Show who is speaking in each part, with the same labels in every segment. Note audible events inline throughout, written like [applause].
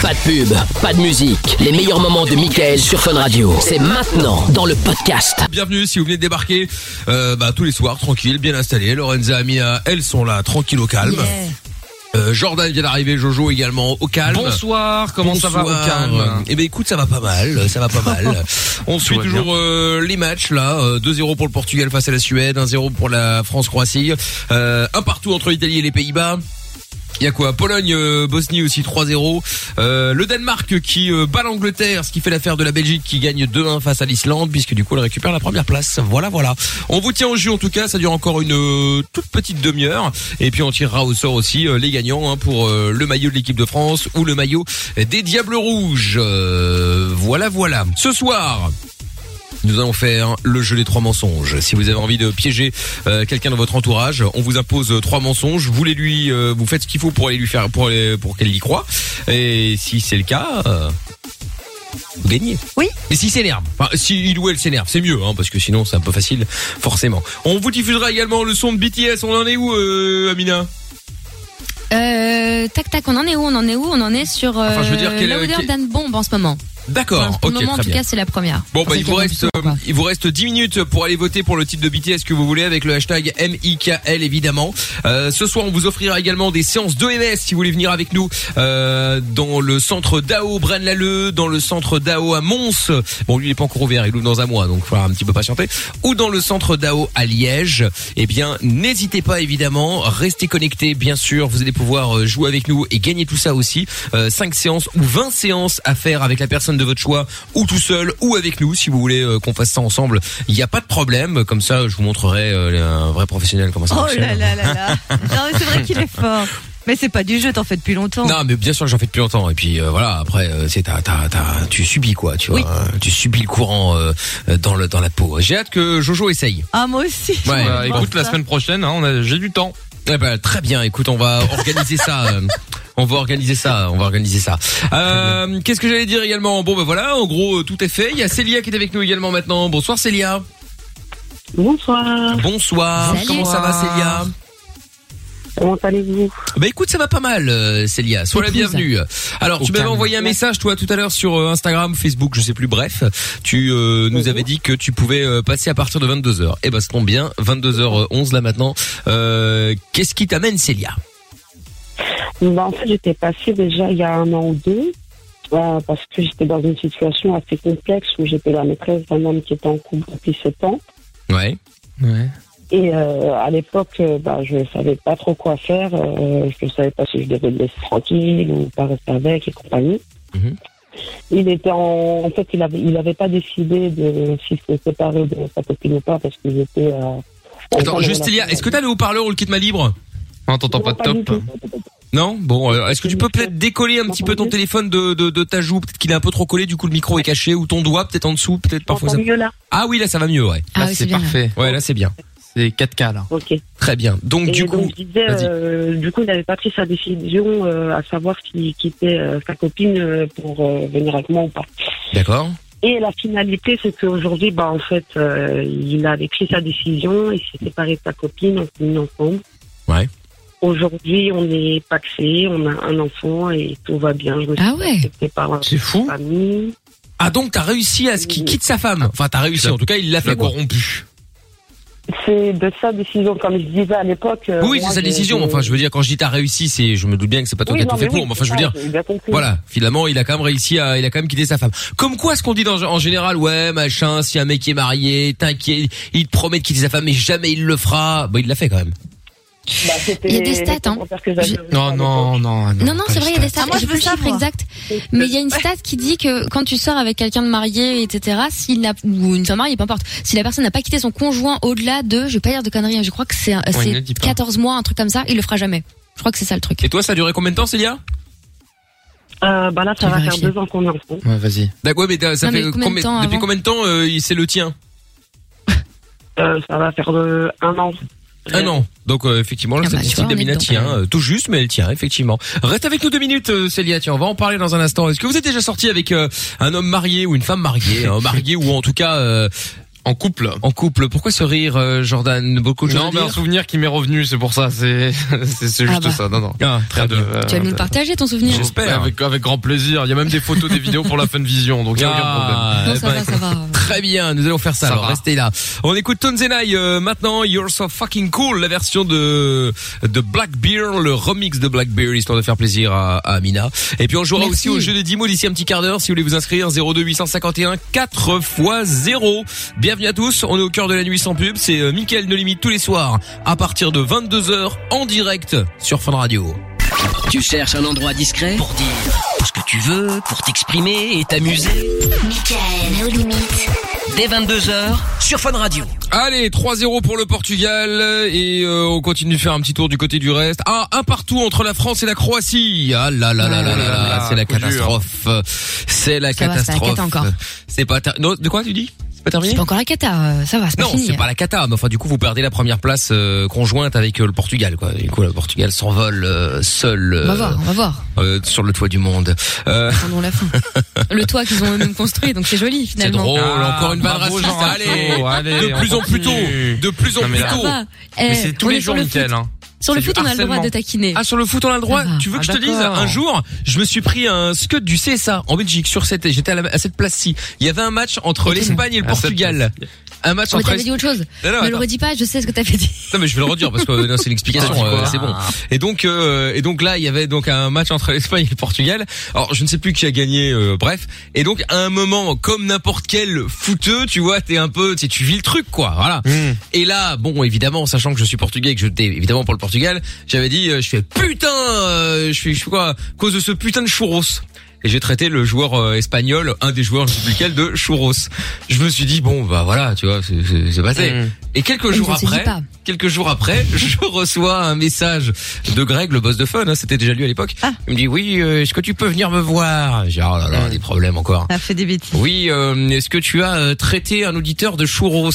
Speaker 1: Pas de pub, pas de musique. Les meilleurs moments de Michael sur Fun Radio. C'est maintenant dans le podcast.
Speaker 2: Bienvenue si vous venez de débarquer euh, bah, tous les soirs, tranquille, bien installé. Lorenza, Amia, elles sont là, tranquille au calme. Euh, Jordan vient d'arriver, Jojo également au calme.
Speaker 3: Bonsoir, comment ça va, au calme
Speaker 2: Eh ben écoute, ça va pas mal, ça va
Speaker 3: [laughs]
Speaker 2: pas mal. On suit
Speaker 3: va bien.
Speaker 2: toujours euh, les matchs là, euh, 2-0 pour le Portugal face à la Suède, 1-0 pour la France-Croatie, euh, un partout entre l'Italie et les Pays-Bas. Il y a quoi Pologne, euh, Bosnie aussi 3-0. Euh, le Danemark qui euh, bat l'Angleterre, ce qui fait l'affaire de la Belgique qui gagne 2-1 face à l'Islande, puisque du coup elle récupère la première place. Voilà, voilà. On vous tient au jeu en tout cas, ça dure encore une euh, toute petite demi-heure. Et puis on tirera au sort aussi euh, les gagnants hein, pour euh, le maillot de l'équipe de France ou le maillot des Diables Rouges. Euh, voilà, voilà. Ce soir... Nous allons faire le jeu des trois mensonges. Si vous avez envie de piéger euh, quelqu'un dans votre entourage, on vous impose euh, trois mensonges. Vous les lui, euh, vous faites ce qu'il faut pour aller lui faire, pour aller- pour qu'elle y croit. Et si c'est le cas, euh, vous gagnez.
Speaker 4: Oui.
Speaker 2: Mais s'il s'énerve, enfin, si il ou elle s'énerve, c'est mieux, hein, parce que sinon c'est un peu facile, forcément. On vous diffusera également le son de BTS. On en est où, euh, Amina
Speaker 5: Euh, tac tac, on en est où On en est où On en est sur euh,
Speaker 2: Enfin, je veux dire, quelle-
Speaker 5: la odeur
Speaker 2: quelle-
Speaker 5: d'une bombe en ce moment.
Speaker 2: D'accord.
Speaker 5: Pour
Speaker 2: Oh, Ok,
Speaker 5: le moment, en
Speaker 2: très
Speaker 5: tout
Speaker 2: bien.
Speaker 5: cas, c'est la première.
Speaker 2: Bon
Speaker 5: Pour
Speaker 2: bah
Speaker 5: ceux
Speaker 2: il
Speaker 5: qui
Speaker 2: vous
Speaker 5: en ont
Speaker 2: reste
Speaker 5: plus ou pas.
Speaker 2: euh, il vous reste 10 minutes pour aller voter pour le titre de BTS que vous voulez avec le hashtag MIKL évidemment. Euh, ce soir on vous offrira également des séances d'EMS si vous voulez venir avec nous euh, dans le centre d'AO Braine-l'Alleud, dans le centre d'AO à Mons. Bon lui il est pas encore ouvert, il ouvre dans un mois donc il faudra un petit peu patienter ou dans le centre d'AO à Liège. Eh bien n'hésitez pas évidemment, restez connectés bien sûr, vous allez pouvoir euh, jouer avec nous et gagner tout ça aussi. 5 séances ou 20 séances à faire avec la personne de votre choix ou tout seul ou avec nous si vous voulez euh, qu'on fasse ça ensemble. Il n'y a pas de problème. Comme ça, je vous montrerai euh, un vrai professionnel comment ça
Speaker 4: Oh
Speaker 2: marche.
Speaker 4: là là là là.
Speaker 2: [laughs]
Speaker 4: Non, mais c'est vrai qu'il est fort. Mais c'est pas du jeu, t'en fais depuis longtemps.
Speaker 2: Non, mais bien sûr que j'en fais depuis longtemps. Et puis euh, voilà, après, euh, c'est t'as- t'as- t'as- tu subis quoi, tu vois. hein. Tu subis le courant euh, euh, dans le dans la peau. J'ai hâte que Jojo essaye.
Speaker 4: Ah, moi aussi.
Speaker 2: Ouais,
Speaker 3: Bah,
Speaker 2: bon.
Speaker 3: écoute, la semaine prochaine, hein, on a- j'ai du temps.
Speaker 2: Eh ben, très bien. Écoute, on va organiser ça. euh, On va organiser ça, on va organiser ça. Euh, Qu'est-ce que j'allais dire également Bon ben voilà, en gros euh, tout est fait. Il y a Célia qui est avec nous également maintenant. Bonsoir Célia.
Speaker 6: Bonsoir,
Speaker 2: Bonsoir.
Speaker 5: Salut.
Speaker 2: Comment ça va Célia
Speaker 6: comment allez-vous
Speaker 2: Bah écoute, ça va pas mal euh, Célia. Sois la
Speaker 5: Épouse.
Speaker 2: bienvenue. Alors,
Speaker 3: Au
Speaker 2: tu m'avais
Speaker 3: calme.
Speaker 2: envoyé un message toi tout à l'heure sur euh, Instagram, Facebook, je sais plus bref. Tu euh, nous avais dit que tu pouvais euh, passer à partir de 22h. Eh ben ça tombe bien, 22h11 là maintenant. Euh, qu'est-ce qui t'amène Célia
Speaker 6: Bah, En fait, j'étais passée déjà il y a un an ou deux, euh, parce que j'étais dans une situation assez complexe où j'étais la maîtresse d'un homme qui était en couple depuis sept ans.
Speaker 2: Ouais.
Speaker 3: Ouais.
Speaker 6: Et euh, à l'époque, euh, bah, je ne savais pas trop quoi faire. euh, je ne savais pas si je devais le laisser tranquille ou pas rester avec et compagnie.
Speaker 2: Mhm.
Speaker 6: Il était en, en fait, il avait, il avait pas décidé de s'il se séparait de sa copine ou pas parce qu'ils étaient. Euh, en fin
Speaker 2: Attends,
Speaker 6: de
Speaker 2: juste Célia,
Speaker 6: relation.
Speaker 2: est-ce que t'as le haut-parleur ou le kit ma libre
Speaker 3: On t'entend
Speaker 6: Non,
Speaker 3: pas de
Speaker 6: du
Speaker 3: top.
Speaker 6: tout.
Speaker 2: Non Bon, alors, est-ce que tu peux peut-être décoller un petit peu ton téléphone de, de, de ta joue Peut-être qu'il est un peu trop collé, du coup le micro est caché, ou ton doigt peut-être en dessous, peut-être parfois ça...
Speaker 6: J'entends mieux là.
Speaker 2: Ah oui, là ça va mieux, ouais.
Speaker 5: Ah
Speaker 3: Là,
Speaker 5: oui,
Speaker 3: c'est
Speaker 5: c'est bien.
Speaker 3: parfait.
Speaker 2: Ouais, là c'est bien.
Speaker 3: C'est 4K là.
Speaker 6: Ok.
Speaker 2: Très bien. Donc
Speaker 6: Et
Speaker 2: du coup,
Speaker 6: donc, je disais,
Speaker 2: vas-y.
Speaker 6: euh, du coup, il n'avait pas pris sa décision euh, à savoir s'il quittait euh, sa copine euh, pour euh, venir avec moi ou pas.
Speaker 2: d'accord.
Speaker 6: Et la finalité, c'est qu'aujourd'hui, bah, en fait, euh, il avait pris sa décision, il s'est séparé de sa copine, on s'est mis ensemble.
Speaker 2: Ouais.
Speaker 6: Aujourd'hui, on est paxé, on a un enfant et tout va bien. Je me suis
Speaker 5: Ah ouais.
Speaker 6: acceptée par ma
Speaker 3: C'est fou.
Speaker 6: famille.
Speaker 2: Ah donc t'as réussi à ce qu'il quitte sa femme. Enfin t'as réussi. En tout cas il l'a fait
Speaker 3: l'a
Speaker 2: quoi.
Speaker 3: corrompu.
Speaker 6: C'est de sa décision, comme je disais à l'époque. euh,
Speaker 2: Oui
Speaker 6: moi,
Speaker 2: c'est sa
Speaker 6: je-
Speaker 2: décision. mais Enfin je veux dire quand je dis t'as réussi c'est je me doute bien que c'est pas toi
Speaker 6: Oui,
Speaker 2: qui as
Speaker 6: non,
Speaker 2: tout fait
Speaker 6: mais oui,
Speaker 2: pour. Mais enfin je veux
Speaker 6: c'est
Speaker 2: dire
Speaker 6: ça, j'ai bien compris.
Speaker 2: voilà finalement il a quand même réussi à il a quand même quitté sa femme. Comme quoi ce qu'on dit dans, en général ouais machin si un mec est marié t'inquiète il te promet de quitter sa femme mais jamais il le fera. Bah il l'a fait quand même.
Speaker 6: Bah, c'était-
Speaker 5: Il y a des stats,
Speaker 6: c'était
Speaker 5: hein.
Speaker 6: mon père que j'avais
Speaker 5: Je-
Speaker 6: vu à
Speaker 3: Non,
Speaker 6: l'époque.
Speaker 3: non, non.
Speaker 5: Non, non,
Speaker 3: pas
Speaker 5: c'est vrai, il y a
Speaker 3: les
Speaker 5: des stats.
Speaker 4: Ah, moi,
Speaker 5: J'ai
Speaker 4: je
Speaker 5: plus le
Speaker 4: veux
Speaker 5: chiffre
Speaker 4: savoir.
Speaker 5: exact. Mais
Speaker 4: [laughs]
Speaker 5: il y a une stat qui dit que quand tu sors avec quelqu'un de marié, etc., s'il n'a, ou une femme mariée, peu importe, si la personne n'a pas quitté son conjoint au-delà de, je vais pas dire de conneries, hein, je crois que c'est, un-
Speaker 3: il ne
Speaker 5: c'est
Speaker 3: dit pas.
Speaker 5: 14 mois, un truc comme ça, il le fera jamais. Je crois que c'est ça le truc.
Speaker 2: Et toi ça a duré combien de temps Célia
Speaker 6: Euh, bah là,
Speaker 5: Je
Speaker 6: ça
Speaker 5: vais
Speaker 6: va faire
Speaker 5: vérifier.
Speaker 6: deux ans qu'on est ensemble.
Speaker 3: Ouais, vas-y.
Speaker 2: D'accord mais t'as- ça
Speaker 5: Non,
Speaker 2: fait
Speaker 5: mais combien de temps
Speaker 2: depuis
Speaker 5: avant
Speaker 2: combien de temps euh, il- c'est le tien
Speaker 6: Euh, ça va faire euh, un an.
Speaker 2: Un an. Donc euh, effectivement, la
Speaker 5: Ah bah, tu
Speaker 2: statistique
Speaker 5: vois, on est
Speaker 2: d'Amina
Speaker 5: dedans.
Speaker 2: tient, euh, tout juste, mais elle tient effectivement. Reste avec nous deux minutes, euh, Célia. Tiens, on va en parler dans un [laughs] instant. Est-ce que vous êtes déjà sorti avec euh, un homme marié ou une femme mariée, hein, marié ou en tout cas euh,
Speaker 3: En couple.
Speaker 2: En couple. Pourquoi ce rire, euh, Jordan Beaucoup de choses
Speaker 3: Non,
Speaker 2: à
Speaker 3: mais un
Speaker 2: dire
Speaker 3: souvenir qui m'est revenu, c'est pour ça. C'est [laughs] c'est c'est
Speaker 5: Ah
Speaker 3: juste
Speaker 5: bah.
Speaker 3: ça. Non, non.
Speaker 2: Ah,
Speaker 3: Rien
Speaker 2: très
Speaker 3: de-
Speaker 2: bien.
Speaker 3: euh,
Speaker 5: Tu vas nous le partager ton souvenir
Speaker 2: J'espère.
Speaker 3: Avec, avec grand plaisir. Il y a même des photos, des vidéos pour la fun vision, donc il n'y a aucun problème.
Speaker 2: Ah,
Speaker 5: Non,
Speaker 2: eh
Speaker 5: ça
Speaker 2: ben,
Speaker 3: [laughs]
Speaker 5: va, ça va.
Speaker 2: Très bien, nous allons faire ça.
Speaker 3: Ça
Speaker 2: alors
Speaker 3: va.
Speaker 2: restez là. On écoute Tonzenai euh, maintenant. You're so fucking cool, la version de de Black Bear, le remix de Black Bear, histoire de faire plaisir à, à Amina. Et puis on jouera aussi
Speaker 5: Merci.
Speaker 2: au jeu des 10 mots d'ici un petit quart d'heure. Si vous voulez vous inscrire, 02 851 4 x 0. Bienvenue à tous. On est au cœur de la nuit sans pub. C'est euh, Mickaël No Limite tous les soirs à partir de 22 h en direct sur Fun Radio.
Speaker 1: Tu cherches un endroit discret pour dire ce que tu veux, pour t'exprimer et t'amuser.
Speaker 7: Michael, nos limites.
Speaker 1: Dès 22h sur Fun Radio.
Speaker 2: Allez, 3-0 pour le Portugal et euh, on continue de faire un petit tour du côté du reste. Ah, un partout entre la France et la Croatie. Ah là là là là là, là,
Speaker 3: Ah,
Speaker 2: c'est la
Speaker 3: coup dur.
Speaker 2: catastrophe. C'est la
Speaker 5: Ça va, c'est la
Speaker 2: catastrophe.
Speaker 5: cata encore.
Speaker 2: C'est pas ter- non, de quoi tu dis C'est pas terminé
Speaker 5: C'est pas encore la cata, euh, ça va, c'est pas
Speaker 2: Non,
Speaker 5: fini.
Speaker 2: c'est pas la cata, mais enfin du coup vous perdez la première place euh, conjointe avec euh, le Portugal quoi. Du coup le Portugal s'envole euh, seul euh,
Speaker 5: On va voir, on va voir.
Speaker 2: euh, sur le toit du monde. Euh,
Speaker 5: Attendons
Speaker 3: [laughs]
Speaker 5: la fin. le toit qu'ils ont eux-mêmes construit, donc c'est joli
Speaker 2: c'est
Speaker 5: finalement.
Speaker 2: drôle,
Speaker 3: Ah,
Speaker 2: encore une balle
Speaker 3: bravo,
Speaker 2: raciste.
Speaker 3: Jean Arnaud,
Speaker 2: Allez,
Speaker 3: allez,
Speaker 2: de
Speaker 3: on
Speaker 2: plus en plus tôt,
Speaker 3: continue.
Speaker 2: de plus en
Speaker 3: Non, mais
Speaker 2: plus
Speaker 3: là-
Speaker 5: Ça
Speaker 2: tôt.
Speaker 5: va. Eh,
Speaker 3: Mais c'est tous
Speaker 5: on
Speaker 3: les
Speaker 5: est
Speaker 3: jours,
Speaker 5: sur le
Speaker 3: Mickaël.
Speaker 5: foot.
Speaker 3: Hein.
Speaker 5: Sur
Speaker 3: C'est
Speaker 5: le
Speaker 3: du
Speaker 5: foot, on a le droit
Speaker 3: harcèlement.
Speaker 5: de taquiner.
Speaker 2: Ah sur le foot on a le droit.
Speaker 5: Ça va.
Speaker 2: Tu veux que
Speaker 3: Ah,
Speaker 2: je te dise
Speaker 3: d'accord.
Speaker 2: un jour, je me suis pris un scud du CSA en Belgique sur cette j'étais à, la- à cette place-ci. Il y avait un match entre l'Espagne et le
Speaker 3: À cette
Speaker 2: Portugal. Un match
Speaker 5: On
Speaker 2: entre
Speaker 5: t'avais dit autre chose.
Speaker 2: non, non,
Speaker 5: Ne le
Speaker 2: attends.
Speaker 5: redis pas, je sais ce que t'avais dit.
Speaker 2: Non, mais je vais le redire parce que euh, non, c'est une explication,
Speaker 3: T'as dit
Speaker 2: euh,
Speaker 3: quoi
Speaker 2: c'est bon. Et donc euh, et donc là, il y avait donc un match entre [laughs] l'Espagne et le Portugal. Alors, je ne sais plus qui a gagné euh, bref. Et donc à un moment comme n'importe quel fouteux, tu vois, t'es un peu tu sais, tu vis le truc quoi. Voilà.
Speaker 3: Mmh.
Speaker 2: Et là, bon, évidemment, sachant que je suis portugais et que je t'ai évidemment pour le Portugal, j'avais dit, euh, je fais putain, euh, je suis je suis quoi, à cause de ce putain de churros. Et j'ai traité le joueur euh, espagnol, un des joueurs, je sais plus lequel, de churros. Je me suis dit, bon, bah voilà, tu vois, c'est- c'est c'est passé.
Speaker 3: Mm.
Speaker 2: Et quelques
Speaker 5: Et
Speaker 2: jours
Speaker 5: ça se dit
Speaker 2: après,
Speaker 5: pas.
Speaker 2: quelques jours après, [laughs] je reçois un message de Greg, le boss de Fun, hein, c'était déjà lui à l'époque.
Speaker 5: Ah.
Speaker 2: Il me dit, oui, euh, est-ce que tu peux venir me voir J'ai, dit, oh là là, des problèmes encore.
Speaker 4: Ça fait des bêtises.
Speaker 2: Oui, euh, est-ce que tu as euh, traité un auditeur de churros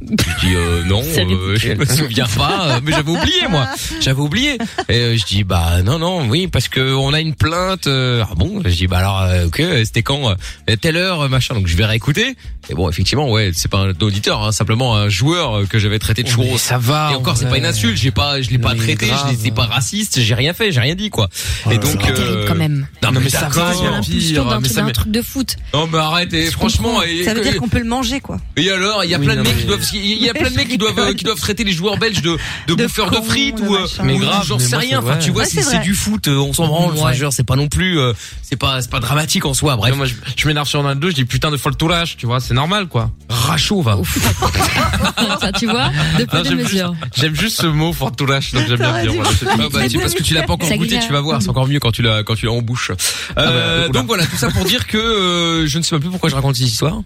Speaker 2: je dis euh,
Speaker 5: [laughs]
Speaker 2: non, euh, je me souviens pas, euh, mais j'avais oublié moi, j'avais oublié. Et euh, je dis bah non non oui parce que on a une plainte. euh, ah bon, je dis bah alors euh, ok euh, c'était quand euh, telle heure euh, machin donc je vais réécouter. Et bon effectivement ouais c'est pas un auditeur hein, simplement un joueur euh, que j'avais traité
Speaker 5: Oh,
Speaker 2: de churros.
Speaker 3: Ça
Speaker 5: ah,
Speaker 3: va.
Speaker 2: Et encore c'est pas une insulte, j'ai pas je l'ai pas
Speaker 3: Mais
Speaker 2: traité,
Speaker 3: grave.
Speaker 2: je l'ai- c'est pas raciste, j'ai rien fait, j'ai rien dit quoi. Et donc
Speaker 5: Oh, C'est pas terrible
Speaker 2: euh,
Speaker 5: quand même.
Speaker 2: Non,
Speaker 3: Non,
Speaker 2: mais
Speaker 3: mais ça
Speaker 2: d'accord.
Speaker 3: va, il y a
Speaker 5: Plutôt
Speaker 3: pire.
Speaker 5: d'un
Speaker 3: Mais
Speaker 5: truc,
Speaker 3: ça
Speaker 5: d'un
Speaker 3: m'est-
Speaker 5: truc de foot.
Speaker 2: Non mais arrête et franchement et,
Speaker 4: Ça veut
Speaker 2: que-
Speaker 4: dire qu'on peut le manger, quoi.
Speaker 2: Et alors, il y a
Speaker 3: Oui,
Speaker 2: plein de
Speaker 3: non,
Speaker 2: mecs
Speaker 3: mais-
Speaker 2: qui doivent, il y a plein de mecs qui doivent, euh, qui doivent traiter les joueurs belges de, de,
Speaker 4: De
Speaker 2: bouffeurs de
Speaker 4: cons,
Speaker 2: frites
Speaker 4: de
Speaker 2: ou, euh,
Speaker 4: machin.
Speaker 2: ou
Speaker 3: Mais grave,
Speaker 2: j'en
Speaker 3: mais
Speaker 2: sais
Speaker 3: moi,
Speaker 2: rien.
Speaker 3: c'est
Speaker 2: Enfin,
Speaker 3: vrai.
Speaker 2: tu vois,
Speaker 4: Ouais,
Speaker 2: si
Speaker 4: c'est
Speaker 2: c'est
Speaker 4: vrai.
Speaker 2: du foot, euh, on s'en branle. Enfin,
Speaker 3: Ouais.
Speaker 2: je veux dire, c'est pas non plus, euh, c'est pas, c'est pas dramatique en soi. Bref,
Speaker 3: Non, moi, je, je m'énerve sur l'un de deux, je dis putain de folle tourage, tu vois, c'est normal quoi.
Speaker 2: Rachaud va.
Speaker 3: [laughs] Ah,
Speaker 5: ça, tu vois, de peu
Speaker 3: Non,
Speaker 5: de
Speaker 3: j'aime juste,
Speaker 5: mesure.
Speaker 3: j'aime juste ce mot folle tourage, donc j'aime bien le dire.
Speaker 4: T'aurais
Speaker 3: voilà, c'est tout.
Speaker 2: Ah bah, tu- parce que tu l'as pas encore
Speaker 5: C'est
Speaker 2: goûté,
Speaker 5: agréable.
Speaker 2: tu vas voir, c'est encore mieux quand tu l'as quand tu l'as en bouche. Euh,
Speaker 3: Ah bah, oula.
Speaker 2: donc voilà, tout ça pour dire que euh, je ne sais même plus pourquoi je raconte cette histoire.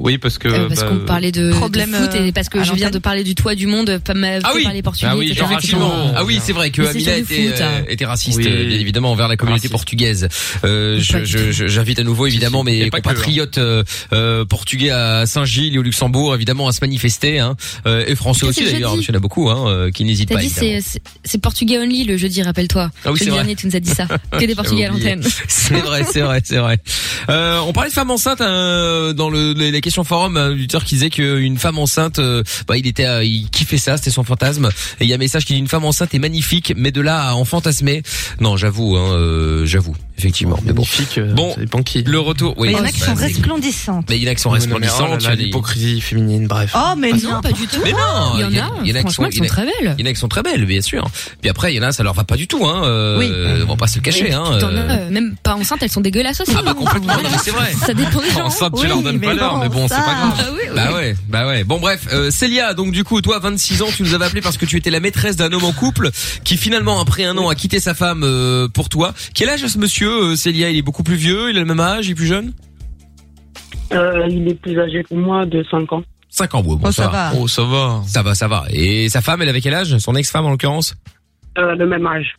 Speaker 3: Oui, parce que.
Speaker 5: Euh, parce
Speaker 3: bah,
Speaker 5: qu'on parlait de,
Speaker 4: Problème,
Speaker 5: de foot et
Speaker 4: euh,
Speaker 5: parce que
Speaker 4: à
Speaker 5: je viens
Speaker 4: l'antenne.
Speaker 5: de parler du toit du monde, pas mal
Speaker 2: Ah oui.
Speaker 5: par les Portugais.
Speaker 3: Ah oui,
Speaker 5: etc.,
Speaker 3: genre,
Speaker 5: qui sont-
Speaker 3: effectivement.
Speaker 2: Ah oui, c'est vrai que
Speaker 5: Mais c'est
Speaker 2: Amina
Speaker 5: sur du
Speaker 2: était,
Speaker 5: foot,
Speaker 2: euh,
Speaker 5: hein.
Speaker 2: était raciste,
Speaker 3: Oui.
Speaker 2: euh, bien évidemment, envers la communauté
Speaker 3: Raciste.
Speaker 2: portugaise. Euh, je-
Speaker 5: Pas du
Speaker 2: je-
Speaker 5: tout.
Speaker 2: je- J'invite à nouveau, évidemment,
Speaker 3: si.
Speaker 2: mes
Speaker 3: Et pas que, hein.
Speaker 2: compatriotes euh, euh, portugais à Saint-Gilles et au Luxembourg, évidemment, à se manifester. Hein, euh, et français
Speaker 5: Ça,
Speaker 2: aussi,
Speaker 5: c'est
Speaker 2: d'ailleurs, parce
Speaker 5: jeudi.
Speaker 2: qu'il y en a beaucoup hein, euh, qui n'hésitent
Speaker 5: T'as
Speaker 2: pas.
Speaker 5: dit,
Speaker 2: évidemment.
Speaker 5: c'est c'est- c'est Portugais only le jeudi, rappelle-toi.
Speaker 2: Ah oui, c'est
Speaker 5: le
Speaker 2: vrai. Ah
Speaker 5: dernier, tu nous as dit
Speaker 2: [laughs]
Speaker 5: ça. Que des Portugais à
Speaker 2: oublié.
Speaker 5: l'antenne.
Speaker 2: C'est vrai, c'est vrai, c'est vrai. Euh, on parlait de femmes enceintes hein, dans le, les, les questions forum. Un auditeur qui disait qu'une femme enceinte, euh, bah, il était, euh, il kiffait ça, c'était son fantasme. Et il y a un message qui dit une femme enceinte est magnifique, mais de là à en fantasmer, non, j'avoue, hein, euh, j'avoue, effectivement. Mais bon,
Speaker 3: Magnifique, euh,
Speaker 2: Bon.
Speaker 3: ça dépend qui.
Speaker 2: le retour, oui.
Speaker 4: Mais il y en a qui sont
Speaker 2: bah, c'est-
Speaker 4: resplendissantes.
Speaker 2: Mais il y en a qui sont
Speaker 3: Ouais, non, mais oh là
Speaker 2: resplendissantes.
Speaker 3: là,
Speaker 2: il y en a-
Speaker 3: L'hypocrisie féminine, bref.
Speaker 4: Oh, mais non.
Speaker 5: Non, pas du tout.
Speaker 2: Mais non,
Speaker 5: Il y en a,
Speaker 2: il y en a qui sont,
Speaker 5: franchement, qui sont très belles.
Speaker 2: il y en a qui sont très belles, bien sûr. Puis après, il y en a, ça leur va pas du tout, hein. euh,
Speaker 4: Oui.
Speaker 2: On va pas se le cacher, hein.
Speaker 5: T'en
Speaker 2: euh.
Speaker 5: as, euh, même pas enceintes, elles sont dégueulasses aussi.
Speaker 2: Ah bah complètement, non, mais c'est
Speaker 4: [laughs]
Speaker 2: vrai.
Speaker 5: [laughs] Ça dépend des gens.
Speaker 3: Enceinte, tu
Speaker 4: Oui,
Speaker 3: leur donnes
Speaker 4: mais
Speaker 3: pas l'heure,
Speaker 4: bon,
Speaker 3: mais bon, c'est
Speaker 4: ça.
Speaker 3: pas grave.
Speaker 5: Ah oui, oui.
Speaker 2: Bah ouais, bah ouais. Bon bref, euh, Célia, donc du coup, toi, 26 ans, tu nous avais appelé parce que tu étais la maîtresse d'un homme en couple qui finalement, après un an, a quitté sa femme euh, pour toi. Quel âge a ce monsieur, euh, Célia Il est beaucoup plus vieux, il a le même âge, il est plus jeune
Speaker 6: Euh, il est plus âgé que moi de 5 ans.
Speaker 2: 5 ans, bon, bon,
Speaker 4: Oh, ça va.
Speaker 3: Oh, ça va.
Speaker 2: Ça va, ça va. Et sa femme, elle avait quel âge Son ex-femme en l'occurrence
Speaker 6: Euh, le même âge.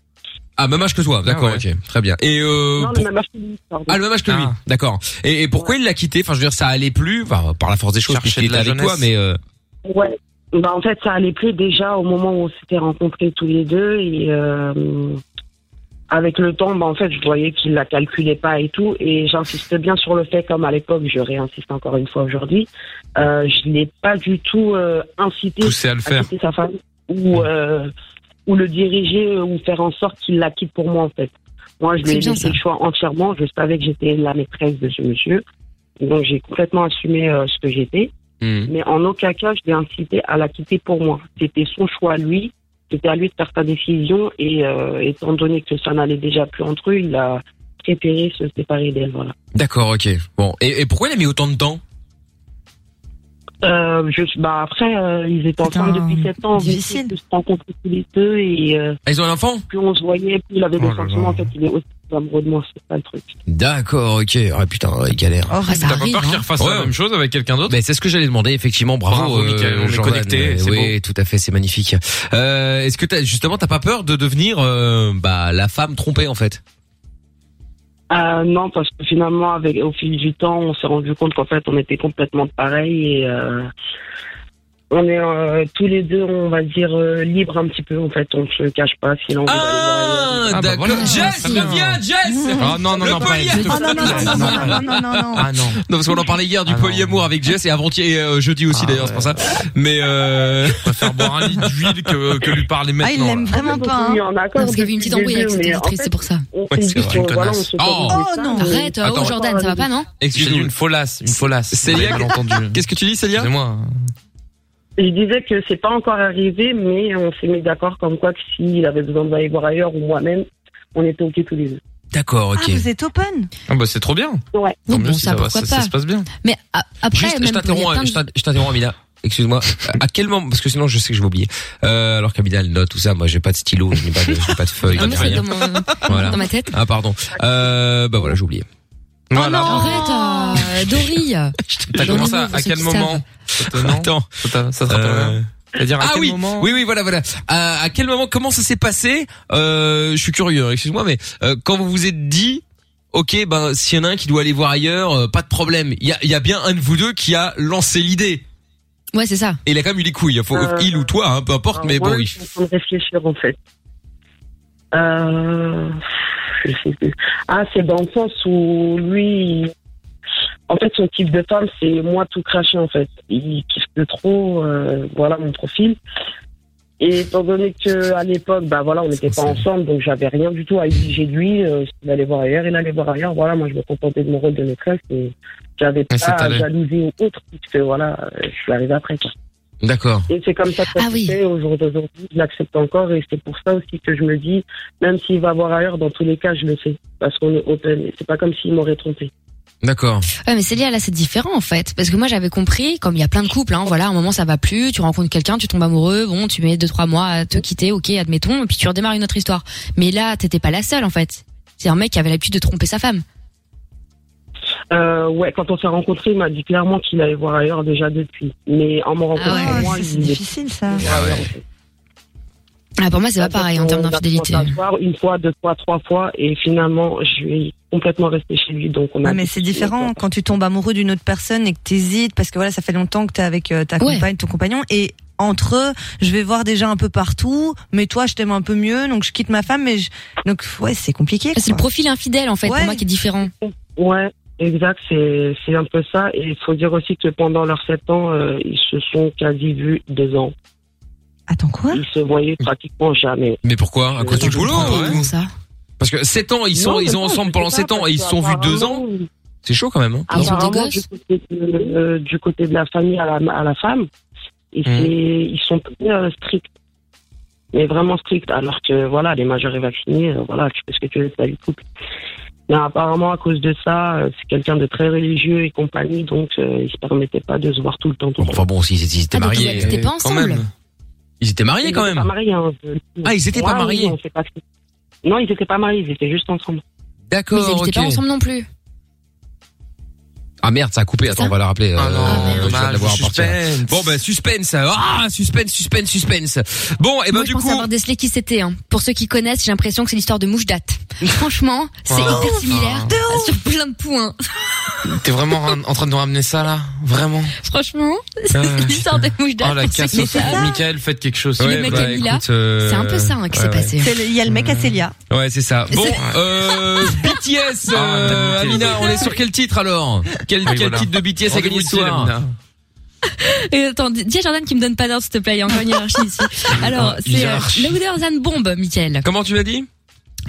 Speaker 2: Ah, même âge que toi, d'accord,
Speaker 3: Ah ouais.
Speaker 2: ok, très bien. Et euh,
Speaker 6: non,
Speaker 2: pour-
Speaker 6: le même âge que lui, pardon.
Speaker 2: Ah, le même âge que lui,
Speaker 3: Ah.
Speaker 2: d'accord. Et, et pourquoi il l'a quitté Enfin, je veux dire, ça allait plus, enfin, par la force des choses,
Speaker 3: Chercher
Speaker 2: puisqu'il
Speaker 3: de
Speaker 2: était
Speaker 3: la
Speaker 2: avec toi,
Speaker 3: jeunesse.
Speaker 2: mais... euh,
Speaker 6: Ouais. Bah, en fait, ça allait plus déjà au moment où on s'était rencontrés tous les deux. Et euh, avec le temps, bah, en fait, je voyais qu'il la calculait pas et tout, et j'insistais bien sur le fait, comme à l'époque, je réinsiste encore une fois aujourd'hui, euh, je n'ai pas du tout euh, incité
Speaker 3: Poussé à le faire.
Speaker 6: quitter sa femme
Speaker 5: Mm.
Speaker 6: ou euh, ou le diriger euh, ou faire en sorte qu'il la quitte pour moi en fait. Moi, je lui
Speaker 5: C'est
Speaker 6: ai
Speaker 5: bien
Speaker 6: laissé
Speaker 5: ça.
Speaker 6: le choix entièrement. Je savais que j'étais la maîtresse de ce monsieur, donc j'ai complètement assumé euh, ce que j'étais.
Speaker 5: Mm.
Speaker 3: Mhm.
Speaker 6: Mais en aucun cas, je l'ai incité à la quitter pour moi. C'était son choix à lui. C'était à lui de faire sa décision. Et euh, étant donné que ça n'allait déjà plus entre eux, il a préféré se séparer d'elle. Voilà.
Speaker 2: D'accord, ok. Bon, et, et pourquoi il a mis autant de temps
Speaker 6: Euh, je, bah après, euh, ils étaient
Speaker 4: Putain,
Speaker 6: ensemble depuis 7 ans.
Speaker 4: difficile.
Speaker 6: Ils se rencontraient tous les deux et euh,
Speaker 2: Ah, Ils ont un enfant
Speaker 6: plus on se voyait, plus il avait
Speaker 3: Oh
Speaker 6: des
Speaker 3: là
Speaker 6: sentiments.
Speaker 3: là.
Speaker 6: En fait, il est aussi amoureux de moi. C'est pas le truc.
Speaker 2: D'accord, ok. Ah putain, ouais, galère.
Speaker 4: Oh,
Speaker 5: Ah,
Speaker 3: T'as
Speaker 5: ça
Speaker 3: pas
Speaker 5: arrive.
Speaker 3: peur qu'il
Speaker 5: hein.
Speaker 3: refasse
Speaker 2: Ouais.
Speaker 3: la même chose avec quelqu'un d'autre
Speaker 2: Ben, c'est ce que j'allais demander, effectivement. Bravo, euh,
Speaker 3: Bravo, Mickaël, on est
Speaker 2: Jordan.
Speaker 3: connectés,
Speaker 2: Euh,
Speaker 3: c'est
Speaker 2: Oui, tout à fait, c'est magnifique. Euh, Est-ce que t'as justement t'as pas peur de devenir euh, bah la femme trompée en fait
Speaker 6: Euh, non, parce que finalement, avec, au fil du temps, on s'est rendu compte qu'en fait, on était complètement pareils et euh, on est euh, tous les deux, on va dire, euh, libres un petit peu. En fait, on ne se cache pas si l'on
Speaker 5: Ah,
Speaker 6: veut aller voir ailleurs.
Speaker 3: Ah, bah
Speaker 2: d'accord.
Speaker 3: voilà,
Speaker 2: Jess,
Speaker 3: très bien.
Speaker 2: reviens, Jess.
Speaker 3: Ah non, non,
Speaker 2: Le
Speaker 3: non, pas
Speaker 2: polyam-
Speaker 4: Oh non, non, non, non, non, non, non, non.
Speaker 3: Ah non.
Speaker 2: Non, parce qu'on en parlait hier du
Speaker 3: Ah non.
Speaker 2: polyamour avec Jess et avant-hier et, euh, jeudi aussi
Speaker 3: Ah
Speaker 2: d'ailleurs, c'est pour ça. Mais [laughs] euh...
Speaker 3: Je préfère boire un litre d'huile que, que lui parler
Speaker 4: Ah, il
Speaker 3: maintenant.
Speaker 4: l'aime
Speaker 3: là.
Speaker 4: vraiment
Speaker 6: Donc,
Speaker 4: pas.
Speaker 6: on
Speaker 4: hein.
Speaker 6: est en accord
Speaker 5: Non, parce qu'il y avait une
Speaker 6: depuis
Speaker 5: petite
Speaker 6: le
Speaker 5: embrouille avec
Speaker 6: début,
Speaker 5: cette
Speaker 6: mais en
Speaker 5: éditrice,
Speaker 6: fait,
Speaker 5: c'est pour ça.
Speaker 6: on
Speaker 2: Ouais,
Speaker 6: s'est
Speaker 2: c'est
Speaker 6: dit
Speaker 2: vrai,
Speaker 6: qu'on-
Speaker 3: une
Speaker 6: voilà, on
Speaker 3: connasse.
Speaker 6: se
Speaker 2: Oh.
Speaker 6: connaissait
Speaker 4: Oh,
Speaker 6: pas,
Speaker 4: non.
Speaker 6: mais-
Speaker 5: Arrête, oh
Speaker 2: Attends.
Speaker 5: Jordan, ça va pas, non
Speaker 3: J'ai dit
Speaker 2: excuse-moi.
Speaker 3: une folasse, une folasse.
Speaker 2: Célia,
Speaker 3: Mal entendu.
Speaker 2: Qu'est-ce que tu dis, Célia
Speaker 3: Excusez-moi.
Speaker 6: Je disais que c'est pas encore arrivé, mais on s'est mis d'accord comme quoi que s'il avait besoin d'aller voir ailleurs ou moi-même, on était OK tous les deux.
Speaker 2: D'accord,
Speaker 4: Ah,
Speaker 2: ok.
Speaker 4: vous êtes open.
Speaker 3: Ah bah c'est trop bien. Tant
Speaker 5: Oui,
Speaker 3: mieux
Speaker 5: bon,
Speaker 3: si
Speaker 5: ça,
Speaker 3: va,
Speaker 5: pourquoi
Speaker 3: ça- ça
Speaker 5: pas.
Speaker 3: se passe bien.
Speaker 5: Mais a- après,
Speaker 2: Juste,
Speaker 5: même
Speaker 2: je t'interromps,
Speaker 5: il y a plein de-
Speaker 2: je t'in- je t'interromps, Amina.
Speaker 3: [laughs]
Speaker 2: Excuse-moi. Euh, À quel moment Parce que sinon, je sais que je vais oublier. Euh, alors qu'Amina, elle note tout ça. Moi, j'ai pas de stylo, je n'ai pas de, j'ai pas de feuille,
Speaker 5: Ah,
Speaker 2: je n'ai
Speaker 5: moi, c'est
Speaker 2: rien.
Speaker 5: dans, mon-
Speaker 2: Voilà.
Speaker 5: dans ma tête.
Speaker 2: Ah pardon. Euh, bah voilà, j'ai oublié.
Speaker 3: Voilà.
Speaker 4: Ah,
Speaker 5: Arrête, euh, Dory.
Speaker 3: T'as
Speaker 5: Dans
Speaker 3: commencé
Speaker 5: les
Speaker 3: à,
Speaker 5: mots,
Speaker 3: à
Speaker 5: ceux
Speaker 3: quel
Speaker 5: qui
Speaker 3: moment
Speaker 2: Attends.
Speaker 3: Ça t'a- ça te rappelle
Speaker 2: Euh,
Speaker 3: rien C'est-à-dire à
Speaker 2: Ah
Speaker 3: quel
Speaker 2: oui,
Speaker 3: moment
Speaker 2: oui, oui, voilà, voilà. Euh, À, à quel moment, comment ça s'est passé euh, Je suis curieux, excuse-moi, mais euh, quand vous vous êtes dit, ok, ben s'il y en a un qui doit aller voir ailleurs, euh, pas de problème. Il y a, il y a bien un de vous deux qui a lancé l'idée.
Speaker 5: Ouais, c'est ça.
Speaker 2: Et il a quand même eu les couilles. Faut,
Speaker 6: Euh,
Speaker 2: il ou toi, hein, peu importe, mais
Speaker 6: moi,
Speaker 2: bon, il
Speaker 6: Je suis en train de réfléchir en fait. Euh, je sais plus. Ah, c'est dans le sens où lui, il- en fait, son type de femme, c'est moi tout craché en fait. Il kiffe de trop, euh, voilà mon profil. Et étant donné que à l'époque, bah voilà, on n'était pas ensemble, donc j'avais rien du tout à exiger de lui. Euh, S'il allait voir ailleurs, il allait voir ailleurs. Voilà, moi je me contentais de mon rôle de maîtresse et j'avais pas
Speaker 3: c'est
Speaker 6: à
Speaker 3: allé.
Speaker 6: jalouser ou autre, puisque voilà, euh, je suis arrivé après. quoi.
Speaker 2: D'accord.
Speaker 6: Et c'est comme ça que ça
Speaker 5: Ah
Speaker 6: se
Speaker 5: oui.
Speaker 6: fait au jour d'aujourd'hui. Je l'accepte encore et c'est pour ça aussi que je me dis, même s'il va voir ailleurs, dans tous les cas, je le sais. Parce qu'on est open. Et C'est pas comme s'il m'aurait trompé.
Speaker 2: D'accord.
Speaker 5: Ouais, mais Célia, là, c'est différent, en fait. Parce que moi, j'avais compris, comme il y a plein de couples, hein, voilà, à un moment, ça va plus, tu rencontres quelqu'un, tu tombes amoureux, bon, tu mets deux, trois mois à te quitter, ok, admettons, et puis tu redémarres une autre histoire. Mais là, t'étais pas la seule, en fait. C'est un mec qui avait l'habitude de tromper sa femme.
Speaker 6: Euh, ouais, quand on s'est rencontrés, il m'a dit clairement qu'il allait voir ailleurs déjà depuis. Mais en me rencontrant,
Speaker 5: Ah ouais,
Speaker 6: moi,
Speaker 4: Oh, c'est
Speaker 6: il est
Speaker 4: difficile ça.
Speaker 5: Ah, pour moi, c'est pas pareil en termes d'infidélité.
Speaker 6: On a commencé à se voir Une fois, deux fois, trois fois. Et finalement, je suis complètement restée chez lui. Donc on a
Speaker 4: Ah, mais c'est différent quand tu tombes amoureux d'une autre personne et que t'hésites parce que voilà, ça fait longtemps que t'es avec euh, ta
Speaker 5: Ouais.
Speaker 4: compagne, ton compagnon et entre eux, je vais voir déjà un peu partout, mais toi, je t'aime un peu mieux, donc je quitte ma femme, mais je... donc ouais, c'est compliqué.
Speaker 5: Ah, C'est le
Speaker 4: quoi.
Speaker 5: profil infidèle, en fait,
Speaker 4: Ouais.
Speaker 5: pour moi, qui est différent.
Speaker 6: Ouais, exact, c'est c'est un peu ça. Et il faut dire aussi que pendant leurs sept ans, euh, ils se sont quasi vus deux ans.
Speaker 4: Attends quoi
Speaker 6: Ils se voyaient pratiquement jamais.
Speaker 2: Mais pourquoi Euh, À cause du
Speaker 6: Je
Speaker 2: boulot
Speaker 5: Ah,
Speaker 2: ouais.
Speaker 5: comment ça.
Speaker 2: Parce que 7 ans, ils sont,
Speaker 6: Non, mais
Speaker 2: ils sont
Speaker 6: non,
Speaker 2: ensemble
Speaker 6: je
Speaker 2: pendant
Speaker 6: sais
Speaker 2: 7
Speaker 6: pas,
Speaker 2: ans
Speaker 6: parce
Speaker 2: et ils se sont vus 2 ans.
Speaker 6: qu'apparemment,
Speaker 2: C'est chaud quand même. Hein.
Speaker 5: Ils ont des
Speaker 6: apparemment,
Speaker 5: gosses
Speaker 6: du côté de- euh, Du côté de la famille à la, à la femme,
Speaker 2: Hmm.
Speaker 6: et c'est- ils sont très euh, stricts. Mais vraiment stricts. Alors que, voilà, les majeurs et vaccinés, euh, voilà, tu fais ce que tu veux de ta vie de couple. Mais apparemment, à cause de ça, euh, c'est quelqu'un de très religieux et compagnie, donc euh, ils se permettaient pas de se voir tout le temps. tout
Speaker 2: Bon,
Speaker 6: le temps.
Speaker 2: enfin bon, s'ils s'ils étaient
Speaker 5: Ah, donc,
Speaker 2: mariés,
Speaker 5: ils étaient pas
Speaker 3: Quand
Speaker 5: ensemble.
Speaker 3: même.
Speaker 2: ils étaient mariés quand
Speaker 6: étaient
Speaker 2: même.
Speaker 6: pas mariés, hein, je-
Speaker 2: Ah, ils étaient pas
Speaker 6: Moi, oui,
Speaker 2: mariés.
Speaker 6: on sait pas ce que- Non, ils étaient pas mariés, ils étaient juste ensemble.
Speaker 5: Mais ils
Speaker 2: D'accord.
Speaker 5: habitaient
Speaker 2: ok.
Speaker 5: pas ensemble non plus.
Speaker 2: Ah merde, ça a coupé. Attends, on va la rappeler. Euh,
Speaker 3: Ah
Speaker 2: je
Speaker 3: non,
Speaker 2: viens de la
Speaker 3: dommage,
Speaker 2: voir
Speaker 3: le
Speaker 2: partir.
Speaker 3: suspense.
Speaker 2: Bon ben suspense. Ah suspense, suspense, suspense. Bon et ben
Speaker 5: Moi,
Speaker 2: du
Speaker 5: je pense
Speaker 2: coup.
Speaker 5: avoir décelé qui c'était. hein. Pour ceux qui connaissent, j'ai l'impression que c'est l'histoire de
Speaker 2: [laughs]
Speaker 5: mouche date. Franchement, c'est
Speaker 3: Oh,
Speaker 5: hyper similaire sur plein de points.
Speaker 3: T'es vraiment ram- en train de nous ramener ça là Vraiment
Speaker 5: Franchement,
Speaker 3: Ah,
Speaker 5: l'histoire de mouche date.
Speaker 3: Oh la
Speaker 5: pour ceux
Speaker 3: casse
Speaker 5: qui
Speaker 3: au
Speaker 5: savent.
Speaker 4: ça.
Speaker 3: Michael, faites quelque chose.
Speaker 5: le mec à Mila,
Speaker 2: euh,
Speaker 5: C'est un peu ça hein, qui
Speaker 2: ouais,
Speaker 5: s'est
Speaker 2: ouais.
Speaker 5: passé.
Speaker 4: C'est le- Il y a le mec à Célia.
Speaker 2: Ouais, c'est ça. Bon, euh,
Speaker 5: [laughs]
Speaker 2: BTS, euh,
Speaker 3: Ah,
Speaker 2: Amina,
Speaker 3: BTS.
Speaker 2: on est sur quel titre alors Quel,
Speaker 3: Oui,
Speaker 2: quel
Speaker 3: voilà.
Speaker 2: titre de BTS a gagné
Speaker 3: Rendez-vous
Speaker 2: ce
Speaker 3: utile,
Speaker 2: soir
Speaker 3: Amina.
Speaker 5: Et attends, dis dis à Jordan qui me donne pas d'ordre, s'il te plaît. Il y a encore une hiérarchie
Speaker 2: [laughs]
Speaker 5: ici.
Speaker 3: Ah,
Speaker 5: Alors, c'est euh,
Speaker 3: hiérarchie.
Speaker 5: Louder Than Bomb, Michael.
Speaker 2: Comment tu l'as dit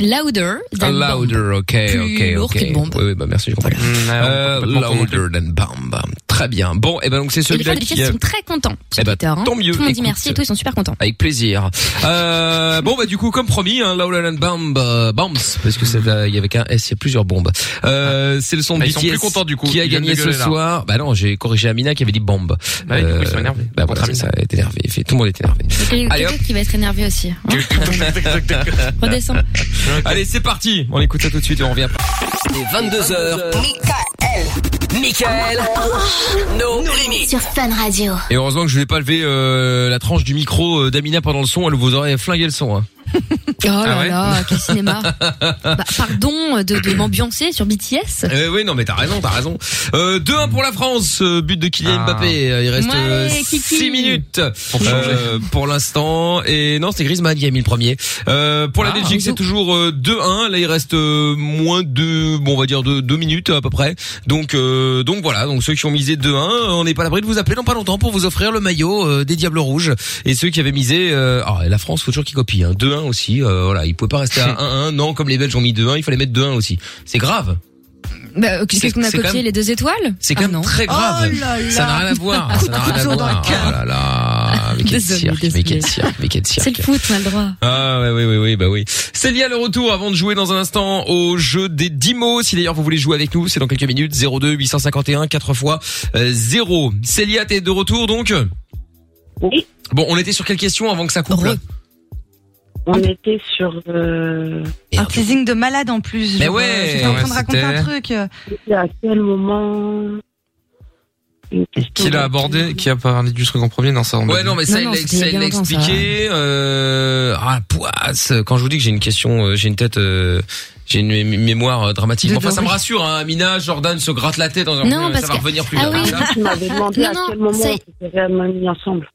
Speaker 5: Louder Than Bomb.
Speaker 2: Ah, Louder, ok,
Speaker 5: Plus
Speaker 2: ok,
Speaker 5: lourd
Speaker 2: ok.
Speaker 5: qu'une bombe.
Speaker 2: Oui, oui, bah merci, je comprends.
Speaker 3: Mm, ouais,
Speaker 2: Euh,
Speaker 3: complètement convaincu.
Speaker 2: louder than bam bam. Très bien. Bon, et ben donc c'est
Speaker 5: Et les fans
Speaker 2: celui-là
Speaker 5: de
Speaker 2: qui.
Speaker 5: BTS
Speaker 2: euh,
Speaker 5: sont très contents sur
Speaker 2: eh ben,
Speaker 5: Twitter. hein.
Speaker 2: tant mieux,
Speaker 5: Tout le monde
Speaker 2: écoute.
Speaker 5: dit
Speaker 2: euh.
Speaker 5: merci et tout, ils sont super contents.
Speaker 2: Avec plaisir. Euh, bon bah du coup comme promis, hein, Laola and Bomb, euh, Bombs, parce que c'est, euh, il y avait qu'un S, il y a plusieurs bombes. Euh, c'est le son de
Speaker 3: Bah, ils
Speaker 2: BTS
Speaker 3: sont plus contents, du coup.
Speaker 2: qui a
Speaker 3: Ils viennent
Speaker 2: gagné
Speaker 3: de
Speaker 2: ce
Speaker 3: gueuler, là.
Speaker 2: soir. Bah non, j'ai corrigé Amina qui avait dit bombe.
Speaker 3: Bah oui, du coup, ils sont énervés.
Speaker 2: Bah
Speaker 3: Contre
Speaker 2: voilà, c'est ça,
Speaker 3: Amina.
Speaker 2: elle est énervée. Fait- Tout le monde est énervé.
Speaker 5: Donc, il y a
Speaker 2: Allez,
Speaker 5: quelqu'un qui va être énervé
Speaker 2: [laughs]
Speaker 5: aussi. hein. Redescends.
Speaker 2: Ah Allez, c'est parti. On écoute ça tout de suite et on revient. après.
Speaker 1: Dès 22h, Michael, No limites.
Speaker 7: Sur Fun Radio.
Speaker 2: Et heureusement que je vais pas lever euh, la tranche du micro euh, d'Amina pendant le son. Elle vous aurait flingué le son. hein.
Speaker 5: Oh là
Speaker 3: ouais
Speaker 5: là, quel cinéma.
Speaker 2: [laughs]
Speaker 5: Bah, pardon de, de m'ambiancer sur BTS.
Speaker 2: Euh, oui, non, mais t'as raison, t'as raison. Euh, 2-1 pour la France, euh, but de Kylian
Speaker 3: Ah.
Speaker 2: Mbappé. Euh, Il reste
Speaker 5: Ouais,
Speaker 2: 6
Speaker 5: Kiki.
Speaker 2: minutes euh,
Speaker 3: Pour changer.
Speaker 2: pour l'instant. Et non, c'est Griezmann qui a mis le premier. Euh, pour la
Speaker 3: Ah.
Speaker 2: Belgique, c'est toujours euh, 2-1. Là, il reste euh, moins de, bon, on va dire de 2 minutes à peu près. Donc, euh, donc voilà. Donc ceux qui ont misé 2-1, euh, on n'est pas à l'abri de vous appeler dans pas longtemps pour vous offrir le maillot euh, des Diables Rouges. Et ceux qui avaient misé, euh, alors, la France, faut toujours qu'ils copient. hein. 2-1 aussi. euh, voilà, ils pouvaient pas rester
Speaker 3: [laughs]
Speaker 2: à 1-1. Non, comme les Belges ont mis 2-1, il fallait mettre 2-1 aussi. C'est grave.
Speaker 5: Bah, Qu'est-ce
Speaker 2: C'est-
Speaker 5: qu'on a
Speaker 2: c'est quand
Speaker 5: copié
Speaker 2: même-
Speaker 5: les deux étoiles
Speaker 2: C'est quand
Speaker 5: Ah
Speaker 2: même
Speaker 5: non.
Speaker 2: très grave.
Speaker 4: Oh là là.
Speaker 2: Ça n'a rien à voir. Ça n'a rien à
Speaker 4: couteau dans
Speaker 2: voir.
Speaker 4: le cœur.
Speaker 2: Oh là là. Mais quel
Speaker 5: Désolée,
Speaker 2: cirque, mais
Speaker 5: désolée.
Speaker 2: quel cirque, mais quel
Speaker 5: C'est le
Speaker 2: cirque.
Speaker 5: foot, on a le droit.
Speaker 2: Ah ouais, oui, oui, oui, bah oui. Célia, le retour avant de jouer dans un instant au jeu des 10 mots. Si d'ailleurs vous voulez jouer avec nous, c'est dans quelques minutes. 02 851 4 fois euh, 0. Célia, t'es de retour donc
Speaker 6: Oui.
Speaker 2: Bon, on était sur quelle question avant que ça coupe là
Speaker 6: On était sur euh,
Speaker 4: Un teasing de malade en plus.
Speaker 2: Mais
Speaker 4: Genre,
Speaker 2: ouais,
Speaker 4: euh, J'étais en train
Speaker 2: ouais,
Speaker 4: de raconter
Speaker 2: c'était-
Speaker 4: un truc. euh,
Speaker 6: à quel moment une question
Speaker 3: [laughs] Qui l'a
Speaker 6: de-
Speaker 3: abordé Qui a parlé du truc en premier Non, ça on m'a
Speaker 2: Ouais,
Speaker 3: dit.
Speaker 2: non, mais ça,
Speaker 5: Non, non,
Speaker 2: il l'a-
Speaker 5: c'était
Speaker 2: ça, il
Speaker 5: bien
Speaker 2: l'a
Speaker 5: longtemps, ça.
Speaker 2: expliqué. Euh... Ah, poisse. Quand je vous dis que j'ai une question, euh, j'ai une tête, euh, j'ai une mé- mémoire euh, dramatique.
Speaker 4: De-
Speaker 2: Enfin,
Speaker 4: de-
Speaker 2: ça me
Speaker 4: oui.
Speaker 2: rassure, hein. Amina, Jordan se gratte la tête en disant,
Speaker 5: Non,
Speaker 2: euh,
Speaker 5: parce
Speaker 2: ça va
Speaker 5: que-
Speaker 2: revenir plus
Speaker 5: Ah
Speaker 2: tard.
Speaker 5: oui.
Speaker 2: Voilà.
Speaker 6: Tu
Speaker 5: [laughs]
Speaker 6: m'as demandé
Speaker 5: Non,
Speaker 6: à
Speaker 5: non,
Speaker 6: quel moment
Speaker 5: c'est-
Speaker 6: on s'était réellement mis ensemble.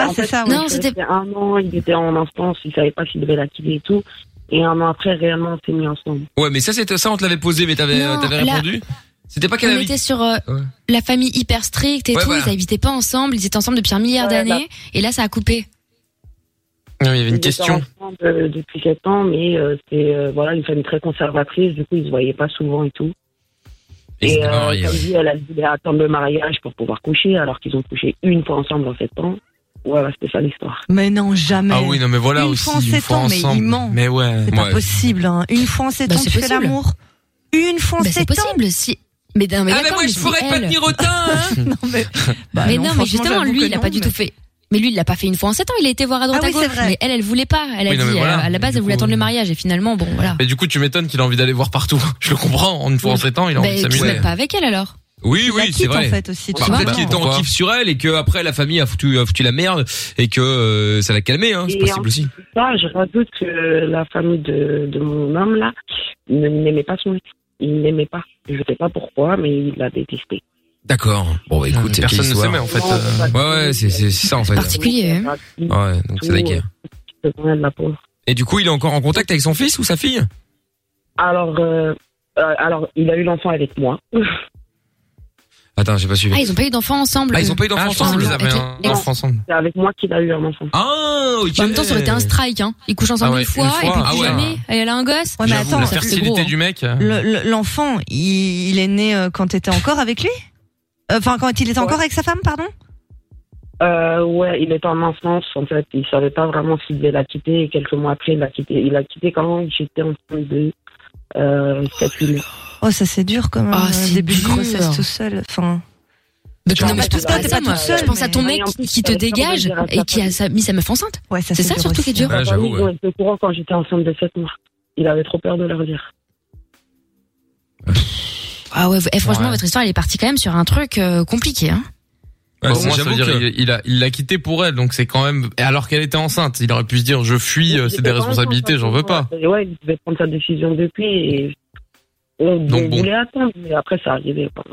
Speaker 4: Ah,
Speaker 6: En
Speaker 4: c'est
Speaker 6: fait,
Speaker 4: ça,
Speaker 6: il
Speaker 4: ouais.
Speaker 5: Bah, Non,
Speaker 6: restait
Speaker 5: c'était-
Speaker 6: un an, il était en instance, il savait pas s'il devait la quitter et tout. Et un an après, réellement, on s'est mis ensemble.
Speaker 2: Ouais, mais ça, c'était ça, on te l'avait posé, mais t'avais,
Speaker 5: Non,
Speaker 2: t'avais
Speaker 5: là-
Speaker 2: répondu. C'était pas qu'elle
Speaker 5: On
Speaker 2: avait.
Speaker 5: était sur euh,
Speaker 2: Ouais.
Speaker 5: la famille hyper stricte et
Speaker 2: Ouais,
Speaker 5: tout,
Speaker 2: voilà.
Speaker 5: ils habitaient pas ensemble, ils étaient ensemble depuis un milliard
Speaker 6: Ouais,
Speaker 5: d'années, et là ça a coupé.
Speaker 2: Ah
Speaker 3: Non, mais il y avait une
Speaker 6: Ils étaient
Speaker 3: question.
Speaker 6: ensemble, euh, depuis 7 ans, mais euh, c'est euh, voilà, une famille très conservatrice, du coup, ils se voyaient pas souvent et tout.
Speaker 2: Et
Speaker 6: Et
Speaker 2: c'était
Speaker 6: euh,
Speaker 2: marrant, il y
Speaker 6: comme
Speaker 2: avait-
Speaker 6: dit, elle a dû attendre le mariage pour pouvoir coucher, alors qu'ils ont couché une fois ensemble en 7 ans. Voilà, c'était ça l'histoire.
Speaker 4: Mais non, jamais.
Speaker 3: Ah oui, non, mais voilà
Speaker 4: Une
Speaker 3: aussi.
Speaker 4: fois en
Speaker 3: une
Speaker 4: sept
Speaker 3: fois
Speaker 4: ans, mais il
Speaker 3: ensemble.
Speaker 4: ment.
Speaker 3: Mais ouais.
Speaker 4: C'est pas
Speaker 2: Ouais.
Speaker 4: possible. Hein. Une fois en sept
Speaker 5: Bah,
Speaker 4: ans,
Speaker 5: c'est
Speaker 4: tu fais
Speaker 5: possible.
Speaker 4: l'amour. Une fois en
Speaker 5: Bah, c'est
Speaker 4: sept ans.
Speaker 5: possible si. Mais non, mais
Speaker 2: Ah, mais
Speaker 5: d'accord,
Speaker 2: moi,
Speaker 5: mais
Speaker 2: je
Speaker 5: c'est
Speaker 2: pourrais pas
Speaker 5: elle.
Speaker 2: tenir autant, hein.
Speaker 5: [laughs]
Speaker 4: Non, mais, bah
Speaker 5: mais non,
Speaker 4: non,
Speaker 5: mais
Speaker 4: franchement,
Speaker 5: justement,
Speaker 4: j'avoue
Speaker 5: lui,
Speaker 4: que
Speaker 5: il a
Speaker 4: non,
Speaker 5: pas du
Speaker 4: mais-
Speaker 5: tout fait. Mais lui, il l'a pas fait une fois en sept ans, il a été voir à droite
Speaker 4: Ah
Speaker 5: à
Speaker 4: oui,
Speaker 5: gauche.
Speaker 4: c'est vrai.
Speaker 5: Mais elle, elle voulait pas. Elle a
Speaker 3: Oui, non,
Speaker 5: dit,
Speaker 3: mais
Speaker 5: euh,
Speaker 3: voilà.
Speaker 5: à la base,
Speaker 3: Du
Speaker 5: elle voulait
Speaker 3: coup,
Speaker 5: attendre le mariage, et finalement, bon, voilà.
Speaker 3: Mais du coup, tu m'étonnes qu'il a envie d'aller voir partout. [laughs] Je le comprends. En une fois en 7 ans, il a
Speaker 5: Bah,
Speaker 3: envie de
Speaker 5: tu te
Speaker 3: s'amuser.
Speaker 5: mets pas avec elle alors.
Speaker 2: Oui,
Speaker 4: Il la
Speaker 2: oui, c'est
Speaker 4: quitte,
Speaker 2: vrai.
Speaker 4: en fait aussi. Tu
Speaker 2: Bah,
Speaker 4: vois,
Speaker 2: peut-être
Speaker 3: non.
Speaker 2: qu'il était en
Speaker 3: Pourquoi
Speaker 2: kiff sur elle et que après la famille a foutu, a foutu la merde et que euh, ça l'a calmé, hein, c'est
Speaker 6: Et
Speaker 2: possible
Speaker 6: en-
Speaker 2: aussi.
Speaker 6: Ça, je rajoute que la famille de, de mon homme, là, ne- n'aimait pas son ex. Il n'aimait pas. Je sais pas pourquoi, mais il l'a détesté.
Speaker 2: D'accord. Bon, bah, écoute, quelle
Speaker 3: personne ne sait,
Speaker 2: histoire.
Speaker 3: Ah, mais en fait.
Speaker 6: Non,
Speaker 3: euh,
Speaker 6: pas-
Speaker 2: Ouais, ouais, c'est, c'est ça, en fait.
Speaker 5: parti. particulier, hein.
Speaker 2: Ouais, donc c'est la guerre.
Speaker 6: C'est quand même la pauvre.
Speaker 2: Et du coup, il est encore en contact avec son fils ou sa fille
Speaker 6: Alors, euh, euh, alors, il a eu l'enfant avec moi.
Speaker 2: Attends, j'ai pas suivi.
Speaker 5: Ah, ils ont pas eu d'enfants ensemble.
Speaker 2: Ah, ils ont pas eu d'enfants
Speaker 3: Ah, je pense
Speaker 2: ensemble
Speaker 3: qu'ils
Speaker 5: non,
Speaker 3: avaient
Speaker 5: ok.
Speaker 3: un enfant ensemble.
Speaker 6: C'est avec moi qu'il a eu un enfant.
Speaker 2: Ah, ok.
Speaker 5: En même temps, ça aurait été un strike, hein. Ils couchent ensemble
Speaker 3: Ah ouais,
Speaker 5: une, fois,
Speaker 3: une
Speaker 5: et puis
Speaker 3: fois.
Speaker 5: plus
Speaker 2: Ah ouais.
Speaker 5: jamais. Et elle a un gosse.
Speaker 4: Ouais, mais
Speaker 3: J'avoue,
Speaker 4: attends,
Speaker 3: la
Speaker 5: ça, c'est gros,
Speaker 3: fertilité
Speaker 5: hein.
Speaker 3: du mec. euh,
Speaker 4: Le- le- L'enfant, il, il est né euh, quand t'étais encore avec lui Enfin, quand il était encore avec sa femme, pardon
Speaker 6: Euh, ouais, il était en enfance, en fait. Il savait pas vraiment s'il devait la quitter. Et quelques mois après, il l'a quitté. Il l'a quitté quand j'étais enceinte de euh,
Speaker 2: Ah,
Speaker 6: 7
Speaker 4: Oh, ça c'est dur quand même.
Speaker 5: Ah,
Speaker 4: euh,
Speaker 5: c'est
Speaker 4: début de
Speaker 5: dur.
Speaker 4: grossesse tout seul. Enfin,
Speaker 5: Donc,
Speaker 2: Genre,
Speaker 5: non, mais
Speaker 2: bah,
Speaker 5: je pense
Speaker 6: t'es
Speaker 5: pas
Speaker 6: pas-
Speaker 5: à
Speaker 6: t'es
Speaker 5: ça,
Speaker 6: pas
Speaker 5: moi.
Speaker 4: toute seule,
Speaker 5: Je pense à ton
Speaker 6: mais-
Speaker 5: mec
Speaker 6: Et en plus,
Speaker 5: qui te
Speaker 6: t'as le temps de
Speaker 5: dégage
Speaker 6: dire à
Speaker 5: et
Speaker 6: ta
Speaker 5: qui a sa- mis sa meuf enceinte.
Speaker 4: ouais, ça
Speaker 5: C'est
Speaker 4: c'est
Speaker 5: ça,
Speaker 4: dur
Speaker 5: surtout,
Speaker 4: aussi. hein.
Speaker 5: qui est dur.
Speaker 2: Ouais,
Speaker 6: Ils
Speaker 2: j'avoue.
Speaker 6: ont
Speaker 2: ouais.
Speaker 6: été au courant quand j'étais enceinte de 7 mois. Il avait trop peur de leur dire.
Speaker 5: Ah ouais, eh, franchement,
Speaker 3: Ouais.
Speaker 5: votre histoire, elle est partie quand même sur un truc euh, compliqué. Hein.
Speaker 2: Ouais,
Speaker 3: Bah,
Speaker 2: c'est-
Speaker 3: au moins, ça veut
Speaker 2: j'avoue
Speaker 3: dire,
Speaker 2: que-
Speaker 3: il- il a, il l'a quitté pour elle, donc c'est quand même. et Alors qu'elle était enceinte, il aurait pu se dire, je fuis, euh, c'est des responsabilités, j'en veux pas.
Speaker 6: Et euh, ouais, il devait prendre sa décision depuis et on
Speaker 3: Donc,
Speaker 6: on
Speaker 3: bon.
Speaker 6: voulait attendre, mais après ça arrivait. quoi.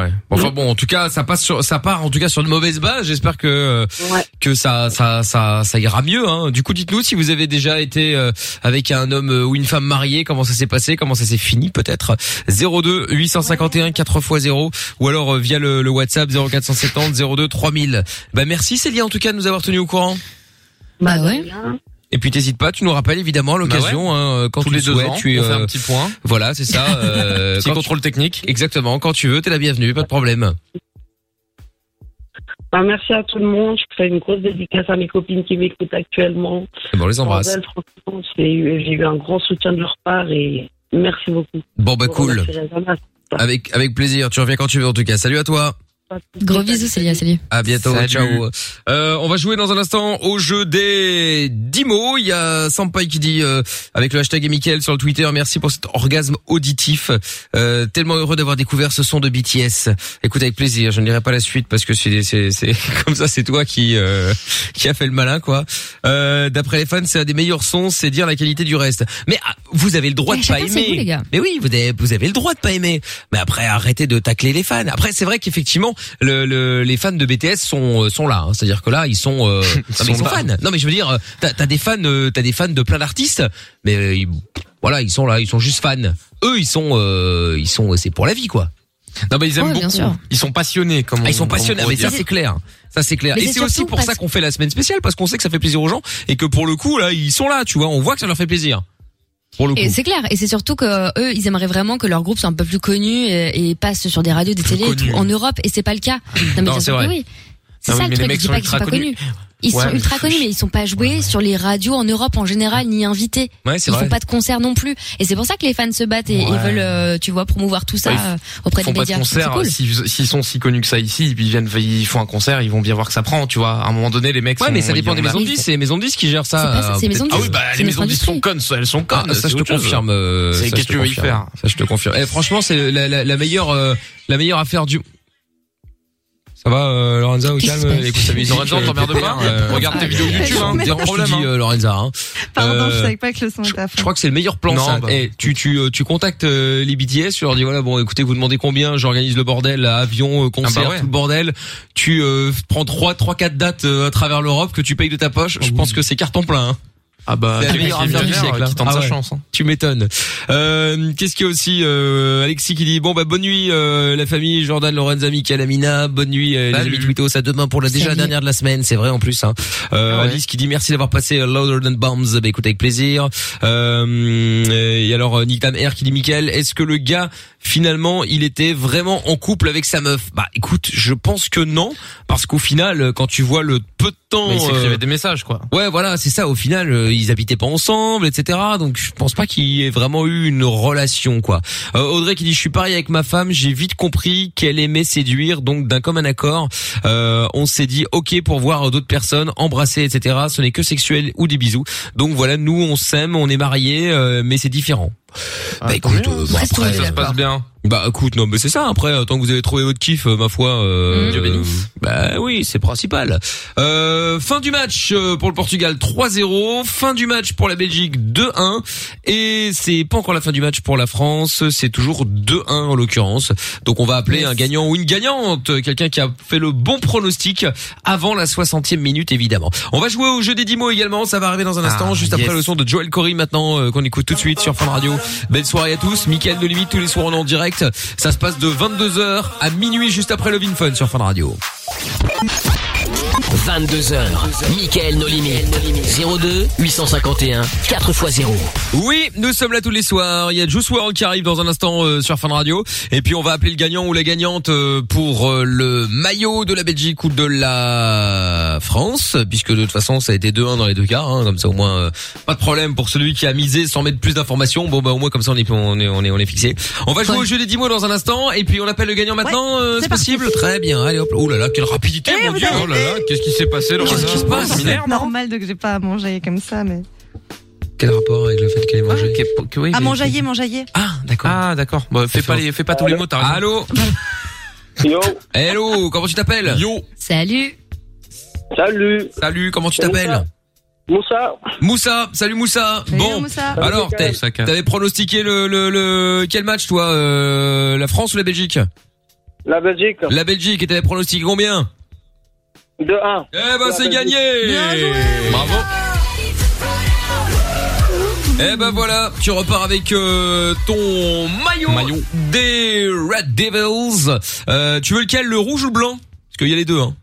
Speaker 2: Ouais. Enfin bon, en tout cas, ça passe sur, ça part en tout cas sur de mauvaises bases. J'espère que euh,
Speaker 6: Ouais.
Speaker 2: que ça ça ça ça ira mieux. Hein. Du coup, dites-nous si vous avez déjà été euh, avec un homme euh, ou une femme mariée, comment ça s'est passé, comment ça s'est fini peut-être. 02 851 4 x 0 ou alors euh, via le, le WhatsApp 0470 02 3000. Bah merci Célia en tout cas de nous avoir tenus au courant.
Speaker 5: Bah
Speaker 6: de
Speaker 5: ouais.
Speaker 6: rien.
Speaker 2: Et puis t'hésites pas, tu nous rappelles évidemment à l'occasion hein, euh, quand
Speaker 3: Bah Tous
Speaker 2: tu
Speaker 3: les
Speaker 2: le
Speaker 3: deux
Speaker 2: souhaites,
Speaker 3: ans,
Speaker 2: tu es,
Speaker 3: on fait
Speaker 2: euh,
Speaker 3: un petit point.
Speaker 2: voilà, c'est ça
Speaker 3: [laughs]
Speaker 2: euh,
Speaker 3: Petit
Speaker 2: quand tu-
Speaker 3: contrôle technique.
Speaker 2: Exactement, quand tu veux, t'es la bienvenue, pas de problème.
Speaker 6: Bah, merci à tout le monde. Je fais une grosse dédicace à mes copines qui m'écoutent actuellement.
Speaker 2: Bon, on les
Speaker 3: bah,
Speaker 2: embrasse.
Speaker 6: Pour elles, franchement, c'est- J'ai eu un grand soutien de leur part et merci beaucoup.
Speaker 2: Bon bah
Speaker 6: Vous
Speaker 2: cool.
Speaker 6: remercierez jamais.
Speaker 2: Avec avec plaisir. Tu reviens quand tu veux en tout cas. Salut à toi.
Speaker 5: Gros bisous, Célia, salut.
Speaker 2: À bientôt.
Speaker 3: Salut.
Speaker 2: Ciao. Euh, on va jouer dans un instant au jeu des 10 mots. Il y a Sampai qui dit euh, avec le hashtag et Mickaël sur le Twitter. Merci pour cet orgasme auditif. Euh, tellement heureux d'avoir découvert ce son de BTS. Écoute avec plaisir. Je ne dirai pas la suite parce que c'est c'est c'est [laughs] comme ça. C'est toi qui euh, qui a fait le malin quoi. Euh, D'après les fans, c'est un des meilleurs sons. C'est dire la qualité du reste. Mais ah, vous avez le droit
Speaker 5: Eh,
Speaker 2: de pas
Speaker 5: chacun ses
Speaker 2: aimer.
Speaker 5: goûts, les gars.
Speaker 2: Mais oui, vous avez, vous avez le droit de pas aimer. Mais après, arrêtez de tacler les fans. Après, c'est vrai qu'effectivement, le, le- les fans de BTS sont euh, sont là. hein. C'est-à-dire que là, ils sont, [laughs] euh, non, mais ils sont
Speaker 3: sont là.
Speaker 2: fans. Non, mais je veux dire, euh, t'as as des fans, euh, t'as des fans de plein d'artistes, mais euh, ils- voilà, ils sont là, ils sont juste fans. Eux, ils sont, euh, ils sont, c'est pour la vie, quoi.
Speaker 3: Non, mais ils aiment
Speaker 5: Ouais, bien
Speaker 3: beaucoup.
Speaker 5: sûr.
Speaker 3: Ils sont passionnés, comme
Speaker 2: Ah, ils
Speaker 3: on-
Speaker 2: sont passionnés,
Speaker 3: comme on
Speaker 2: mais
Speaker 3: pourrait
Speaker 2: ça
Speaker 3: dire.
Speaker 2: c'est clair. Ça c'est clair.
Speaker 5: Mais
Speaker 2: et
Speaker 5: c'est
Speaker 2: c'est aussi
Speaker 5: surtout
Speaker 2: pour ça
Speaker 5: parce-
Speaker 2: qu'on fait la semaine spéciale parce qu'on sait que ça fait plaisir aux gens et que pour le coup là, ils sont là, tu vois, on voit que ça leur fait plaisir. Pour le coup.
Speaker 5: Et c'est clair, et c'est surtout que eux, ils aimeraient vraiment que leur groupe soit un peu plus connu et, et passe sur des radios, des télés et
Speaker 3: connu.
Speaker 5: tout, en Europe, et c'est pas le cas.
Speaker 3: [coughs]
Speaker 5: Non,
Speaker 2: Non,
Speaker 5: mais bien
Speaker 2: c'est
Speaker 5: sûr que
Speaker 2: vrai.
Speaker 5: oui. C'est
Speaker 3: Non,
Speaker 5: ça
Speaker 3: mais
Speaker 5: le
Speaker 3: les
Speaker 5: truc,
Speaker 3: mecs
Speaker 5: je dis
Speaker 3: sont
Speaker 5: pas qu'ils sont
Speaker 3: ultra
Speaker 5: pas connus. Ils
Speaker 3: Ouais,
Speaker 5: sont
Speaker 3: mais
Speaker 5: ultra
Speaker 3: je-
Speaker 5: connus, mais ils sont pas joués sur les radios en Europe en général, ni invités.
Speaker 2: Ouais,
Speaker 5: Ils font pas de concerts non plus. Et c'est pour ça que les fans se battent et, et
Speaker 3: Ouais.
Speaker 5: veulent, euh, tu vois, promouvoir tout ça
Speaker 3: Ouais, ils
Speaker 5: euh, auprès
Speaker 3: Ils font
Speaker 5: des
Speaker 3: pas de euh,
Speaker 5: médias. C'est
Speaker 3: concert.
Speaker 5: cool.
Speaker 3: S'ils s'ils sont si connus que ça ici, ils viennent, ils font un concert, ils vont bien voir que ça prend, tu vois. À un moment donné, les mecs.
Speaker 2: Ouais,
Speaker 3: sont-
Speaker 2: mais ça dépend
Speaker 3: ils
Speaker 2: des
Speaker 3: en
Speaker 2: maisons de
Speaker 3: marquent.
Speaker 2: disques, c'est les maisons de disques qui gèrent ça.
Speaker 5: C'est pas- c'est
Speaker 2: euh,
Speaker 5: les maisons de
Speaker 3: Ah oui,
Speaker 5: disques.
Speaker 3: bah
Speaker 5: C'est
Speaker 3: les
Speaker 5: une
Speaker 3: maisons de disques
Speaker 5: industrie.
Speaker 3: sont connes, ça, elles sont connes.
Speaker 2: Ah, ça, je te
Speaker 3: autre chose.
Speaker 2: confirme. euh,
Speaker 3: C'est-
Speaker 2: ça, je
Speaker 3: qu'est-ce
Speaker 2: te
Speaker 3: que tu veux y
Speaker 2: confirme.
Speaker 3: faire
Speaker 2: Ça, je te confirme. Eh, franchement, c'est la, la, la meilleure, euh, la meilleure affaire du. Ça va, euh, Lorenza, au
Speaker 5: Qu'est-ce
Speaker 2: calme,
Speaker 5: qui se passe Ah,
Speaker 2: elle écoute sa musique.
Speaker 3: Lorenza, on
Speaker 2: euh,
Speaker 3: t'emmerde
Speaker 2: pépère,
Speaker 3: pas,
Speaker 2: euh,
Speaker 3: regarde tes vidéos
Speaker 2: euh,
Speaker 3: YouTube, hein,
Speaker 2: dérange,
Speaker 3: pas de
Speaker 2: je te dis,
Speaker 3: problème,
Speaker 2: euh, Lorenza. hein.
Speaker 4: Pardon,
Speaker 2: Euh,
Speaker 4: je savais pas que le son
Speaker 2: Je,
Speaker 4: était à fond.
Speaker 2: je crois que c'est le meilleur plan.
Speaker 3: Non,
Speaker 2: ça.
Speaker 3: bah,
Speaker 2: Eh, tu, tu, euh, tu contactes euh, les BTS, tu leur dis voilà bon écoutez vous demandez combien, j'organise le bordel, là, avion, euh, concert,
Speaker 3: Ah bah ouais.
Speaker 2: tout le bordel. Tu euh, prends trois, trois, quatre dates euh, à travers l'Europe que tu payes de ta poche. Je pense que c'est carton plein. hein.
Speaker 3: Ah bah,
Speaker 2: C'est la
Speaker 3: quelqu'un
Speaker 2: meilleure
Speaker 3: qui est
Speaker 2: affaire du
Speaker 3: millionnaire,
Speaker 2: siècle,
Speaker 3: euh,
Speaker 2: hein.
Speaker 3: Qui tente
Speaker 2: Ah
Speaker 3: sa
Speaker 2: ouais.
Speaker 3: chance. hein.
Speaker 2: Tu m'étonnes. Euh, Qu'est-ce qu'il y a aussi euh, Alexis qui dit bon bah bonne nuit euh, la famille Jordan, Lorenza, Mickaël, Amina, bonne nuit euh, les
Speaker 3: Salut.
Speaker 2: amis Twittos, à demain pour la déjà
Speaker 5: Salut.
Speaker 2: dernière de la semaine, c'est vrai en plus. Hein. Euh,
Speaker 3: Ah ouais.
Speaker 2: Alice qui dit merci d'avoir passé euh, Louder Than Bombs, bah écoute avec plaisir. Euh, et alors euh, Nick Tam R qui dit Mickaël, est-ce que le gars finalement il était vraiment en couple avec sa meuf Bah écoute, je pense que non parce qu'au final euh, quand tu vois le peu de temps
Speaker 3: Mais ils
Speaker 2: euh,
Speaker 3: s'écrivaient des messages, quoi.
Speaker 2: Ouais, voilà, c'est ça. Au final, euh, ils habitaient pas ensemble, etc. Donc, je pense pas qu'il y ait vraiment eu une relation, quoi. Euh, Audrey qui dit, je suis pareil avec ma femme. J'ai vite compris qu'elle aimait séduire, donc d'un commun accord, euh, on s'est dit ok pour voir d'autres personnes, embrasser, etc. Ce n'est que sexuel ou des bisous. Donc voilà, nous on s'aime, on est mariés, euh, mais c'est différent. bah écoute, euh, bon,
Speaker 5: Restons
Speaker 2: après,
Speaker 5: ouverts.
Speaker 3: Ça se passe bien.
Speaker 2: bah écoute, non mais c'est ça, après, euh, tant que vous avez trouvé votre kiff, euh, ma foi, euh,
Speaker 5: Mmh.
Speaker 3: Dieu bénisse.
Speaker 2: euh, bah oui, c'est principal. Euh, fin du match euh, pour le Portugal 3-0, fin du match pour la Belgique 2-1, et c'est pas encore la fin du match pour la France, c'est toujours 2-1 en l'occurrence. Donc on va appeler un gagnant ou une gagnante, euh, quelqu'un qui a fait le bon pronostic avant la 60e minute évidemment. On va jouer au jeu des 10 mots également, ça va arriver dans un instant,
Speaker 3: Ah,
Speaker 2: juste après
Speaker 3: yes.
Speaker 2: le son de Joel Corey maintenant euh, qu'on écoute tout de suite sur Fun Radio. Belle soirée à tous, Mickaël de Limite tous les soirs on est en direct. Ça se passe de 22h à minuit juste après Love in Fun sur Fun Radio.
Speaker 1: 22h, Mickaël nos limites. 02 851 4x0.
Speaker 2: Oui, nous sommes là tous les soirs. Il y a Juice WRLD qui arrive dans un instant euh, sur Fun Radio. Et puis on va appeler le gagnant ou la gagnante euh, pour euh, le maillot de la Belgique ou de la France, puisque de toute façon ça a été 2-1 dans les deux cas. hein. comme ça au moins euh, pas de problème pour celui qui a misé sans mettre plus d'informations. Bon bah au moins comme ça on est on est on est, on est fixé. On va jouer
Speaker 4: Ouais.
Speaker 2: au jeu des 10 mots dans un instant. Et puis on appelle le gagnant maintenant. euh,
Speaker 4: c'est
Speaker 2: c'est
Speaker 4: parti.
Speaker 2: possible Très bien. Allez hop. Oh là là, quelle rapidité
Speaker 4: Eh,
Speaker 2: mon
Speaker 4: vous
Speaker 2: dieu. Oh
Speaker 3: Oh
Speaker 4: avez-
Speaker 3: là là, qu'est-ce qui s'est passé,
Speaker 2: Qu'est-ce qui se passe
Speaker 4: C'est normal de que j'ai pas à manger comme ça, mais.
Speaker 2: Quel rapport avec le fait qu'elle ait mangé
Speaker 4: Ah, mangeailler, mangeailler.
Speaker 2: Ah, d'accord.
Speaker 3: Ah, d'accord. Bah, fais pas les, fais pas tous les mots, t'as raison.
Speaker 2: Allô
Speaker 6: Yo,
Speaker 2: Hello, comment tu t'appelles Yo
Speaker 5: Salut.
Speaker 6: salut,
Speaker 2: Salut, comment tu
Speaker 6: Salut,
Speaker 2: t'appelles
Speaker 6: Moussa.
Speaker 2: Moussa, salut Moussa
Speaker 4: Salut,
Speaker 2: Bon,
Speaker 4: Moussa.
Speaker 2: alors, t'as-
Speaker 3: Osaka.
Speaker 2: t'avais pronostiqué le, le, le- Quel match, toi euh, La France ou la Belgique
Speaker 6: La Belgique,
Speaker 2: La Belgique, et t'avais pronostiqué combien Eh
Speaker 6: 2-1.
Speaker 2: ben,
Speaker 6: La
Speaker 2: c'est
Speaker 6: Belgique.
Speaker 2: gagné
Speaker 4: Bien joué.
Speaker 2: Bravo Eh ben voilà, tu repars avec euh, ton maillot,
Speaker 3: Maillot.
Speaker 2: des Red Devils. Euh, tu veux lequel, le rouge ou le blanc Parce qu'il y a les deux. Hein.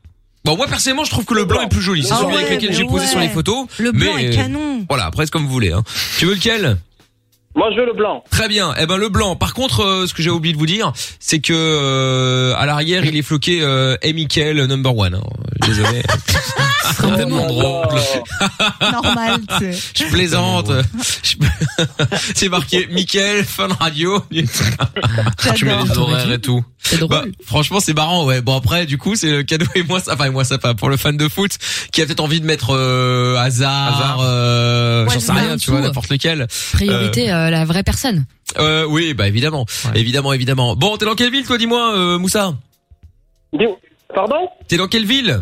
Speaker 2: Bon, moi personnellement, je trouve que le blanc est plus joli. C'est
Speaker 4: Ah
Speaker 2: celui
Speaker 4: ouais,
Speaker 2: avec lequel
Speaker 4: mais
Speaker 2: j'ai posé
Speaker 4: ouais.
Speaker 2: sur les photos.
Speaker 4: Le blanc
Speaker 2: mais, euh,
Speaker 4: est canon.
Speaker 2: [laughs] Voilà, après c'est comme vous voulez. Hein. Tu veux lequel
Speaker 6: Moi, je veux le blanc.
Speaker 2: Très bien. Eh ben le blanc. Par contre, euh, ce que j'ai oublié de vous dire, c'est que euh, à l'arrière, il est floqué euh, et Michael euh, number one. hein.
Speaker 5: [laughs]
Speaker 2: Désolé. c'est tellement drôle.
Speaker 4: Normal, tu sais.
Speaker 2: Je plaisante. Je- [laughs] c'est marqué Michael Fun Radio.
Speaker 3: Tu mets les horaires et tout.
Speaker 5: C'est drôle.
Speaker 2: Bah,
Speaker 3: euh,
Speaker 2: franchement, c'est marrant, ouais. Bon, après, du coup, c'est le cadeau et moi, ça, enfin, moi, ça pas pour le fan de foot qui a peut-être envie de mettre euh, hasard,
Speaker 3: Hasard.
Speaker 2: euh,
Speaker 5: Ouais,
Speaker 2: j'en sais
Speaker 5: mais
Speaker 2: rien,
Speaker 5: en
Speaker 2: tu vois,
Speaker 5: dessous.
Speaker 2: n'importe lequel.
Speaker 5: Priorité euh, la
Speaker 3: [laughs]
Speaker 5: vraie personne.
Speaker 2: Euh, oui, bah, évidemment.
Speaker 3: Ouais.
Speaker 2: Évidemment, évidemment. Bon, t'es dans quelle ville, toi, dis-moi, euh, Moussa?
Speaker 6: Dis- Pardon
Speaker 2: T'es dans quelle ville?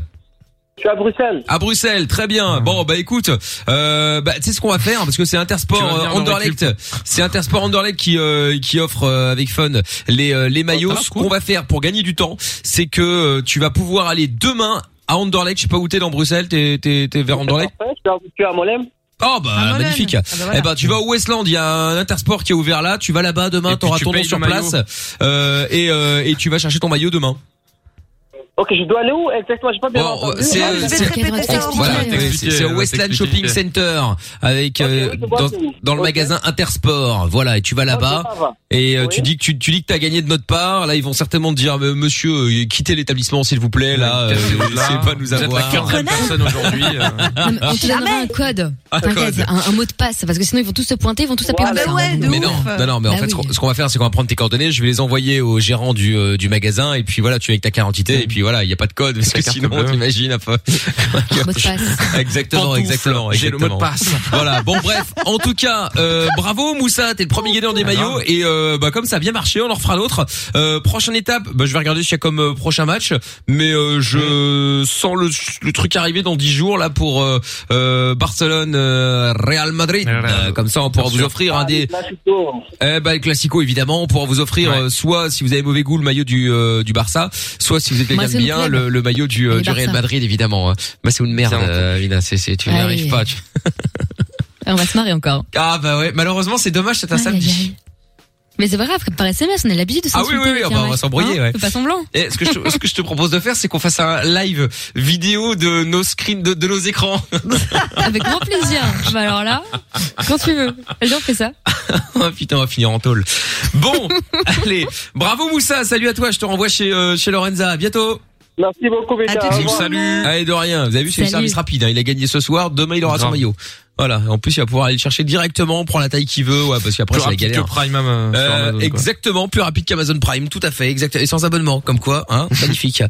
Speaker 6: Je suis à Bruxelles.
Speaker 2: À Bruxelles, très bien. Bon, bah écoute, euh, bah, tu sais ce qu'on va faire parce que c'est Intersport
Speaker 3: Tu vas venir
Speaker 2: euh,
Speaker 3: me
Speaker 2: Anderlecht. C'est Intersport Anderlecht qui euh, qui offre euh, avec Fun les euh, les maillots.
Speaker 3: Oh, ça va,
Speaker 2: ce
Speaker 3: cool.
Speaker 2: qu'on va faire pour gagner du temps, c'est que euh, tu vas pouvoir aller demain à Anderlecht. Je sais pas où t'es dans Bruxelles. T'es t'es t'es vers Anderlecht.
Speaker 6: Parfait, je suis à- je suis à Molem.
Speaker 2: Oh bah
Speaker 4: Ah, Molène.
Speaker 2: magnifique.
Speaker 4: Ah, bah, voilà.
Speaker 2: Eh ben tu vas au Westland, il y a un Intersport qui est ouvert là. Tu vas là-bas demain,
Speaker 3: Et puis
Speaker 2: t'auras
Speaker 3: tu
Speaker 2: ton nom
Speaker 3: payes
Speaker 2: sur
Speaker 3: le maillot.
Speaker 2: place euh, et euh, et tu vas chercher ton maillot demain.
Speaker 6: Ok, je dois aller où exactement J'ai pas bien
Speaker 2: Bon,
Speaker 6: entendu.
Speaker 2: c'est-
Speaker 6: Ah,
Speaker 2: euh,
Speaker 6: je-
Speaker 4: Je vais te
Speaker 5: c'est-
Speaker 4: répéter ça en
Speaker 5: explique-
Speaker 2: Voilà,
Speaker 5: Ouais,
Speaker 2: t'expliquer, c'est au
Speaker 3: ouais,
Speaker 2: Westland
Speaker 3: t'expliquer.
Speaker 2: Shopping Center avec
Speaker 6: Ok,
Speaker 2: euh,
Speaker 6: oui, je vois
Speaker 2: dans,
Speaker 6: c'est où.
Speaker 2: dans le
Speaker 6: Ok.
Speaker 2: magasin Intersport. Voilà, et tu vas là-bas
Speaker 6: Ok, ça va.
Speaker 2: et euh,
Speaker 6: Oui.
Speaker 2: tu dis que tu, tu dis que t'as gagné de notre part. Là, ils vont certainement te dire euh, monsieur, euh, quittez l'établissement s'il vous plaît. Là, euh, c'est pas nous
Speaker 3: Vous êtes la
Speaker 2: avoir.
Speaker 3: quatrième personne aujourd'hui. euh.
Speaker 5: Non, mais on te donnera un code.
Speaker 2: Un
Speaker 5: T'inquiète,
Speaker 2: code.
Speaker 5: un, un mot de passe parce que sinon ils vont tous se pointer, ils vont tous taper
Speaker 6: Ouais,
Speaker 5: en
Speaker 6: bah
Speaker 5: dehors.
Speaker 4: ouais, de
Speaker 2: Mais
Speaker 4: ouf.
Speaker 2: non, non, non, mais en
Speaker 5: Bah
Speaker 2: fait, ce
Speaker 5: oui.
Speaker 2: qu'on- ce qu'on va faire, c'est qu'on va prendre tes coordonnées, je vais les envoyer au gérant du, euh, du magasin, et puis voilà, tu es avec ta carte d'identité, et puis voilà, il n'y a pas de code, parce
Speaker 3: Ta
Speaker 2: que
Speaker 3: carte
Speaker 2: sinon,
Speaker 3: bleue.
Speaker 2: t'imagines, un peu. [laughs]
Speaker 5: Mot de passe.
Speaker 2: Exactement,
Speaker 3: Pantoufle.
Speaker 2: exactement.
Speaker 3: J'ai le mot de
Speaker 2: exactement.
Speaker 3: passe.
Speaker 2: Voilà. Bon, bref. En tout cas, euh, bravo Moussa, t'es le premier gagnant des maillots et euh, bah comme ça a bien marché, on en refera d'autres. Euh, prochaine étape, bah, je vais regarder s'il y a comme euh, prochain match, mais euh, je
Speaker 3: Mm.
Speaker 2: sens le, le truc arriver dans 10 jours là pour euh, euh, Barcelone euh, Real Madrid.
Speaker 3: Real.
Speaker 2: Euh, comme ça, on pourra
Speaker 3: Bien
Speaker 2: vous
Speaker 3: sûr.
Speaker 2: offrir un des
Speaker 6: Là, je suis chaud.
Speaker 2: eh ben, le classico évidemment, on pourra vous offrir
Speaker 3: Ouais.
Speaker 2: euh, soit si vous avez mauvais goût le maillot du euh, du Barça, soit si vous êtes quelqu'un de
Speaker 5: Barça, le
Speaker 2: bien
Speaker 5: club.
Speaker 2: le, le maillot du, euh,
Speaker 5: Et
Speaker 2: du Real
Speaker 5: Barça.
Speaker 2: Madrid évidemment. Bah c'est une merde,
Speaker 3: C'est honteux.
Speaker 2: euh, Lina, c'est c'est tu
Speaker 5: Aïe.
Speaker 2: n'arrives pas. tu-
Speaker 5: Ah, On va se marrer encore.
Speaker 2: Ah bah ouais, malheureusement c'est dommage, c'est un
Speaker 5: Aïe, aïe,
Speaker 2: samedi.
Speaker 5: aïe. Mais c'est pas grave, par SMS, on a l'habitude de
Speaker 2: Ah oui,
Speaker 5: s'insulter.
Speaker 2: oui, oui,
Speaker 5: avec
Speaker 2: ah bah,
Speaker 5: un
Speaker 2: on va
Speaker 5: masque,
Speaker 2: s'embrouiller,
Speaker 5: hein.
Speaker 2: ouais.
Speaker 5: Fais pas semblant.
Speaker 2: Et Eh, ce que je te, ce que je te propose de faire, c'est qu'on fasse un live vidéo de nos screens, de, de nos écrans. [laughs]
Speaker 5: Avec grand plaisir. Bah alors là, quand tu veux. J'en fais ça.
Speaker 2: Ah, Putain, on va finir en tôle. Bon, [laughs] allez, bravo Moussa, salut à toi, je te renvoie chez euh, chez Lorenza, à bientôt.
Speaker 6: Merci beaucoup,
Speaker 4: À
Speaker 6: Béta.
Speaker 4: tout
Speaker 6: Au
Speaker 4: de
Speaker 6: revoir.
Speaker 4: suite. Salut.
Speaker 2: Allez, Ah, de rien. Vous avez vu, c'est le
Speaker 5: Salut.
Speaker 2: service rapide. hein. Il a gagné ce soir. Demain, il aura son
Speaker 3: Grave.
Speaker 2: maillot. Voilà. En plus, il va pouvoir aller le chercher directement, prendre la taille qu'il veut. Ouais, parce qu'après,
Speaker 3: Plus
Speaker 2: c'est la
Speaker 3: rapide que
Speaker 2: galère.
Speaker 3: Prime, même. euh, sur
Speaker 2: Euh,
Speaker 3: Amazon, quoi.
Speaker 2: exactement, plus rapide qu'Amazon Prime, tout à fait, exact et sans abonnement, comme quoi,
Speaker 3: [laughs]
Speaker 2: hein, magnifique.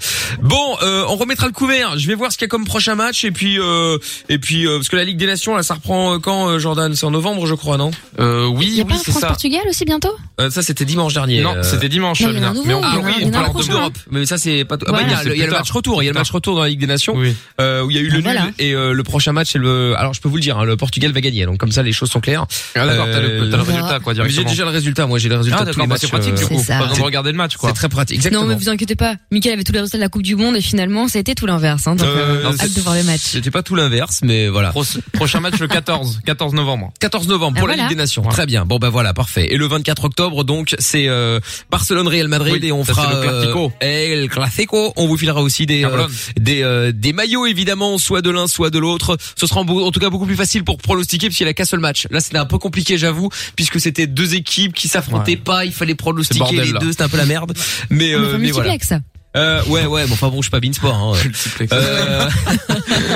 Speaker 2: bon, euh, on remettra le couvert. Je vais voir ce qu'il y a comme prochain match et puis euh, et puis euh, parce que la Ligue des Nations, là, ça reprend euh, quand euh, Jordan, c'est en novembre, je crois, non
Speaker 3: Euh,
Speaker 5: Il y
Speaker 3: oui,
Speaker 5: a
Speaker 3: oui,
Speaker 5: pas un
Speaker 3: c'est ça.
Speaker 5: France-Portugal aussi bientôt
Speaker 2: Euh, Ça, c'était dimanche dernier.
Speaker 3: Non,
Speaker 2: euh,
Speaker 3: c'était dimanche,
Speaker 5: Non, il y en a
Speaker 3: Amina.
Speaker 5: un nouveau,
Speaker 3: Mais on
Speaker 5: il y en
Speaker 2: Ah
Speaker 5: a
Speaker 2: oui,
Speaker 5: un-
Speaker 2: on
Speaker 5: il y en a un
Speaker 2: parle en Coupe
Speaker 5: prochain,
Speaker 2: d'Europe, mais ça c'est pas. tout- Ah, bah,
Speaker 5: Voilà.
Speaker 2: il y a,
Speaker 3: C'est
Speaker 2: le- il y a
Speaker 3: plus
Speaker 2: le
Speaker 3: tard.
Speaker 2: match retour, il y a le
Speaker 3: Plus
Speaker 2: match retour dans la Ligue des Nations.
Speaker 3: Oui.
Speaker 2: euh, où il y a eu le
Speaker 5: Ben Voilà.
Speaker 2: nul et euh, le prochain match c'est le alors je peux vous le dire hein, le Portugal va gagner donc comme ça les choses sont claires
Speaker 3: Ah, d'accord, t'as le, t'as le
Speaker 5: Euh,
Speaker 3: résultat, quoi,
Speaker 2: mais j'ai
Speaker 3: directement.
Speaker 2: déjà le résultat moi j'ai le résultat
Speaker 3: Ah,
Speaker 2: de tous les
Speaker 3: d'accord, bah, c'est
Speaker 2: matchs euh,
Speaker 3: pratique, du coup.
Speaker 5: C'est ça.
Speaker 3: Pas besoin de regarder le match, quoi.
Speaker 2: c'est très pratique exactement
Speaker 5: Non, mais vous inquiétez pas. Michael avait tous les résultats de la Coupe du Monde et finalement, ça a été tout l'inverse. Hein, donc,
Speaker 2: Euh,
Speaker 5: euh,
Speaker 2: non,
Speaker 5: hâte
Speaker 2: c'est-
Speaker 5: de voir le match.
Speaker 2: c'était pas tout l'inverse mais voilà
Speaker 3: Pro- Prochain match le 14, 14 novembre.
Speaker 2: 14 novembre
Speaker 5: Ah,
Speaker 2: pour la
Speaker 5: voilà.
Speaker 2: Ligue des Nations
Speaker 3: Voilà.
Speaker 2: très bien bon ben voilà parfait et le 24 octobre donc c'est euh, Barcelone Real Madrid
Speaker 3: Oui,
Speaker 2: et on
Speaker 3: ça,
Speaker 2: fera
Speaker 3: c'est le Classico.
Speaker 2: euh, eh, le Classico on vous filera aussi des euh,
Speaker 3: Cameroun.
Speaker 2: des euh, des maillots évidemment soit de l'un soit de l'autre ce sera en, beau- en tout cas beaucoup plus facile pour pronostiquer puisqu'il y a qu'un seul match là c'était un peu compliqué j'avoue puisque c'était deux équipes qui s'affrontaient
Speaker 3: Ouais.
Speaker 2: pas il fallait pronostiquer
Speaker 3: C'est bordel,
Speaker 2: les
Speaker 3: là.
Speaker 2: deux c'était un peu la merde mais
Speaker 5: On
Speaker 2: euh,
Speaker 5: a fait
Speaker 2: mais voilà
Speaker 5: multiplex.
Speaker 2: Euh, ouais, ouais, mais enfin bon, je suis pas Beansport. Hein. Euh, [laughs]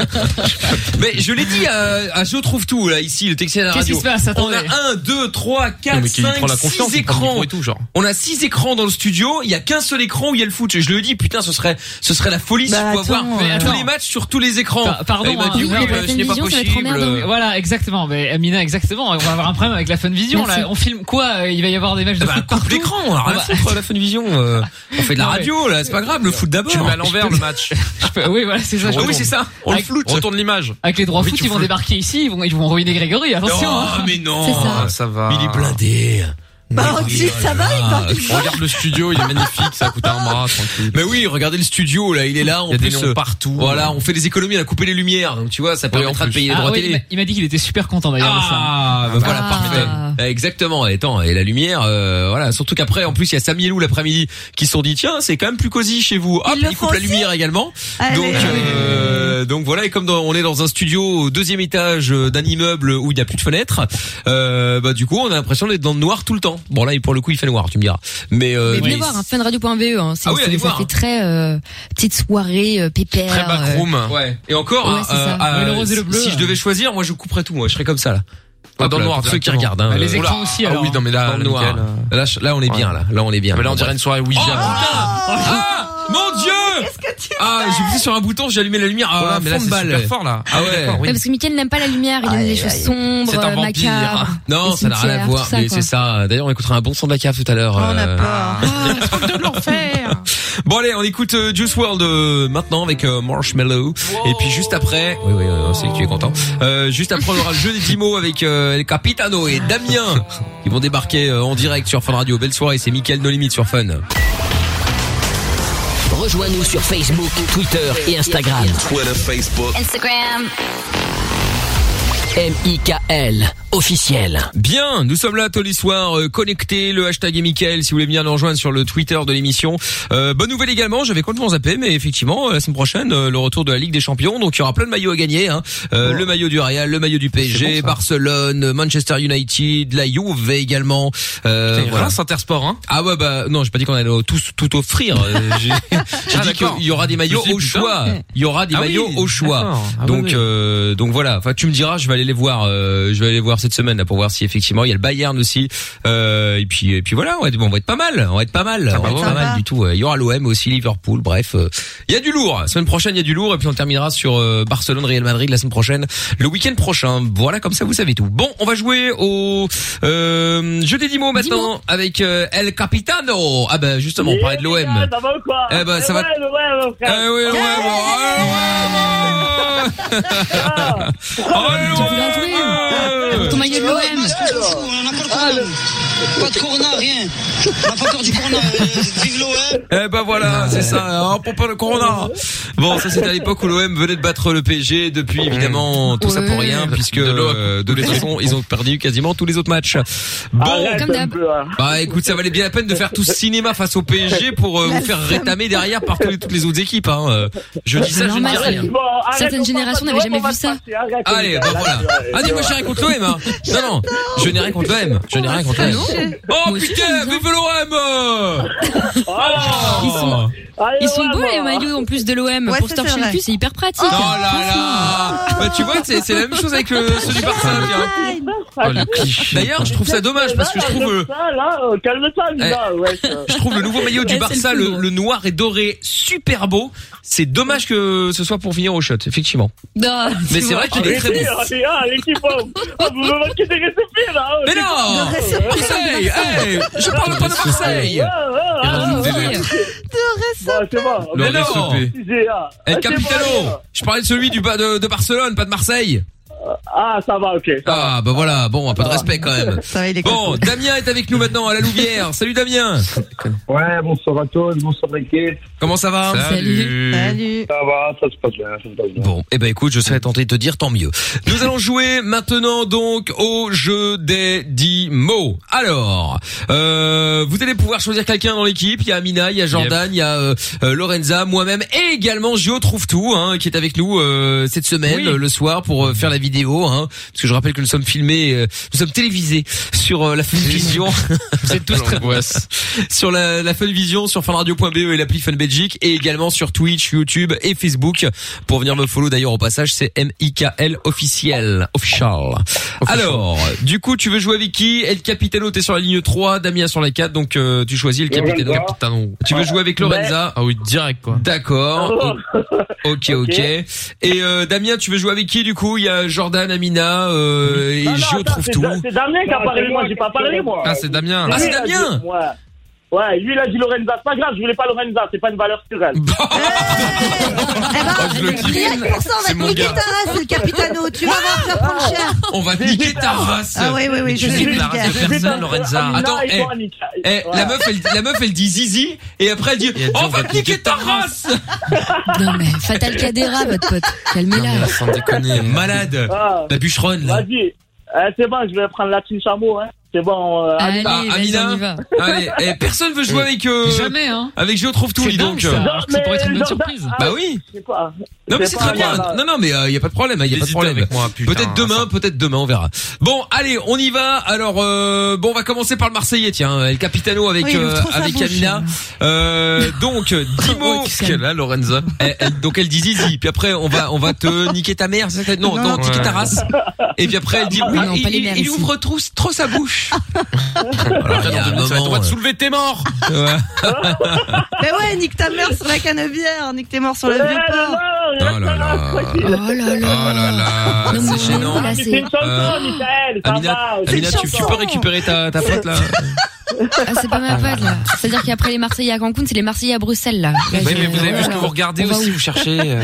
Speaker 2: mais je l'ai dit euh, à, à Je trouve tout là ici, le Texan à la
Speaker 8: Qu'est-ce
Speaker 2: radio.
Speaker 8: qui se passe
Speaker 2: on
Speaker 8: Attendez.
Speaker 2: a un, deux, trois,
Speaker 3: Non,
Speaker 2: quatre,
Speaker 3: mais qui
Speaker 2: cinq,
Speaker 3: prend la
Speaker 2: six
Speaker 3: confiance, il prend le
Speaker 2: écrans
Speaker 3: micro et tout, genre.
Speaker 2: On a six écrans dans le studio. Il y a qu'un seul écran où il y a le foot. Je le dis, putain, ce serait, ce serait la folie
Speaker 4: Bah,
Speaker 2: si on pouvait
Speaker 4: attends,
Speaker 2: avoir
Speaker 8: euh,
Speaker 2: tous
Speaker 8: attends.
Speaker 2: les matchs sur tous les écrans.
Speaker 8: Pa- pardon,
Speaker 2: Eh ben,
Speaker 8: hein,
Speaker 2: du
Speaker 8: oui,
Speaker 2: coup,
Speaker 8: mais la
Speaker 2: euh, ce n'est pas
Speaker 5: télévision, ça va être
Speaker 2: possible.
Speaker 5: emmerdant.
Speaker 2: Euh,
Speaker 8: Voilà, exactement. Mais Amina, exactement. On va avoir un problème avec la Fun Vision.
Speaker 5: Merci.
Speaker 8: Là, on filme quoi euh, Il va y avoir des matchs de
Speaker 2: Bah,
Speaker 8: foot
Speaker 2: coupe
Speaker 8: partout.
Speaker 2: l'écran, alors rien à
Speaker 8: Bah,
Speaker 2: foutre, la Funvision, euh, on fait de la
Speaker 8: Non, mais-
Speaker 2: radio, là, c'est pas grave, le foot d'abord.
Speaker 3: Tu mets à l'envers le match.
Speaker 8: Je peux- Oui, voilà, c'est ça.
Speaker 2: Ah
Speaker 8: je
Speaker 2: oui,
Speaker 8: pense.
Speaker 2: c'est ça, on le
Speaker 8: Avec-
Speaker 2: floute.
Speaker 3: Retourne l'image.
Speaker 8: Avec les droits
Speaker 2: Oui,
Speaker 8: foot,
Speaker 2: tu
Speaker 8: ils vont
Speaker 2: fous-
Speaker 8: débarquer ici. Ils vont, ils vont ruiner Grégory. Attention.
Speaker 2: Non,
Speaker 8: hein.
Speaker 2: mais non,
Speaker 5: C'est ça.
Speaker 3: Ah, ça va.
Speaker 2: il est blindé.
Speaker 4: Bah, oh, tu- ça va, il part
Speaker 3: On regarde le studio,
Speaker 4: [laughs]
Speaker 3: il est magnifique, ça coûte un bras, tranquille.
Speaker 2: Mais oui, regardez le studio, là, il est là, en
Speaker 3: Il y a des
Speaker 2: plus,
Speaker 3: noms
Speaker 2: euh,
Speaker 3: partout.
Speaker 2: Voilà, on fait des économies, on a coupé les lumières, donc tu vois, ça permettra
Speaker 3: en
Speaker 2: de
Speaker 3: plus.
Speaker 2: payer les
Speaker 8: Ah
Speaker 2: droits
Speaker 8: oui, il
Speaker 2: télé.
Speaker 8: m'a- il m'a dit qu'il était super content d'ailleurs. de ça.
Speaker 2: Ah, bah voilà,
Speaker 5: Ah.
Speaker 2: parfait. Euh, Exactement. Et attends, et la lumière, euh, voilà. Surtout qu'après, en plus, il y a Samy et Lou l'après-midi qui se sont dit, tiens, c'est quand même plus cosy chez vous. Hop,
Speaker 4: Ils le
Speaker 2: ils coupent
Speaker 4: font
Speaker 2: la
Speaker 4: aussi
Speaker 2: lumière également.
Speaker 4: Allez.
Speaker 2: Donc, euh, donc voilà. Et comme dans- on est dans un studio au deuxième étage euh, d'un immeuble où il n'y a plus de fenêtres, euh, bah du coup, on a l'impression d'être dans le noir tout le temps. Bon là, pour le coup, il fait noir, tu me diras. Mais, euh,
Speaker 5: Mais venez
Speaker 2: mais-
Speaker 5: voir, hein, funradio.be, hein, c'est-
Speaker 2: Ah oui,
Speaker 5: c'est-
Speaker 2: allez
Speaker 5: ça
Speaker 2: voir.
Speaker 5: fait très euh, petite soirée euh, pépère.
Speaker 3: Très
Speaker 5: euh,
Speaker 3: backroom.
Speaker 2: Ouais. Et encore,
Speaker 5: Ouais,
Speaker 2: hein,
Speaker 5: c'est ça.
Speaker 2: euh,
Speaker 8: Ouais, le rose et le bleu,
Speaker 2: si je
Speaker 8: hein.
Speaker 2: devais choisir, moi je couperais tout, moi je serais comme ça là.
Speaker 3: Ah, dans
Speaker 2: Hop
Speaker 3: le
Speaker 2: là,
Speaker 3: noir,
Speaker 2: pour ceux qui
Speaker 3: directement.
Speaker 2: regardent. Hein,
Speaker 8: Ah, les
Speaker 2: Oula.
Speaker 8: écrans aussi
Speaker 3: Ah
Speaker 8: alors.
Speaker 3: oui, non mais là,
Speaker 2: Dans le noir.
Speaker 3: nickel, euh.
Speaker 2: Là, je- là, on est bien là. Là, on est bien.
Speaker 3: Ah, Mais là on dirait une soirée
Speaker 2: Oh,
Speaker 3: Ouija.
Speaker 2: putain
Speaker 4: Oh.
Speaker 2: Ah Mon Dieu Ah, j'ai poussé sur un bouton, j'ai allumé la lumière Ah, à
Speaker 3: Voilà, Oh, mais là
Speaker 2: fond
Speaker 3: c'est
Speaker 2: de balle.
Speaker 3: super fort là.
Speaker 2: Ah ouais.
Speaker 5: ouais, parce que Mickaël n'aime pas la lumière, il aime les choses sombres,
Speaker 3: C'est un
Speaker 5: euh,
Speaker 3: vampire.
Speaker 5: macabres.
Speaker 2: Non,
Speaker 5: les
Speaker 2: ça n'a rien à
Speaker 5: cimetières,
Speaker 2: voir.
Speaker 5: tout ça,
Speaker 2: mais
Speaker 5: quoi. Ah,
Speaker 2: c'est ça. D'ailleurs, on écoutera un bon son de la cave tout à l'heure.
Speaker 4: Oh, On a
Speaker 2: euh.
Speaker 4: peur.
Speaker 2: Bon allez, on écoute euh, Juice World maintenant avec euh, Marshmallow. Et puis juste après, oui oui, on sait que tu es content. Euh, juste après, on aura le jeu des 10 mots avec euh, El Capitano et Damien qui vont débarquer euh, en direct sur Fun Radio. Belle soirée, c'est Mickaël No Limite sur Fun.
Speaker 1: Rejoins-nous sur Facebook, Twitter et Instagram.
Speaker 9: Twitter, Facebook.
Speaker 7: Instagram.
Speaker 1: M-I-K-L, officiel.
Speaker 2: Bien, nous sommes là tous les soirs euh, connectés. Le hashtag est Mickaël si vous voulez venir nous rejoindre sur le Twitter de l'émission. Euh, bonne nouvelle également, j'avais complètement zappé, mais effectivement euh, la semaine prochaine euh, le retour de la Ligue des Champions, donc il y aura plein de maillots à gagner. Hein. Euh,
Speaker 3: Oh.
Speaker 2: Le maillot du Real, le maillot du PSG, Barcelone, euh, Manchester United, la Juve également. Euh,
Speaker 3: Putain,
Speaker 2: voilà.
Speaker 3: Voilà, c'est Intersport hein.
Speaker 2: Ah ouais bah non, j'ai pas dit qu'on allait tous tout offrir. Euh,
Speaker 3: [laughs]
Speaker 2: J'ai j'ai
Speaker 3: Ah,
Speaker 2: dit
Speaker 3: d'accord.
Speaker 2: qu'il y aura des maillots
Speaker 3: Je me
Speaker 2: au
Speaker 3: suis dit,
Speaker 2: choix.
Speaker 3: putain.
Speaker 2: Il y aura des
Speaker 3: Ah oui,
Speaker 2: maillots au
Speaker 3: [laughs]
Speaker 2: choix.
Speaker 3: d'accord. Ah oui,
Speaker 2: donc
Speaker 3: oui.
Speaker 2: euh, donc voilà. Enfin tu me diras, je vais aller les voir. euh, je vais aller les voir cette semaine là pour voir si effectivement il y a le Bayern aussi. Euh, et puis et puis voilà. On va, être, bon, on va être pas mal. On va être pas mal. on va être
Speaker 4: bon.
Speaker 2: pas
Speaker 4: Ça
Speaker 2: mal
Speaker 4: va.
Speaker 2: du tout. Euh, Il y aura l'OM aussi, Liverpool. Bref, euh, il y a du lourd. Semaine prochaine il y a du lourd et puis on terminera sur euh, Barcelone, Real Madrid la semaine prochaine, le week-end prochain. Voilà comme ça vous savez tout. Bon, on va jouer au euh, jeu des 10 mots maintenant avec euh, El Capitano. Ah ben justement on parlait de l'OM.
Speaker 6: Ah, ça va ou quoi
Speaker 2: Eh ben, ça va.
Speaker 6: Ouais, ouais, mon frère.
Speaker 2: Ah oui, ouais, ouais, ouais,
Speaker 5: Oh,
Speaker 2: Ah, ouais, ouais, ouais,
Speaker 5: bien joué.
Speaker 2: ouais, ouais.
Speaker 5: Ton maillot de
Speaker 10: Ah,
Speaker 5: l'OM.
Speaker 10: hein, Pas de corona, rien. On n'a pas peur du corona. euh, Vive l'OM.
Speaker 2: Eh ben voilà, c'est ça, hein, pour pas le corona. Bon, ça c'était à l'époque où l'OM venait de battre le PSG. Depuis, évidemment, tout ça pour
Speaker 5: Ouais.
Speaker 2: rien, puisque
Speaker 3: De l'eau.
Speaker 2: euh, de toute façon, ils ont perdu quasiment tous les autres matchs. Bon,
Speaker 6: Arrête
Speaker 5: Ah, Comme
Speaker 6: un
Speaker 5: d'hab.
Speaker 6: peu, hein.
Speaker 2: bah écoute, ça valait bien la peine de faire tout ce cinéma face au PSG pour euh, vous faire rétamer derrière par tous les- toutes les autres équipes. hein. Euh, Je dis ça, je ne dis
Speaker 5: Normal,
Speaker 2: rien.
Speaker 5: c'est-
Speaker 6: Bon, arrête,
Speaker 5: Certaines
Speaker 6: on parle
Speaker 5: générations
Speaker 6: pas de
Speaker 5: n'avaient
Speaker 6: l'OM,
Speaker 5: jamais
Speaker 6: on va
Speaker 5: vu
Speaker 6: te
Speaker 5: ça.
Speaker 6: passer, arrête.
Speaker 2: Allez, bah voilà. Ah dis moi j'ai rien contre l'OM hein. Non non, je n'ai rien contre l'OM. Je n'ai rien contre l'OM. Oh
Speaker 5: Ah, Moi aussi,
Speaker 2: putain,
Speaker 5: j'aime bien.
Speaker 2: vive l'OM
Speaker 6: Ils
Speaker 2: Oh
Speaker 6: Allez,
Speaker 5: Ils sont
Speaker 6: ouais,
Speaker 5: beaux
Speaker 6: bon.
Speaker 5: les maillots en plus de l'OM
Speaker 4: Ouais,
Speaker 5: pour se
Speaker 4: ça,
Speaker 5: torcher
Speaker 4: c'est
Speaker 5: le
Speaker 4: vrai.
Speaker 5: cul, c'est hyper pratique.
Speaker 2: Oh là là Bah tu vois, c'est c'est la même chose avec le, ceux du Barça. tiens.
Speaker 5: Ah,
Speaker 3: Oh le cliché.
Speaker 2: D'ailleurs, je trouve ça dommage parce que je trouve euh, Eh,
Speaker 6: Ça, là, euh, calme ça, Lisa, ouais. ça.
Speaker 2: je trouve le nouveau maillot du
Speaker 5: Ouais, Eh, c'est le
Speaker 2: Barça, le,
Speaker 5: foot.
Speaker 2: le noir et doré, super beau. C'est dommage que ce soit pour finir au shot, effectivement.
Speaker 5: Non,
Speaker 2: Mais
Speaker 5: tu
Speaker 2: c'est
Speaker 5: vois.
Speaker 2: vrai qu'il est très beau.
Speaker 6: Ah, mais, ah, l'équipe, oh, ah, vous me manquez des récipiers, là. oh,
Speaker 2: Mais
Speaker 6: c'est-
Speaker 2: non Marseille, hey, je parle pas de Marseille.
Speaker 6: Ouais, ouais, ah,
Speaker 3: rajoute
Speaker 6: ouais,
Speaker 3: des
Speaker 6: ouais.
Speaker 3: lettres.
Speaker 6: Bon, c'est bon.
Speaker 2: Mais
Speaker 3: Le
Speaker 2: non.
Speaker 3: RSEP.
Speaker 6: J'ai, ah. Ah,
Speaker 2: Eh
Speaker 6: c'est bon,
Speaker 2: Capitano,
Speaker 6: alors.
Speaker 2: je parlais de celui du, ba- de, de Barcelone, pas de Marseille.
Speaker 6: Ah, ça va, ok. ça va.
Speaker 2: Ah bah voilà, bon, un peu de respect quand
Speaker 6: [laughs]
Speaker 2: même.
Speaker 4: Ça va, il est
Speaker 2: Bon, Damien est avec nous maintenant à la Louvière. Salut Damien.
Speaker 11: Ouais, bonsoir à tous, bonsoir l'équipe.
Speaker 2: Comment ça va
Speaker 5: Salut.
Speaker 4: Salut.
Speaker 2: Ah.
Speaker 11: Ça va, ça se passe bien, ça se passe bien.
Speaker 2: Bon, eh ben écoute, je serais tenté de te dire tant mieux. Nous allons jouer maintenant donc au jeu des 10 mots. Alors, euh, vous allez pouvoir choisir quelqu'un dans l'équipe. Il y a Amina, il y a Jordan, il y a euh, euh, Lorenza, moi-même et également Gio trouve tout, hein, qui est avec nous euh, cette semaine
Speaker 3: Oui.
Speaker 2: euh, le soir pour euh, faire la vidéo vidéo, hein, parce que je rappelle que nous sommes filmés, euh, nous sommes télévisés sur euh, la [laughs] Funvision. [laughs] C'est tous très [laughs] Sur la, la Funvision, sur funradio.be E et l'appli Fun Belgique, et également sur Twitch, YouTube et Facebook. Pour venir me follow d'ailleurs au passage, c'est M-I-K-L officiel. Official. Alors, du coup, tu veux jouer avec qui El Capitano, t'es sur la ligne 3, Damien sur la 4, donc euh, tu choisis El Capitano.
Speaker 3: Lorenza. Capitano.
Speaker 2: Tu veux jouer avec Lorenza Ah oui, direct quoi. D'accord.
Speaker 9: Oh. [laughs]
Speaker 2: Ok, ok. Et euh, Damien, tu veux jouer avec qui du coup Il y a Jordan, Amina euh, et Gio trouve tout.
Speaker 9: C'est Damien qui a
Speaker 2: Non,
Speaker 9: parlé,
Speaker 2: c'est
Speaker 9: moi,
Speaker 2: moi
Speaker 9: j'ai pas parlé, moi.
Speaker 2: Ah, c'est Damien. Ah, c'est
Speaker 9: Lui, il a dit-
Speaker 2: Damien
Speaker 9: Ouais. Ouais, lui, il a dit Lorenza. C'est pas grave, je voulais pas Lorenza, c'est pas une valeur sûre, elle.
Speaker 4: Eh, ben,
Speaker 2: Oh,
Speaker 4: Rien pour ça, on va te niquer ta race, le capitano. Tu vas voir, tu vas prendre cher.
Speaker 2: On va te niquer ta race.
Speaker 4: Ah oui, oui, oui,
Speaker 2: Mais
Speaker 4: je
Speaker 2: Ah. tu
Speaker 4: suis
Speaker 2: niques la race de
Speaker 4: vulgaire.
Speaker 2: personne, Lorenza.
Speaker 4: Amina
Speaker 2: Attends,
Speaker 4: et
Speaker 2: eh,
Speaker 4: toi, Annick.
Speaker 2: eh,
Speaker 4: Ouais.
Speaker 2: la meuf, elle, la meuf, elle dit zizi et après elle dit on va te niquer ta race.
Speaker 5: Non mais Fatal Cadera, votre pote.
Speaker 2: Mais
Speaker 5: Calmez-la.
Speaker 2: là, Sans
Speaker 3: [laughs]
Speaker 2: déconner, malade.
Speaker 9: Ah.
Speaker 2: La bûcheronne. là.
Speaker 9: Vas-y. Eh, c'est bon, je vais prendre la tuche chameau, hein. C'est bon. euh,
Speaker 2: Allez, Ah, vas-y, Amina. on y va. Allez, eh, personne veut jouer avec, euh, Jamais, hein. avec Géo trouve tout, dis donc.
Speaker 9: Non, mais Jordan- ah,
Speaker 2: Bah oui.
Speaker 9: je sais pas.
Speaker 2: Non mais
Speaker 9: Je sais
Speaker 2: c'est
Speaker 9: pas,
Speaker 2: très bien.
Speaker 9: voilà.
Speaker 2: Non non mais il y a pas de problème, il y a pas de problème. peut-être demain, peut-être demain, on verra. Bon, allez, on y va. Alors euh, bon, on va commencer par le Marseillais tiens, El Capitano avec
Speaker 3: Oui, il ouvre
Speaker 2: euh,
Speaker 3: trop sa
Speaker 2: avec
Speaker 3: bouche,
Speaker 2: Amina. [laughs] Euh, donc dix mots qu'elle a Lorenza. Elle- elle- donc elle dit zizi, puis après on va on va [laughs] te niquer ta mère, c'est ça Non,
Speaker 3: Non,
Speaker 2: non,
Speaker 3: non.
Speaker 2: niquer ta race. Et puis après elle dit oui, il, il- il ouvre trop, trop sa [laughs] bouche. Alors, il y a un
Speaker 3: Ça va être, on va
Speaker 2: moment,
Speaker 3: te soulever tes
Speaker 4: [laughs]
Speaker 3: morts.
Speaker 2: euh,
Speaker 4: Mais ouais, nique ta mère sur la canebière, nique tes morts sur le vieux port.
Speaker 2: Oh là là.
Speaker 4: Oh là
Speaker 2: Oh là là.
Speaker 4: Non, mais
Speaker 2: C'est
Speaker 5: Ah,
Speaker 2: gênant.
Speaker 4: là, c'est- C'est une chanson,
Speaker 2: Euh,
Speaker 9: Michael, ça
Speaker 2: Amina,
Speaker 9: va.
Speaker 2: Amina,
Speaker 9: C'est une
Speaker 2: tu, tu
Speaker 9: chanson.
Speaker 2: peux récupérer ta, ta pote là
Speaker 5: Ah, c'est pas ma pote là. C'est-à-dire qu'après les Marseillais à Cancun, c'est les Marseillais à Bruxelles là. Là,
Speaker 2: Oui,
Speaker 5: je-
Speaker 2: mais vous avez vu ce que vous regardez aussi, vous cherchez. euh.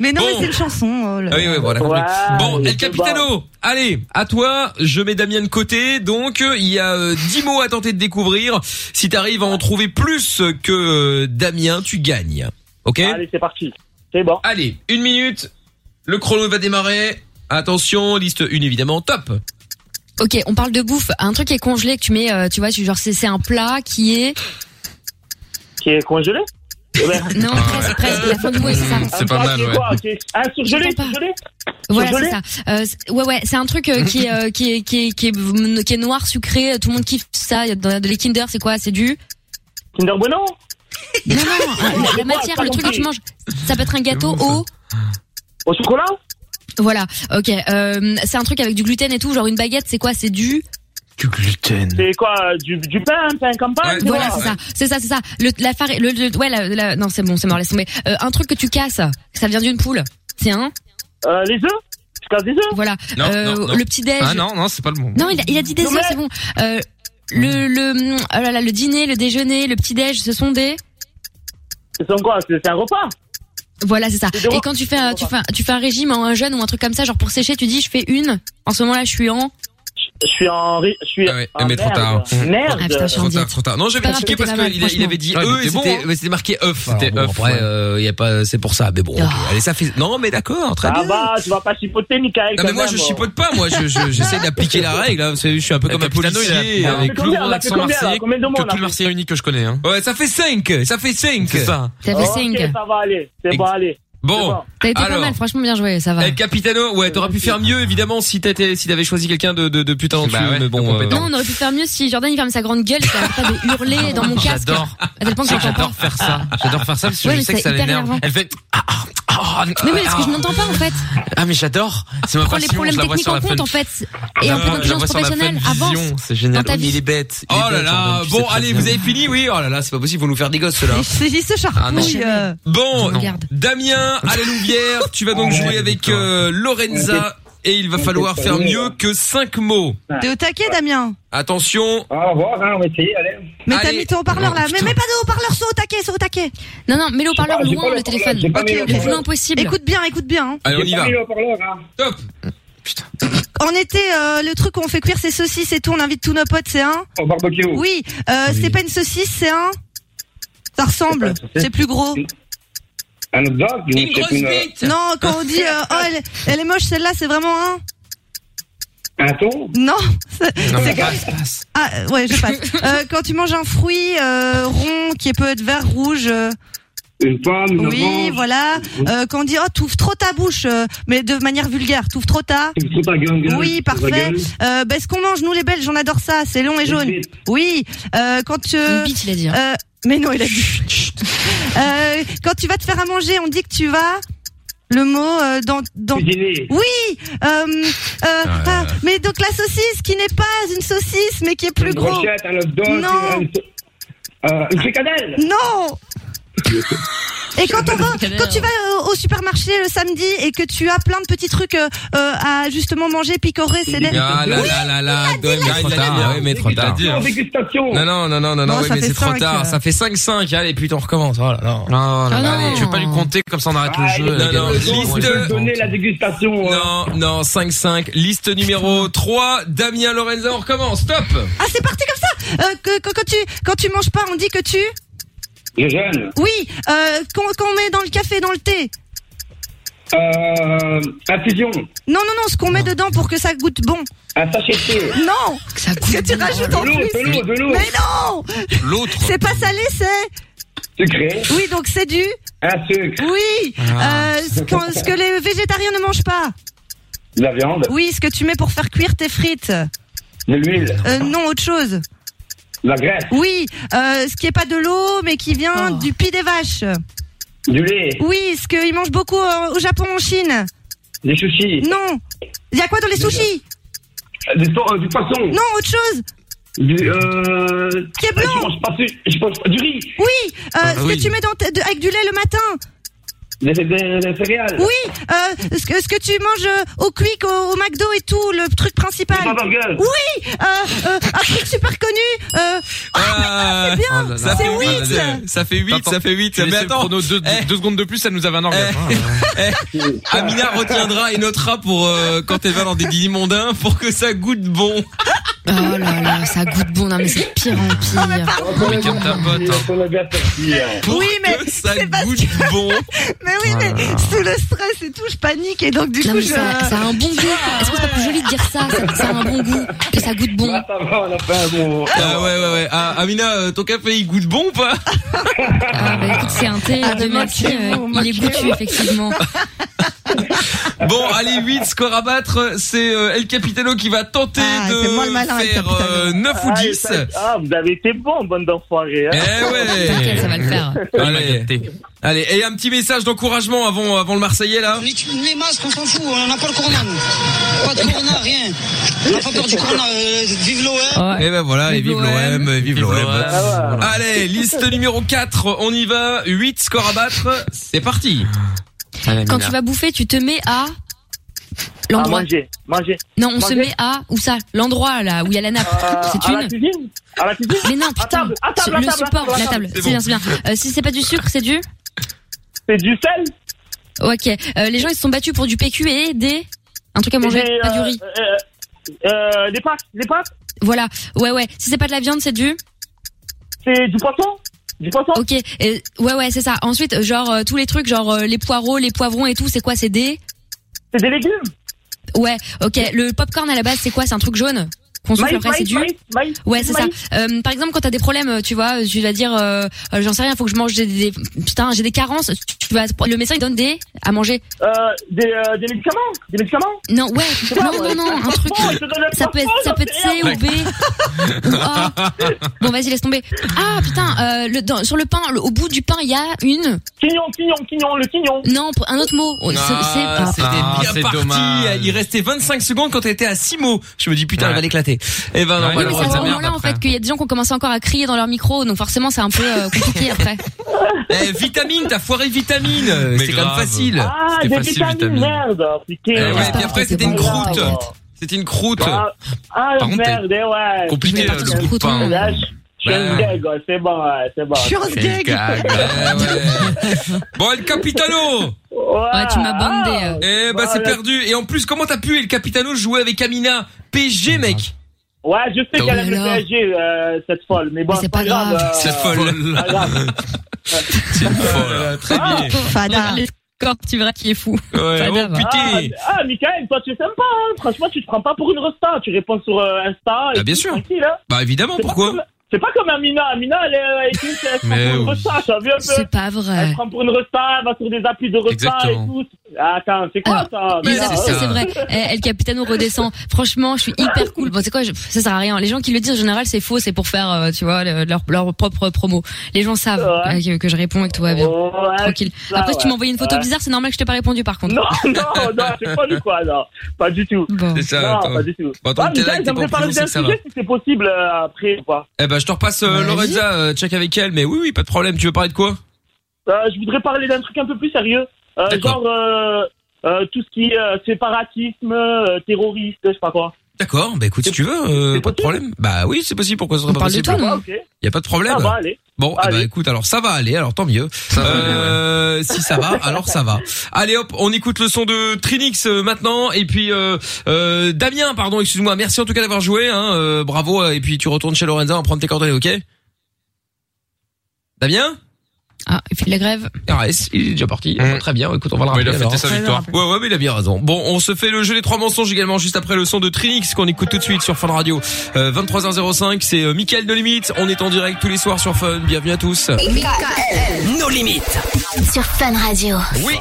Speaker 4: Mais non,
Speaker 2: Bon.
Speaker 4: mais c'est une chanson. oh là
Speaker 2: Ah oui,
Speaker 4: là.
Speaker 2: oui, voilà. bon, El Capitano, allez, à toi, je mets Damien de côté. Donc, euh, il y a euh, 10 mots à tenter de découvrir. Si t'arrives à en trouver plus que euh, Damien, tu gagnes. Ok Allez,
Speaker 9: c'est parti. C'est bon.
Speaker 2: Allez, une minute. Le chrono va démarrer. Attention, liste 1 évidemment, top.
Speaker 5: Ok, on parle de bouffe. Un truc qui est congelé que tu mets, euh, tu vois, tu, genre c'est c'est un plat qui est.
Speaker 9: Qui est congelé Eh ben,
Speaker 2: [laughs]
Speaker 5: Non,
Speaker 3: Ah,
Speaker 5: presque, presque. La fin du mot, c'est
Speaker 3: [laughs]
Speaker 5: ça.
Speaker 9: C'est pas mal, ouais. Ah, surgelé, surgelé
Speaker 5: Voilà,
Speaker 9: Surgelé
Speaker 5: c'est ça. Euh, c'est- ouais, ouais, c'est un truc euh, qui, est, euh, qui, est, qui, est, qui, est, qui est noir, sucré. euh, Tout le monde kiffe ça. Il y a de, de les Kinder, c'est quoi C'est du.
Speaker 9: Kinder Bueno
Speaker 5: Non, non, euh, la, la matière, le truc que tu manges. Ça peut être un gâteau au.
Speaker 9: Au chocolat
Speaker 5: Voilà, ok. Euh, c'est un truc avec du gluten et tout, genre une baguette, c'est quoi C'est du.
Speaker 9: Du gluten. C'est quoi euh, Du, du pain, pain campagne c'est
Speaker 5: voilà,
Speaker 9: quoi
Speaker 5: c'est ça, c'est ça, c'est ça. Le, la farine, le, le- ouais, la, la- non, c'est bon, c'est mort, laisse tomber. Euh, un truc que tu casses, que ça vient d'une poule, c'est un.
Speaker 9: Euh, les œufs Tu casses des œufs
Speaker 5: Voilà. Euh, Le petit déj.
Speaker 3: Ah non, non, c'est pas le bon.
Speaker 5: Non, il a, il a dit des œufs, c'est bon. Euh, le, le, oh là là, le dîner, le déjeuner, le petit déj, ce sont des.
Speaker 9: C'est son quoi C'est c'est un repas
Speaker 5: Voilà, c'est ça.
Speaker 9: C'est des
Speaker 5: Et quand tu fais, un- tu fais, un- tu fais un régime, un jeûne ou un truc comme ça, genre pour sécher, tu dis, je fais une. En ce moment-là, je suis en.
Speaker 9: Je suis en. ri- Je suis. Ah,
Speaker 2: mais trop tard.
Speaker 9: merde. Merde.
Speaker 5: Ah, putain, je suis en
Speaker 2: Trop tard,
Speaker 5: diète.
Speaker 2: trop tard. Non,
Speaker 5: C'est
Speaker 2: j'avais
Speaker 5: pas
Speaker 2: critiqué
Speaker 5: grave,
Speaker 2: parce
Speaker 5: t'étais mal,
Speaker 2: qu'il a- il avait dit
Speaker 3: franchement.
Speaker 2: eux, et
Speaker 3: Ouais, mais t'es
Speaker 2: c'était
Speaker 3: bon, hein.
Speaker 2: mais c'était marqué œuf. C'était
Speaker 3: bon,
Speaker 2: œuf.
Speaker 3: après,
Speaker 2: ouais. Oh. euh, y a pas, c'est pour ça. Mais bon, ok. allez, ça fait. Non, mais d'accord, très
Speaker 9: Ah
Speaker 2: bien.
Speaker 9: bah,
Speaker 5: euh,
Speaker 9: tu vas pas chipoter, Michael.
Speaker 2: Non mais moi je chipote pas moi je je- j'essaie d'appliquer la règle hein, vous savez, je suis un peu comme un
Speaker 3: Bah, Capitano, il a-
Speaker 2: policier
Speaker 3: il a
Speaker 2: avec
Speaker 3: fait combien,
Speaker 2: le
Speaker 3: là, fait
Speaker 2: l'accent
Speaker 3: combien, là
Speaker 2: marseillais
Speaker 3: Combien de mots,
Speaker 2: que
Speaker 3: là
Speaker 2: tout le marseillais unique que je connais hein. Ouais ça fait 5 ça fait 5 C'est ça
Speaker 5: T'as fait cinq.
Speaker 9: Ok, ça va aller. C'est bon, allez.
Speaker 2: Bon
Speaker 5: T'as été pas
Speaker 2: alors
Speaker 5: mal, franchement, bien joué, ça va.
Speaker 2: El Capitano ouais t'aurais pu faire mieux évidemment si t'étais si t'avais choisi quelqu'un de de, de plus talentueux
Speaker 3: Bah
Speaker 2: mais bon euh,
Speaker 5: Non, on aurait pu faire mieux si Jordan il ferme sa grande gueule et qu'il arrête pas de hurler dans mon casque.
Speaker 3: Ah, J'adore.
Speaker 5: À tel point que j'entends pas.
Speaker 3: J'adore faire ça. J'adore faire ça parce que
Speaker 5: Ouais,
Speaker 3: je
Speaker 5: mais
Speaker 3: sais que
Speaker 5: c'est
Speaker 3: ça
Speaker 5: hyper
Speaker 3: l'énerve.
Speaker 5: énervant.
Speaker 3: Elle fait. Ah, ah, ah,
Speaker 5: Mais oui, parce que
Speaker 3: ah.
Speaker 5: je n'entends pas en fait.
Speaker 3: Ah mais j'adore. C'est ma
Speaker 5: Prends les
Speaker 3: passion.
Speaker 5: problèmes
Speaker 3: je la vois
Speaker 5: techniques
Speaker 3: sur
Speaker 5: en
Speaker 3: la
Speaker 5: compte
Speaker 3: fun-
Speaker 5: en fait. Et
Speaker 3: Ah, je la
Speaker 5: en fait,
Speaker 3: vois
Speaker 5: intelligence
Speaker 3: sur la
Speaker 5: professionnelle,
Speaker 3: fun
Speaker 4: Ah,
Speaker 5: avance.
Speaker 3: vision, C'est génial.
Speaker 5: dans ta
Speaker 3: Oui, mais
Speaker 5: vie.
Speaker 3: il est bête. il est
Speaker 2: Oh là
Speaker 3: bête,
Speaker 2: là,
Speaker 3: Jordan, tu sais
Speaker 2: bon
Speaker 3: très
Speaker 2: allez,
Speaker 3: bien.
Speaker 2: vous avez fini, oui. Oh là là, c'est pas possible, ils vont nous faire des gosses ceux-là.
Speaker 4: Il se
Speaker 2: Ah non.
Speaker 4: charpouille. euh,
Speaker 2: Bon,
Speaker 4: Je regarde.
Speaker 2: Damien à la Louvière, tu
Speaker 11: [laughs]
Speaker 2: vas donc jouer avec euh, Lorenza et il va falloir faire mieux que 5 mots.
Speaker 4: T'es au taquet, Damien
Speaker 2: Attention.
Speaker 11: Au revoir, hein, on va essayer, allez.
Speaker 4: Mais t'as mis ton haut-parleur là. Mais mets pas de haut-parleur, sont au taquet, sont au taquet.
Speaker 5: Non, non, mets le haut-parleur
Speaker 11: pas, j'ai pas
Speaker 5: loin
Speaker 11: le
Speaker 5: le téléphone.
Speaker 11: haut-parleur, j'ai pas mis le haut-parleur.
Speaker 5: Non, impossible.
Speaker 4: Écoute bien, écoute bien. hein.
Speaker 11: Ah,
Speaker 2: Allez, on y va. Top.
Speaker 4: En été, euh, le truc qu'on fait cuire, c'est saucisses et tout. On invite tous nos potes, c'est un.
Speaker 11: Au barbecue.
Speaker 4: Oui, euh, c'est pas une saucisse, c'est un. Ça ressemble. C'est plus gros.
Speaker 11: Un autre dog, ou c'est une, euh,
Speaker 4: Non, quand on dit euh, oh elle, elle est moche celle-là, c'est vraiment un.
Speaker 11: Un ton
Speaker 4: Non. c'est-
Speaker 11: Non,
Speaker 4: c'est
Speaker 11: mais
Speaker 4: quand-
Speaker 11: passe, passe.
Speaker 4: Ah
Speaker 11: [laughs]
Speaker 4: euh, ouais, je passe. Euh, quand tu manges un fruit euh, rond qui peut être vert, rouge. euh,
Speaker 11: une pomme, une
Speaker 4: Oui,
Speaker 11: orange.
Speaker 4: voilà. Euh, quand on dit, oh, t'ouvres trop ta bouche, euh, mais de manière vulgaire, t'ouvres trop ta.
Speaker 11: Tu me fous ta gueule, gueule,
Speaker 4: Oui,
Speaker 11: tu me fous ta
Speaker 4: parfait.
Speaker 11: gueule.
Speaker 4: Euh, ben, ce qu'on mange, nous les Belges, on adore ça, c'est long et
Speaker 11: Une
Speaker 4: jaune.
Speaker 11: bite.
Speaker 4: Oui. Euh, quand tu.
Speaker 5: Une bite, il a dit, hein.
Speaker 4: euh, mais non, il a dit. [laughs] Euh, quand tu vas te faire à manger, on dit que tu vas. Le mot euh, dans dans
Speaker 11: Cuisiner.
Speaker 4: oui euh, euh, ah, mais donc la saucisse qui n'est pas une saucisse mais qui est plus
Speaker 11: Une
Speaker 4: gros
Speaker 11: brochette, un hot dog,
Speaker 4: Non.
Speaker 11: une- euh, une fricadelle. [laughs]
Speaker 4: non Et quand, on va, quand tu vas euh, au supermarché le samedi et que tu as plein de petits trucs euh, euh, à justement manger, picorer, c'est des...
Speaker 2: Ah là là là là, ouais, mais trop tard, ouais, mais trop tard.
Speaker 11: Dégustation, dégustation.
Speaker 2: Non, non, non, non, non,
Speaker 4: Non,
Speaker 2: ouais,
Speaker 4: ça
Speaker 2: mais
Speaker 4: fait
Speaker 2: c'est trop
Speaker 4: cinq,
Speaker 2: tard.
Speaker 4: euh.
Speaker 2: Ça fait 5-5, allez, putain, on recommence. Oh là là.
Speaker 3: Non, non,
Speaker 5: Ah
Speaker 3: non,
Speaker 5: non.
Speaker 3: allez, je vais pas lui compter comme ça on arrête
Speaker 11: Ah,
Speaker 3: le jeu.
Speaker 11: les
Speaker 2: non,
Speaker 3: les
Speaker 2: non,
Speaker 3: gars.
Speaker 11: raisons,
Speaker 2: liste-
Speaker 11: je vais te donner la dégustation. hein.
Speaker 2: Non, non, 5-5. Liste numéro 3, Damien Lorenza, on recommence, stop
Speaker 4: Ah, c'est parti comme ça Euh, que, que- quand, tu, quand tu manges pas, on dit que tu...
Speaker 11: Les jeunes.
Speaker 4: Oui, euh, qu'on qu'on met dans le café, dans le thé.
Speaker 11: Euh, infusion.
Speaker 4: Non, non, non, ce qu'on met dedans pour que ça goûte bon.
Speaker 11: Un sachet de thé.
Speaker 4: Non
Speaker 5: Que ça
Speaker 4: Ce que
Speaker 5: coûte.
Speaker 4: tu rajoutes en
Speaker 11: De l'eau,
Speaker 4: plus.
Speaker 11: de l'eau, de l'eau.
Speaker 4: Mais non
Speaker 2: L'autre
Speaker 4: C'est pas salé, c'est...
Speaker 11: Sucré.
Speaker 4: Oui, donc c'est du...
Speaker 11: Un sucre.
Speaker 4: Oui
Speaker 5: Ah.
Speaker 4: euh, ce, qu'on- ce que les végétariens ne mangent pas.
Speaker 11: De la viande.
Speaker 4: Oui, ce que tu mets pour faire cuire tes frites.
Speaker 11: De l'huile.
Speaker 4: Euh, non, autre chose.
Speaker 11: De la graisse.
Speaker 4: Oui, euh, ce qui est pas de l'eau, mais qui vient
Speaker 5: Oh.
Speaker 4: du pis des vaches.
Speaker 11: Du lait.
Speaker 4: Oui, ce qu'ils mangent beaucoup euh, au Japon, en Chine.
Speaker 11: Des sushis.
Speaker 4: Non. Il y a quoi dans les sushis
Speaker 11: Du, po- euh, du poisson.
Speaker 4: Non, autre chose.
Speaker 11: Du, euh,
Speaker 4: Qui est
Speaker 11: je
Speaker 4: blanc.
Speaker 11: mange pas su- je mange pas- du riz.
Speaker 4: Oui, euh, ce
Speaker 2: Ah, oui.
Speaker 4: que tu mets dans ta- de- avec du lait le matin.
Speaker 11: Des, des- des céréales.
Speaker 4: Oui, euh, ce, que, ce que tu manges euh, au quick, au, au McDo et tout, le truc
Speaker 11: Des
Speaker 4: principal.
Speaker 11: hamburgers.
Speaker 4: Oui, euh, euh, un truc super connu. euh,
Speaker 2: Ah,
Speaker 4: c'est bien,
Speaker 2: oh là là.
Speaker 4: ça fait huit.
Speaker 2: Ça fait 8,
Speaker 3: Attends,
Speaker 2: ça fait 8.
Speaker 3: Tu
Speaker 2: Mais
Speaker 3: laissais le
Speaker 2: attends,
Speaker 3: chrono deux,
Speaker 2: Eh.
Speaker 3: deux secondes de plus, ça nous avait un orgasme. hein.
Speaker 2: Amina retiendra et notera pour euh, quand elle va dans des dîners mondains pour que ça goûte bon.
Speaker 5: Oh là là, ça goûte bon. Non, mais c'est de pire en pire.
Speaker 11: On est bien
Speaker 3: ta pote,
Speaker 11: sorti, on est bien sorti, hein.
Speaker 2: Pour
Speaker 4: Oui, mais
Speaker 2: que ça
Speaker 4: c'est parce
Speaker 2: goûte bon.
Speaker 4: Mais oui, mais sous le stress et tout, je panique et donc du
Speaker 5: Non,
Speaker 4: coup,
Speaker 5: mais
Speaker 4: je...
Speaker 5: ça, ça a un bon goût. Est-ce que c'est pas plus joli de dire ça Ça- Ça a un bon goût. Que ça goûte bon.
Speaker 11: Ah, ça va, on a fait un bon.
Speaker 2: Ah ouais ouais ouais. Ah, Amina, euh, ton café il goûte bon ou pas
Speaker 5: Ah, bah écoute, c'est un thé
Speaker 4: Ah,
Speaker 5: de
Speaker 4: mais
Speaker 5: Mati.
Speaker 4: marquez-vous,
Speaker 5: euh, Il est goûtu, effectivement.
Speaker 2: Bon, allez 8 score à battre, c'est euh, El Capitano qui va tenter
Speaker 4: Ah,
Speaker 2: de
Speaker 4: c'est moi le malin, El
Speaker 2: faire
Speaker 4: Capitano.
Speaker 2: 9 ou
Speaker 9: Ah,
Speaker 2: 10.
Speaker 9: et ça- ah, vous avez été bon, bande d'enfoirés.
Speaker 2: Eh
Speaker 9: Hein.
Speaker 5: T'inquiète, ça
Speaker 2: ouais.
Speaker 5: va le faire.
Speaker 2: Allez. Allez, et un petit message d'encouragement avant avant le Marseillais là.
Speaker 10: Les, les masques, on s'en fout, on n'a pas le corona, nous. Pas de corona, rien. On n'a pas peur du corona, euh, vive l'OM.
Speaker 2: Et ben voilà, et
Speaker 5: Vive
Speaker 2: vive l'OM, vive l'OM.
Speaker 9: Ah, ouais.
Speaker 2: Allez, liste numéro 4, on y va, 8 scores à battre, c'est parti.
Speaker 5: Quand tu vas bouffer, tu te mets à
Speaker 9: Ah,
Speaker 5: l'endroit.
Speaker 9: manger, manger.
Speaker 5: Non, on
Speaker 9: Manger.
Speaker 5: se met à où ça L'endroit là où il y a la nappe.
Speaker 9: Euh,
Speaker 5: C'est
Speaker 9: à la
Speaker 5: une.
Speaker 9: cuisine À la cuisine
Speaker 5: Mais non,
Speaker 9: À
Speaker 5: putain.
Speaker 9: table, à table, à
Speaker 5: Le
Speaker 9: table, à
Speaker 5: support,
Speaker 9: table, à
Speaker 5: la
Speaker 9: table.
Speaker 5: table. C'est bien, c'est bien. Euh, Si c'est pas du sucre, c'est du.
Speaker 9: C'est du sel
Speaker 5: Ok. Euh, Les gens ils se sont battus pour du PQ et des. Un truc à manger,
Speaker 9: Des,
Speaker 5: pas du
Speaker 9: euh,
Speaker 5: riz.
Speaker 9: euh, euh, des pâtes, des pâtes
Speaker 5: Voilà. Ouais, ouais. Si c'est pas de la viande, c'est du.
Speaker 9: C'est du poisson Du poisson
Speaker 5: Ok. Et- Ouais, ouais, c'est ça. Ensuite, genre euh, tous les trucs, genre euh, les poireaux, les poivrons et tout, c'est quoi C'est des.
Speaker 9: C'est des légumes
Speaker 5: Ouais. Ok. Le popcorn à la base, c'est quoi C'est un truc jaune. Qu'on souffle après, c'est
Speaker 9: maïs,
Speaker 5: du.
Speaker 9: maïs, maïs,
Speaker 5: Ouais, c'est ça.
Speaker 9: maïs.
Speaker 5: Euh, par exemple, quand t'as des problèmes, euh, tu vois, tu vas dire, euh, euh, j'en sais rien, faut que je mange des, des- putain, j'ai des carences. Tu vas, le médecin il donne des à manger.
Speaker 9: Euh, des, euh, des médicaments Des médicaments
Speaker 5: Non,
Speaker 9: [laughs]
Speaker 5: ouais, non, non, non, un truc.
Speaker 9: Oh, il te donne un
Speaker 5: Ça peut être,
Speaker 9: poisson,
Speaker 5: ça peut être
Speaker 9: j'en sais
Speaker 5: C ou
Speaker 9: [laughs]
Speaker 5: B ou A. Bon, vas-y, laisse tomber. Ah putain, euh, le, dans- sur le pain, le- au bout du pain, il y a une.
Speaker 9: Quignon, quignon, quignon, le quignon.
Speaker 5: Non, un autre mot. Oh, c'est- c'est-
Speaker 2: Ah,
Speaker 5: ah.
Speaker 2: C'était
Speaker 3: Ah,
Speaker 2: bien
Speaker 3: c'est
Speaker 2: parti,
Speaker 3: dommage.
Speaker 2: il restait 25 secondes quand elle était à 6 mots. Je me dis putain,
Speaker 3: Ouais.
Speaker 2: elle va l'éclater. Et ben non, voilà,
Speaker 3: Ouais,
Speaker 5: Oui, mais
Speaker 3: alors,
Speaker 5: c'est à
Speaker 3: ça
Speaker 5: ce
Speaker 2: c'est
Speaker 3: merde
Speaker 5: moment-là, en
Speaker 3: après.
Speaker 5: fait, qu'il y a des gens qui ont commencé encore à crier dans leur micro, donc forcément, c'est un peu euh, compliqué après.
Speaker 2: bien. Eh, vitamine, t'as foiré vitamine.
Speaker 3: Mais
Speaker 2: C'est quand même
Speaker 3: grave.
Speaker 2: facile.
Speaker 9: Ah,
Speaker 3: C'était
Speaker 9: des
Speaker 3: facile,
Speaker 9: vitamines,
Speaker 3: vitamine.
Speaker 9: merde oh, Putain
Speaker 2: Eh ouais,
Speaker 5: ouais,
Speaker 2: puis après, c'était une
Speaker 5: c'était
Speaker 2: croûte. C'était une croûte.
Speaker 9: Ah, ah,
Speaker 3: Par contre,
Speaker 9: merde, eh ouais
Speaker 3: Compliqué
Speaker 5: Je vais
Speaker 3: euh,
Speaker 5: partir
Speaker 3: le coup de
Speaker 5: au couteau.
Speaker 3: pain.
Speaker 9: Là, je je suis un
Speaker 2: Bah.
Speaker 9: gag, ouais, c'est bon, ouais, c'est bon.
Speaker 4: Je suis en
Speaker 3: Quel
Speaker 4: sgeg.
Speaker 3: gag.
Speaker 2: Eh ouais. Bon, El Capitano
Speaker 5: Ouais, tu m'as bandé.
Speaker 9: ah.
Speaker 5: euh.
Speaker 2: Eh ben, c'est
Speaker 9: Voilà.
Speaker 2: perdu. Et en plus, comment t'as pu, El Capitano, jouer avec Amina PG, mec
Speaker 9: Ouais, je sais
Speaker 5: Oh
Speaker 9: qu'elle
Speaker 5: là
Speaker 9: aime le
Speaker 5: là.
Speaker 9: PSG, euh, cette folle, mais bon,
Speaker 5: Mais c'est pas grave.
Speaker 9: euh,
Speaker 2: Cette folle.
Speaker 9: pas grave.
Speaker 2: Oh Très bien.
Speaker 4: Fada.
Speaker 5: Les scores, Ah. tu verras qui est fou.
Speaker 2: Ouais, oh,
Speaker 5: Fada, va.
Speaker 9: Ah,
Speaker 12: bah,
Speaker 2: putain.
Speaker 9: ah, Michael, toi, tu es sympa, hein. Franchement, tu te prends pas pour une resta. Tu réponds sur euh, Insta.
Speaker 2: Ah, bien sûr.
Speaker 9: Tranquille, hein.
Speaker 2: Bah, évidemment,
Speaker 9: C'est
Speaker 2: pourquoi
Speaker 9: pas comme- C'est pas comme Amina. Amina, elle, est- elle, est- elle, se prend
Speaker 3: Mais
Speaker 9: pour une
Speaker 3: oui.
Speaker 9: resta, t'as vu un peu
Speaker 5: C'est pas
Speaker 9: Elle
Speaker 5: vrai.
Speaker 9: se prend pour une resta, elle va sur des applis de resta
Speaker 5: Exactement.
Speaker 9: et tout. Attends, c'est quoi ça
Speaker 5: Mais
Speaker 9: Mais là,
Speaker 5: c'est- c'est
Speaker 9: euh,
Speaker 5: c'est vrai. Eh, El Capitano redescend. Franchement, je suis hyper cool. Bon, c'est quoi je- Ça sert à rien. Les gens qui le disent en général, c'est faux. C'est pour faire, euh, tu vois, le- leur, leur propre promo. Les gens savent euh, que, que je réponds et que tout va bien. Tranquille.
Speaker 9: ça,
Speaker 5: Après, si tu
Speaker 9: ouais.
Speaker 5: m'envoyais une photo
Speaker 9: Ouais.
Speaker 5: bizarre, c'est normal que je t'ai pas répondu, par contre.
Speaker 9: [laughs] Non, non, non, c'est pas du quoi, non. Pas du tout.
Speaker 2: C'est ça,
Speaker 9: non,
Speaker 2: attends.
Speaker 9: pas du tout.
Speaker 2: Bah, attends,
Speaker 9: Ah,
Speaker 2: t'es
Speaker 9: mais
Speaker 2: là,
Speaker 9: gars,
Speaker 2: t'es pas
Speaker 9: j'aimerais
Speaker 2: en prison,
Speaker 9: parler d'un
Speaker 2: c'est que ça
Speaker 9: sujet si c'est possible euh, après ou pas.
Speaker 2: Eh ben, je te repasse euh, Lorenza, euh, check avec elle, mais oui, oui, pas de problème. Tu veux parler de quoi
Speaker 9: Euh, je voudrais parler d'un truc un peu plus sérieux. Euh, genre euh, euh, tout ce qui est euh, séparatisme, euh, terroriste, je sais pas quoi.
Speaker 2: D'accord, bah écoute, si tu veux, euh, pas de problème. Bah oui, c'est possible, pourquoi ce serait pas
Speaker 9: parle de
Speaker 2: possible
Speaker 9: tout, non Ah, bah, ok.
Speaker 2: Y a pas de problème.
Speaker 9: Ça va aller.
Speaker 2: Bon, eh ben, écoute, alors ça va aller, alors tant mieux. Euh, Si ça va, alors ça va. Allez hop, on écoute le son de Trinix euh, maintenant, et puis euh, euh, Damien, pardon, excuse-moi, merci en tout cas d'avoir joué, hein, euh, bravo, euh, et puis tu retournes chez Lorenza, on prend tes coordonnées, ok Damien
Speaker 5: Ah, il fait de la grève.
Speaker 2: RS, il est déjà parti. Ah, Très bien, écoute, on va le
Speaker 3: Mm. Ouais,
Speaker 2: rappeler.
Speaker 3: il a fêté
Speaker 2: alors.
Speaker 3: sa victoire.
Speaker 2: Ouais, ouais, mais il a bien raison. Bon, on se fait le jeu des trois mensonges également juste après le son de Trinix qu'on écoute tout de suite sur Fun Radio. Euh, 23h05, c'est euh, Mickaël de Limite. On est en direct tous les soirs sur Fun. Bienvenue à tous.
Speaker 1: Nos limites.
Speaker 7: Sur Fun Radio.
Speaker 2: Oui.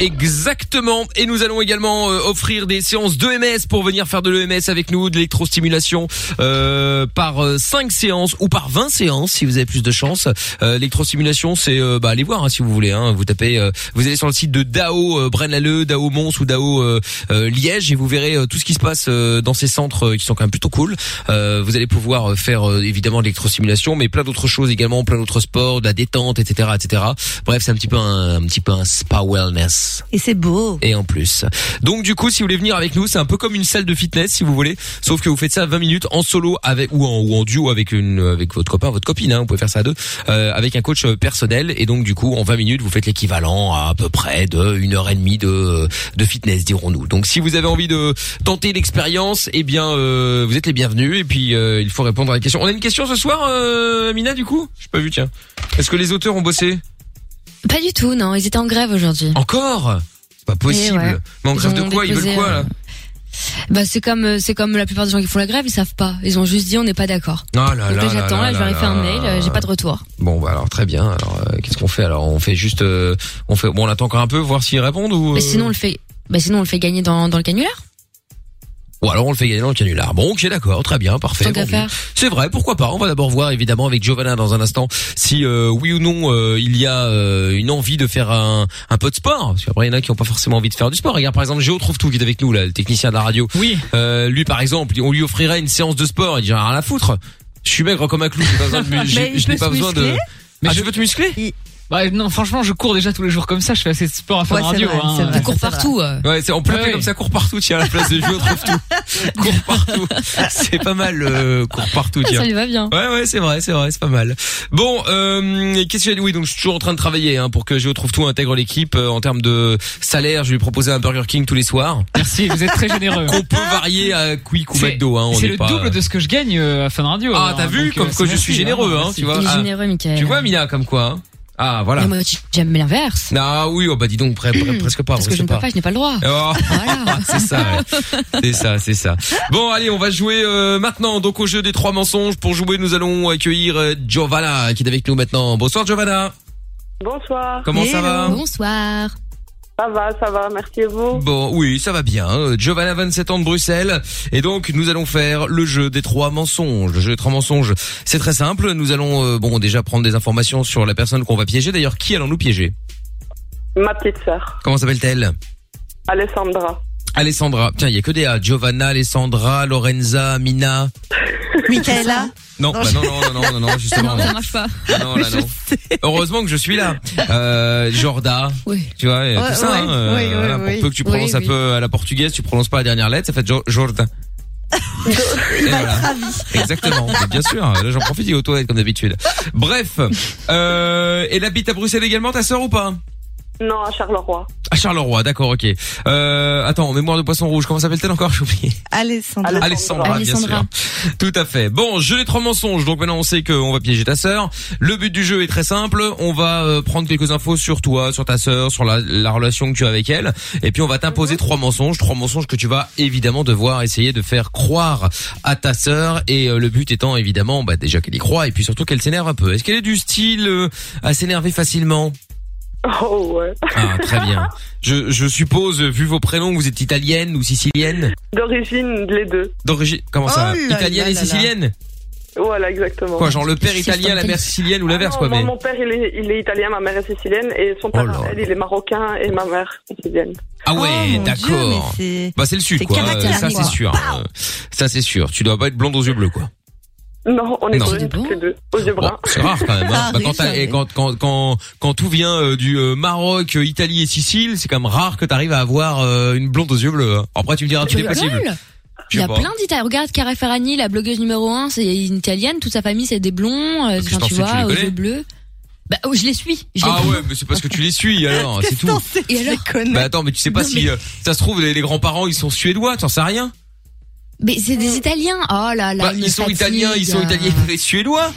Speaker 2: Exactement. Et nous allons également euh, offrir des séances d'EMS pour venir faire de l'EMS avec nous, de l'électrostimulation euh, par 5 séances ou par 20 séances si vous avez plus de chance. Euh, l'électrostimulation, c'est euh, bah allez voir hein, si vous voulez. Hein, vous tapez, euh, vous allez sur le site de Dao euh, Braine-l'Alleud, Dao Mons ou Dao euh, euh, Liège et vous verrez euh, tout ce qui se passe euh, dans ces centres euh, qui sont quand même plutôt cool. Euh, vous allez pouvoir euh, faire euh, évidemment de l'électrostimulation, mais plein d'autres choses également, plein d'autres sports, de la détente, etc., etc. Bref, c'est un petit peu un, un petit peu un spa wellness.
Speaker 4: Et c'est beau.
Speaker 2: Et en plus. Donc du coup, si vous voulez venir avec nous, c'est un peu comme une salle de fitness si vous voulez, sauf que vous faites ça 20 minutes en solo avec ou en, ou en duo avec une avec votre copain, votre copine hein, vous pouvez faire ça à deux euh, avec un coach euh, personnel et donc du coup, en 20 minutes, vous faites l'équivalent à à peu près de une heure et demie de euh, de fitness dirons-nous. Donc si vous avez envie de tenter l'expérience, eh bien euh, vous êtes les bienvenus et puis euh, il faut répondre à la question. On a une question ce soir euh, Mina du coup Je pas vu tiens. Est-ce que les auteurs ont bossé
Speaker 5: Pas du tout, non. Ils étaient en grève aujourd'hui.
Speaker 2: Encore C'est pas possible.
Speaker 5: Eh ouais.
Speaker 2: Mais en grève
Speaker 5: Ils
Speaker 2: de
Speaker 5: ont
Speaker 2: quoi Ils veulent
Speaker 5: déposé,
Speaker 2: quoi là
Speaker 5: euh, Bah, c'est comme, euh, c'est comme la plupart des gens qui font la grève, ils savent pas. Ils ont juste dit, on n'est pas d'accord.
Speaker 2: Ah là là
Speaker 5: Donc là,
Speaker 2: là
Speaker 5: Oh, bah, j'attends,
Speaker 2: là
Speaker 5: là, je leur ai
Speaker 2: là
Speaker 5: fait un
Speaker 2: là.
Speaker 5: mail, euh, j'ai pas de retour.
Speaker 2: Bon bah alors très bien. Alors euh, qu'est-ce qu'on fait alors On fait juste euh, on fait bon on attend encore un peu voir s'ils répondent ou euh,
Speaker 5: Mais sinon, on le fait, bah, sinon, on le fait gagner dans, dans le canular.
Speaker 2: ou alors on le fait gagner dans le canular. Bon, ok d'accord, très bien, parfait.
Speaker 5: Tant qu'à
Speaker 2: vendu.
Speaker 5: faire.
Speaker 2: C'est vrai, pourquoi pas On va d'abord voir évidemment avec Giovanna dans un instant si euh, oui ou non euh, il y a euh, une envie de faire un, un peu de sport. Parce qu'après il y en a qui ont pas forcément envie de faire du sport. Regarde par exemple Géo trouve tout qui est avec nous là, le technicien de la radio. Euh,
Speaker 8: Oui.
Speaker 2: lui par exemple, on lui offrirait une séance de sport, il dirait rien à la foutre. Je suis maigre comme un clou, j'ai pas besoin de, [laughs] mu- j'ai-
Speaker 8: Mais il
Speaker 2: je
Speaker 8: peut
Speaker 2: n'ai pas
Speaker 8: se
Speaker 2: besoin de.
Speaker 8: muscler.
Speaker 2: Mais je veux te muscler
Speaker 8: Bah, non, franchement, je cours déjà tous les jours comme ça, je fais assez de sport à faire
Speaker 2: Ouais, c'est
Speaker 8: radio.
Speaker 2: vrai,
Speaker 8: hein.
Speaker 2: c'est vrai, Tu cours c'est vrai. partout,
Speaker 5: euh.
Speaker 2: Ouais, c'est on peut l'appeler comme ça, cours partout, tiens, à la place de jeu, on trouve tout. [laughs] cours partout. C'est pas mal, euh, cours partout,
Speaker 5: Ah,
Speaker 2: tiens.
Speaker 5: ça lui va bien.
Speaker 2: Ouais, ouais, c'est vrai, c'est vrai, c'est pas mal. Bon, euh, qu'est-ce que j'ai dit Oui, donc je suis toujours en train de travailler hein, pour que Géo trouve tout intègre l'équipe Euh, en termes de salaire. Je vais lui proposer un Burger King tous
Speaker 8: [laughs]
Speaker 2: les soirs.
Speaker 8: [laughs] Merci, vous êtes très généreux.
Speaker 2: Qu'on peut varier à Quick ou McDo, hein, on
Speaker 8: C'est
Speaker 2: est
Speaker 8: le
Speaker 2: pas-
Speaker 8: double de ce que je gagne euh, à Fun Radio.
Speaker 2: Ah,
Speaker 8: alors,
Speaker 2: t'as vu
Speaker 8: donc, euh,
Speaker 2: comme
Speaker 8: c'est
Speaker 2: quoi je
Speaker 8: merci,
Speaker 2: suis généreux, hein, tu vois.
Speaker 5: Il est
Speaker 2: Ah,
Speaker 5: généreux, Michael.
Speaker 2: Tu vois, Mina, comme quoi. hein. Ah, voilà.
Speaker 5: Mais moi, j- j'aime l'inverse.
Speaker 2: Ah oui, oh, bah dis donc,
Speaker 8: [clears throat]
Speaker 2: pre- pre- presque pas,
Speaker 5: Parce que
Speaker 2: presque
Speaker 5: je ne peux
Speaker 2: pas.
Speaker 5: pas, je n'ai pas
Speaker 2: [laughs]
Speaker 5: le droit.
Speaker 2: Oh, c'est ça, ouais. c'est ça, c'est ça. Bon, allez, on va jouer euh, maintenant donc au jeu des trois mensonges. Pour jouer, nous allons accueillir euh, Giovanna qui est avec nous maintenant. Bonsoir Giovanna.
Speaker 13: Bonsoir.
Speaker 2: Comment ça va
Speaker 5: Bonsoir.
Speaker 13: Ça va, ça va, merci et vous.
Speaker 2: Bon, oui, ça va bien. Euh, Giovanna, 27 ans de Bruxelles. Et donc, nous allons faire le jeu des trois mensonges. Le jeu des trois mensonges, c'est très simple. Nous allons, euh, bon, déjà prendre des informations sur la personne qu'on va piéger. D'ailleurs, qui allons-nous piéger
Speaker 13: Ma petite sœur,
Speaker 2: Comment s'appelle-t-elle
Speaker 13: Alessandra.
Speaker 2: Alessandra. Tiens, il y a que des A. Giovanna, Alessandra, Lorenza, Mina.
Speaker 4: Michaela.
Speaker 2: Non, bah non, non, non, non, non,
Speaker 5: [laughs]
Speaker 2: non, justement.
Speaker 5: ça marche pas.
Speaker 2: Non, là, non. Heureusement que je suis
Speaker 5: [laughs]
Speaker 2: là. Euh, Jorda.
Speaker 5: Oui.
Speaker 2: Tu vois, il y a
Speaker 5: Ouais,
Speaker 2: tout ça.
Speaker 5: ouais,
Speaker 2: hein, euh,
Speaker 5: oui, oui,
Speaker 2: voilà,
Speaker 5: oui.
Speaker 2: Pour peu que tu
Speaker 5: Oui,
Speaker 2: prononces un
Speaker 5: oui.
Speaker 2: peu à la portugaise, tu prononces pas la dernière lettre, ça fait Jo- Jorda.
Speaker 5: [laughs]
Speaker 2: Et voilà. Exactement, Mais bien sûr. Là, j'en profite, il est aux toilettes comme d'habitude. Bref, euh, elle habite à Bruxelles également, ta sœur ou pas
Speaker 13: Non, à Charleroi.
Speaker 2: À À Charleroi, d'accord, ok. Euh, attends, mémoire de poisson rouge, comment s'appelle-t-elle encore J'ai oublié.
Speaker 4: Alessandra.
Speaker 2: Alessandra, bien sûr. Tout à fait. Bon, je les trois mensonges. Donc maintenant, on sait qu'on va piéger ta sœur. Le but du jeu est très simple. On va euh, prendre quelques infos sur toi, sur ta sœur, sur la, la relation que tu as avec elle. Et puis, on va t'imposer trois mensonges. Trois mensonges que tu vas évidemment devoir essayer de faire croire à ta sœur. Et euh, le but étant évidemment, bah, déjà qu'elle y croit et puis surtout qu'elle s'énerve un peu. Est-ce qu'elle est du style euh, à s'énerver facilement
Speaker 13: Oh ouais.
Speaker 2: Ah, très bien. Je, je suppose, euh, vu vos prénoms, que vous êtes italienne ou sicilienne
Speaker 13: D'origine, les deux.
Speaker 2: D'origine, comment ça
Speaker 13: Oh là
Speaker 2: Italienne
Speaker 13: là
Speaker 2: et
Speaker 13: là là.
Speaker 2: sicilienne
Speaker 13: Voilà, exactement.
Speaker 2: Quoi, genre le père italien, la mère sicilienne
Speaker 6: Ah
Speaker 2: ou l'inverse,
Speaker 13: Non,
Speaker 2: quoi,
Speaker 13: moi,
Speaker 2: mais...
Speaker 13: Mon père, il est, il est italien, ma mère est sicilienne, et son père,
Speaker 2: Oh
Speaker 13: elle, il est marocain, et ma mère, sicilienne.
Speaker 2: Ah
Speaker 4: Oh,
Speaker 2: ouais, d'accord. Bah, c'est le sud,
Speaker 13: c'est
Speaker 2: quoi.
Speaker 13: caractère,
Speaker 2: ça,
Speaker 13: quoi.
Speaker 2: c'est sûr. Euh, Ça, c'est sûr. Tu dois pas être blonde aux yeux bleus, quoi.
Speaker 13: Non, on est
Speaker 2: Non.
Speaker 13: brunes, toutes les deux, aux yeux bruns.
Speaker 2: C'est rare, quand même.
Speaker 13: Ça
Speaker 2: hein. Bah, quand,
Speaker 13: arrive,
Speaker 2: t'as-
Speaker 13: ça
Speaker 2: et quand, quand, quand, quand tout vient euh, du euh, Maroc, euh, Italie et Sicile, c'est quand même rare que t'arrives à avoir euh, une blonde aux yeux bleus. hein. Après, tu me diras, tu
Speaker 5: Tu
Speaker 2: es possible.
Speaker 5: rigoles
Speaker 2: Je
Speaker 5: Il y a
Speaker 2: sais pas.
Speaker 5: plein d'Italiens. Regarde Cara Ferragni, la blogueuse numéro 1, c'est une italienne, toute sa famille c'est des blonds, euh, enfin,
Speaker 2: t'en
Speaker 5: tu
Speaker 2: sais, Ah, tu les
Speaker 5: vois, aux
Speaker 2: connais
Speaker 5: yeux bleus. Bah oh, je les suis. Je les
Speaker 2: Ah
Speaker 5: connais.
Speaker 2: ouais, mais c'est parce que tu les suis alors, c'est tout.
Speaker 5: Et alors
Speaker 2: Bah attends, mais tu sais pas
Speaker 5: Non,
Speaker 2: si
Speaker 5: mais-
Speaker 2: euh, ça se trouve les, les grands-parents ils sont suédois, t'en sais rien.
Speaker 5: Mais c'est des Italiens. Oh là là.
Speaker 2: Bah,
Speaker 5: ils me
Speaker 2: ils sont
Speaker 5: fatiguent.
Speaker 2: italiens, ils sont italiens et suédois.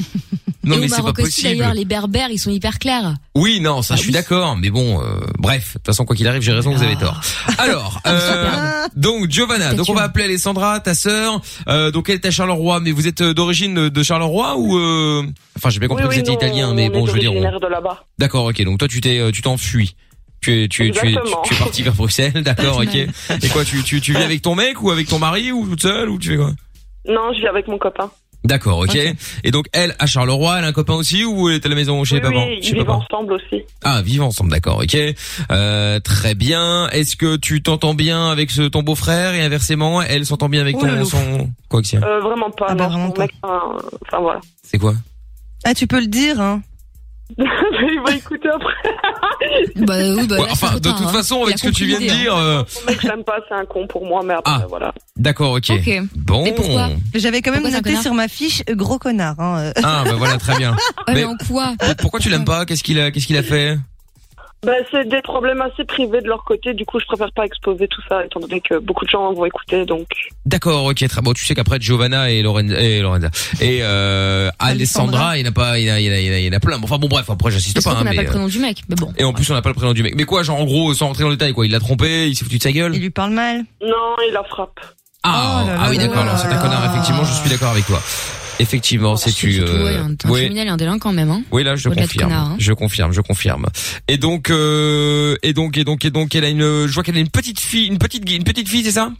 Speaker 2: Non
Speaker 5: Et
Speaker 2: mais
Speaker 5: au
Speaker 2: c'est pas
Speaker 5: Maroc aussi
Speaker 2: possible.
Speaker 5: d'ailleurs, les Berbères, ils sont hyper clairs.
Speaker 2: Oui, non, ça je suis d'accord, mais bon, euh, bref, de toute façon quoi qu'il arrive, j'ai raison, vous avez tort. Alors, euh, donc Giovanna, donc on va appeler Alessandra, ta sœur. Euh, donc elle est à Charleroi, mais vous êtes euh, d'origine de Charleroi ou euh... enfin j'ai bien compris
Speaker 13: Oui,
Speaker 2: que
Speaker 13: oui,
Speaker 2: vous étiez
Speaker 13: non,
Speaker 2: italien,
Speaker 13: on
Speaker 2: mais
Speaker 13: est
Speaker 2: bon, je veux dire. on-
Speaker 13: originaire de là-bas.
Speaker 2: D'accord, ok. Donc toi, tu t'es, euh, tu t'enfuis. Tu es, tu es, tu es, tu,
Speaker 13: Exactement.
Speaker 2: tu es parti vers Bruxelles, d'accord, ok.
Speaker 13: Ouais.
Speaker 2: Et quoi, tu, tu, tu vis avec ton mec ou avec ton mari ou toute seule ou tu fais quoi
Speaker 13: Non, je vis avec mon copain.
Speaker 2: D'accord, ok. Et donc elle à Charleroi, elle a un copain aussi ou elle est à la maison chez
Speaker 13: Oui,
Speaker 2: les parents
Speaker 13: oui,
Speaker 2: Chez
Speaker 13: ils
Speaker 2: les
Speaker 13: vivent
Speaker 2: parents
Speaker 13: ensemble aussi.
Speaker 2: Ah, vivent ensemble, d'accord, ok. Euh, très bien. Est-ce que tu t'entends bien avec ce, ton beau-frère et inversement, elle s'entend bien avec
Speaker 5: Oh
Speaker 13: Ouh là là.
Speaker 2: ton son quoi que c'est hein.
Speaker 13: Euh, vraiment pas, non. Mon mec, enfin, enfin, voilà. [laughs]
Speaker 2: C'est quoi
Speaker 5: Euh,
Speaker 4: Ah, tu peux le dire, hein.
Speaker 13: il va écouter après.
Speaker 5: bah oui, bah
Speaker 2: Ouais, enfin, de toute façon, avec ce que tu viens de dire,
Speaker 5: hein.
Speaker 2: euh,
Speaker 13: Mon mec, j'aime pas, c'est un con pour moi, mais
Speaker 2: Ah.
Speaker 13: après, voilà.
Speaker 2: d'accord, ok. Bon.
Speaker 4: J'avais quand même
Speaker 5: Pourquoi c'est un
Speaker 4: noté
Speaker 5: connard
Speaker 4: sur ma fiche euh, gros connard. Hein. euh.
Speaker 2: Ah, bah voilà, très bien.
Speaker 5: Ah, mais
Speaker 2: Mais
Speaker 5: en quoi
Speaker 2: pourquoi tu l'aimes pas Qu'est-ce qu'il a, qu'est-ce qu'il a fait
Speaker 13: Bah, c'est des problèmes assez privés de leur côté, du coup, je préfère pas exposer tout ça, étant donné que beaucoup de gens vont écouter, donc.
Speaker 2: D'accord, ok, très bon. Tu sais qu'après Giovanna et Lorenza et, Lorenza, et euh, Alessandra, il y en a pas, il y en a, il y en a, il y en a- il y en a plein. Bon, Enfin bon, bref, après j'assiste
Speaker 5: Parce
Speaker 2: pas.
Speaker 5: qu'on
Speaker 2: Hein,
Speaker 5: n'a
Speaker 2: mais,
Speaker 5: pas le
Speaker 2: euh,
Speaker 5: prénom du mec, mais bon.
Speaker 2: et en plus on n'a pas le prénom du mec. Mais quoi, genre en gros, sans rentrer dans le détail, quoi, il l'a trompé, il s'est foutu de sa gueule.
Speaker 4: Il lui parle mal.
Speaker 13: Non, il la frappe.
Speaker 5: Oh
Speaker 2: Ah, ah oui, d'accord, alors c'est un connard. Effectivement, je suis d'accord avec toi. Effectivement, c'est tu.
Speaker 5: Ouais,
Speaker 2: Euh,
Speaker 5: un, un
Speaker 2: oui,
Speaker 5: criminel et un délinquant quand même. Hein.
Speaker 2: oui, là, je
Speaker 5: Au-delà de
Speaker 2: confirme.
Speaker 5: connard, hein.
Speaker 2: Je confirme, je confirme. Et donc, euh, et donc, et donc, et donc, elle a une. Je vois qu'elle a une petite fille, une petite, une petite fille, c'est ça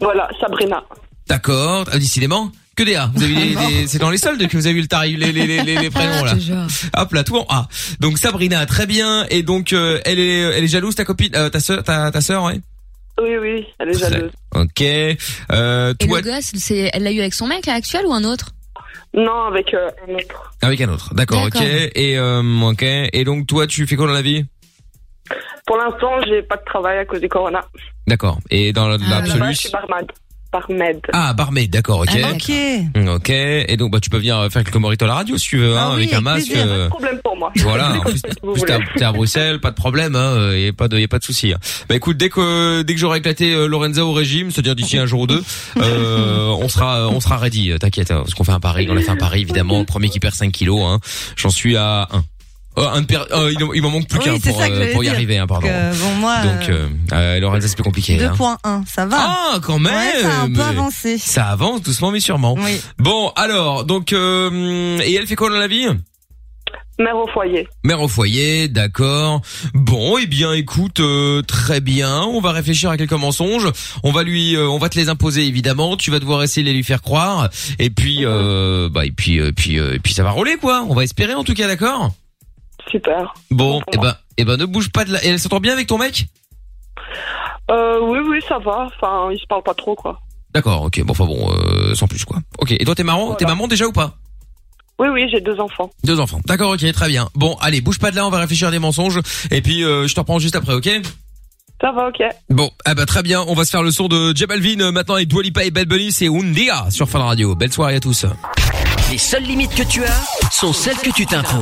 Speaker 13: Voilà, Sabrina.
Speaker 2: D'accord, ah, décidément. Que des A. Vous avez
Speaker 5: [laughs]
Speaker 2: eu les- les- c'est dans les soldes que vous avez eu le tarif, les, les, les, les, les prénoms là. Hop là, tout en A. Donc Sabrina, très bien. Et donc euh, elle est, elle est jalouse ta copine, euh, ta sœur, ta, ta sœur, ouais.
Speaker 13: Oui, oui, elle est jalouse.
Speaker 2: Ok. Euh,
Speaker 5: Et
Speaker 2: toi
Speaker 5: le gosse, c'est, elle l'a eu avec son mec là, actuel ou un autre
Speaker 13: Non, avec euh, un autre.
Speaker 2: avec un autre. D'accord, ok.
Speaker 5: D'accord.
Speaker 2: Et euh, ok. Et donc toi, tu fais quoi dans la vie
Speaker 13: Pour l'instant, j'ai pas de travail à cause du corona.
Speaker 2: D'accord. Et dans la- dans
Speaker 13: Là-bas,
Speaker 6: bah,
Speaker 2: l'absolu.
Speaker 13: je suis barman. Barmaid.
Speaker 2: Ah, barmaid, d'accord, ok.
Speaker 13: Ah,
Speaker 4: Ok.
Speaker 2: Ok. Et donc bah tu peux venir euh, faire quelques moritos à la radio si tu veux, hein,
Speaker 13: Ah oui,
Speaker 2: avec un masque.
Speaker 13: plaisir, Pas
Speaker 2: euh,
Speaker 13: de problème pour moi.
Speaker 2: Voilà, en
Speaker 13: Vous
Speaker 6: [laughs]
Speaker 2: plus,
Speaker 13: voulez.
Speaker 2: plus t'es à, t'es à Bruxelles, pas de problème, hein, y a pas de, y a pas de souci. hein. Bah écoute, dès que dès que j'aurai éclaté euh, Lorenza au régime, c'est-à-dire d'ici un jour ou deux, euh, on sera on sera ready. euh, T'inquiète, hein, parce qu'on fait un pari, on a fait un pari évidemment. le Premier qui perd 5 kilos, hein. j'en suis à un. Euh, un de per- euh, il en- il m'en manque plus
Speaker 4: Oui,
Speaker 2: qu'un
Speaker 4: c'est
Speaker 2: pour,
Speaker 4: ça que
Speaker 2: euh,
Speaker 4: j'allais
Speaker 2: pour y
Speaker 4: dire.
Speaker 2: arriver, hein, pardon.
Speaker 4: Donc, euh, bon, moi,
Speaker 2: Donc euh, euh, Lorenza c'est plus compliqué. hein.
Speaker 4: 2.1, ça va.
Speaker 2: Ah, quand même.
Speaker 4: Ouais, ça a un peu avancé. Mm.
Speaker 2: Ça avance doucement mais sûrement. Bon, alors donc euh, et elle fait quoi dans la vie
Speaker 13: Mère au foyer.
Speaker 2: Mère au foyer, d'accord. Bon, eh bien, écoute, euh, très bien. On va réfléchir à quelques mensonges. On va lui, euh, on va te les imposer évidemment. Tu vas devoir essayer de les lui faire croire. Et puis, euh, bah, et puis, euh, et puis, euh, et puis, ça va rouler quoi. On va espérer en tout cas, d'accord.
Speaker 13: Super.
Speaker 2: Bon, eh ben, eh ben, ne bouge pas de là. Et elle s'entend bien avec ton mec
Speaker 13: Euh, oui, oui, ça va. Enfin, ils se parlent pas trop, quoi.
Speaker 2: D'accord, ok. Bon, enfin bon, euh, sans plus quoi. Ok. Et toi, t'es marrant, t'es maman déjà ou pas
Speaker 13: Oui, oui, j'ai deux enfants.
Speaker 2: Deux enfants. D'accord, ok, très bien. Bon, allez, bouge pas de là. On va réfléchir à des mensonges. Et puis, euh, je te reprends juste après, ok
Speaker 13: Ça va, ok.
Speaker 2: Bon, ah bah très bien, on va se faire le son de Jeb Alvin euh, maintenant avec Dua Lipa et Bad Bunny, c'est Undia sur Fun Radio. Belle soirée à tous.
Speaker 1: Les seules limites que tu as sont celles que tu t'imposes.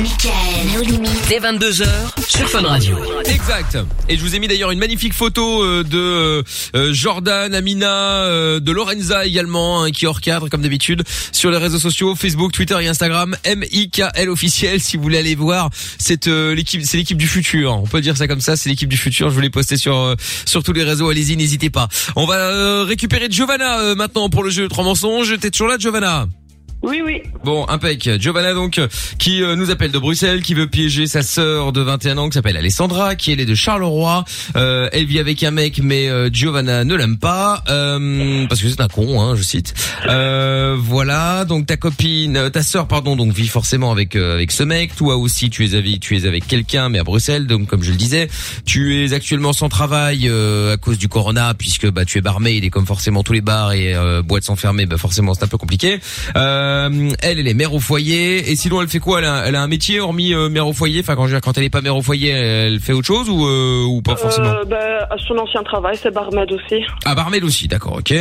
Speaker 7: Michael, nos limites.
Speaker 1: Dès 22h sur Fun Radio.
Speaker 2: Exact. Et je vous ai mis d'ailleurs une magnifique photo euh, de euh, euh, Jordan, Amina, euh, de Lorenza également, hein, qui est hors cadre comme d'habitude, sur les réseaux sociaux, Facebook, Twitter et Instagram, M-I-K-L officiel, si vous voulez aller voir. C'est euh, l'équipe, c'est l'équipe du futur. On peut dire ça comme ça, c'est l'équipe du futur. Je vous l'ai posté sur euh, sur tous les réseaux. Allez-y, n'hésitez pas. On va euh, récupérer Giovanna euh, maintenant pour le jeu de trois mensonges. T'es toujours là, Giovanna
Speaker 13: Oui, oui.
Speaker 2: Bon, impec. Giovanna donc, euh, qui euh, nous appelle de Bruxelles, qui veut piéger sa sœur de 21 ans, qui s'appelle Alessandra, qui elle est de Charleroi. Euh, elle vit avec un mec, mais euh, Giovanna ne l'aime pas, euh, parce que c'est un con, hein, je cite. Euh, voilà, donc ta copine, euh, ta sœur, pardon, donc vit forcément avec euh, avec ce mec. Toi aussi, tu es, avec- tu es avec quelqu'un, mais à Bruxelles, donc comme je le disais. Tu es actuellement sans travail euh, à cause du corona, puisque bah tu es barmaid et comme forcément tous les bars et euh, boîtes sont fermées, bah forcément c'est un peu compliqué. Euh, elle, elle est mère au foyer. Et sinon, elle fait quoi elle a, elle a un métier hormis euh, mère au foyer. Enfin, quand je veux dire, quand elle est pas mère au foyer, elle fait autre chose ou euh, ou pas forcément
Speaker 13: Euh, bah, à son ancien travail, c'est barmaid aussi.
Speaker 2: ah, barmaid aussi, d'accord, ok.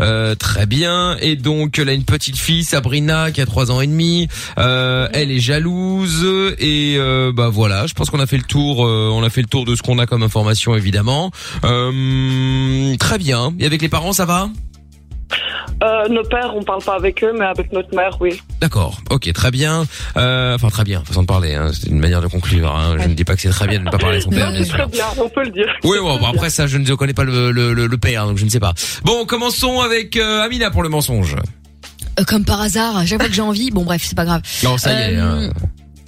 Speaker 2: Euh, très bien. Et donc, elle a une petite fille, Sabrina, qui a trois ans et demi. Euh, elle est jalouse. Et euh, bah voilà, je pense qu'on a fait le tour. euh, on a fait le tour de ce qu'on a comme information, évidemment. Euh, très bien. Et avec les parents, ça va
Speaker 13: Euh, nos pères, on parle pas avec eux, mais avec notre mère, oui.
Speaker 2: D'accord, ok, très bien. Euh, Enfin, très bien, façon de parler, hein, c'est une manière de conclure. hein. Je ne dis pas que c'est très bien de ne pas parler à son père,
Speaker 13: Non,
Speaker 2: bien
Speaker 13: c'est
Speaker 2: sûr.
Speaker 13: très bien, on peut le dire.
Speaker 2: Oui, bon,
Speaker 13: [laughs]
Speaker 2: bon, après ça, je ne connais pas le, le, le, le père, donc je ne sais pas. Bon, commençons avec euh, Amina pour le mensonge.
Speaker 5: Euh, Comme par hasard, à chaque fois que j'ai envie, bon bref, c'est pas grave.
Speaker 2: Non, ça y est.
Speaker 5: Euh,
Speaker 2: hein,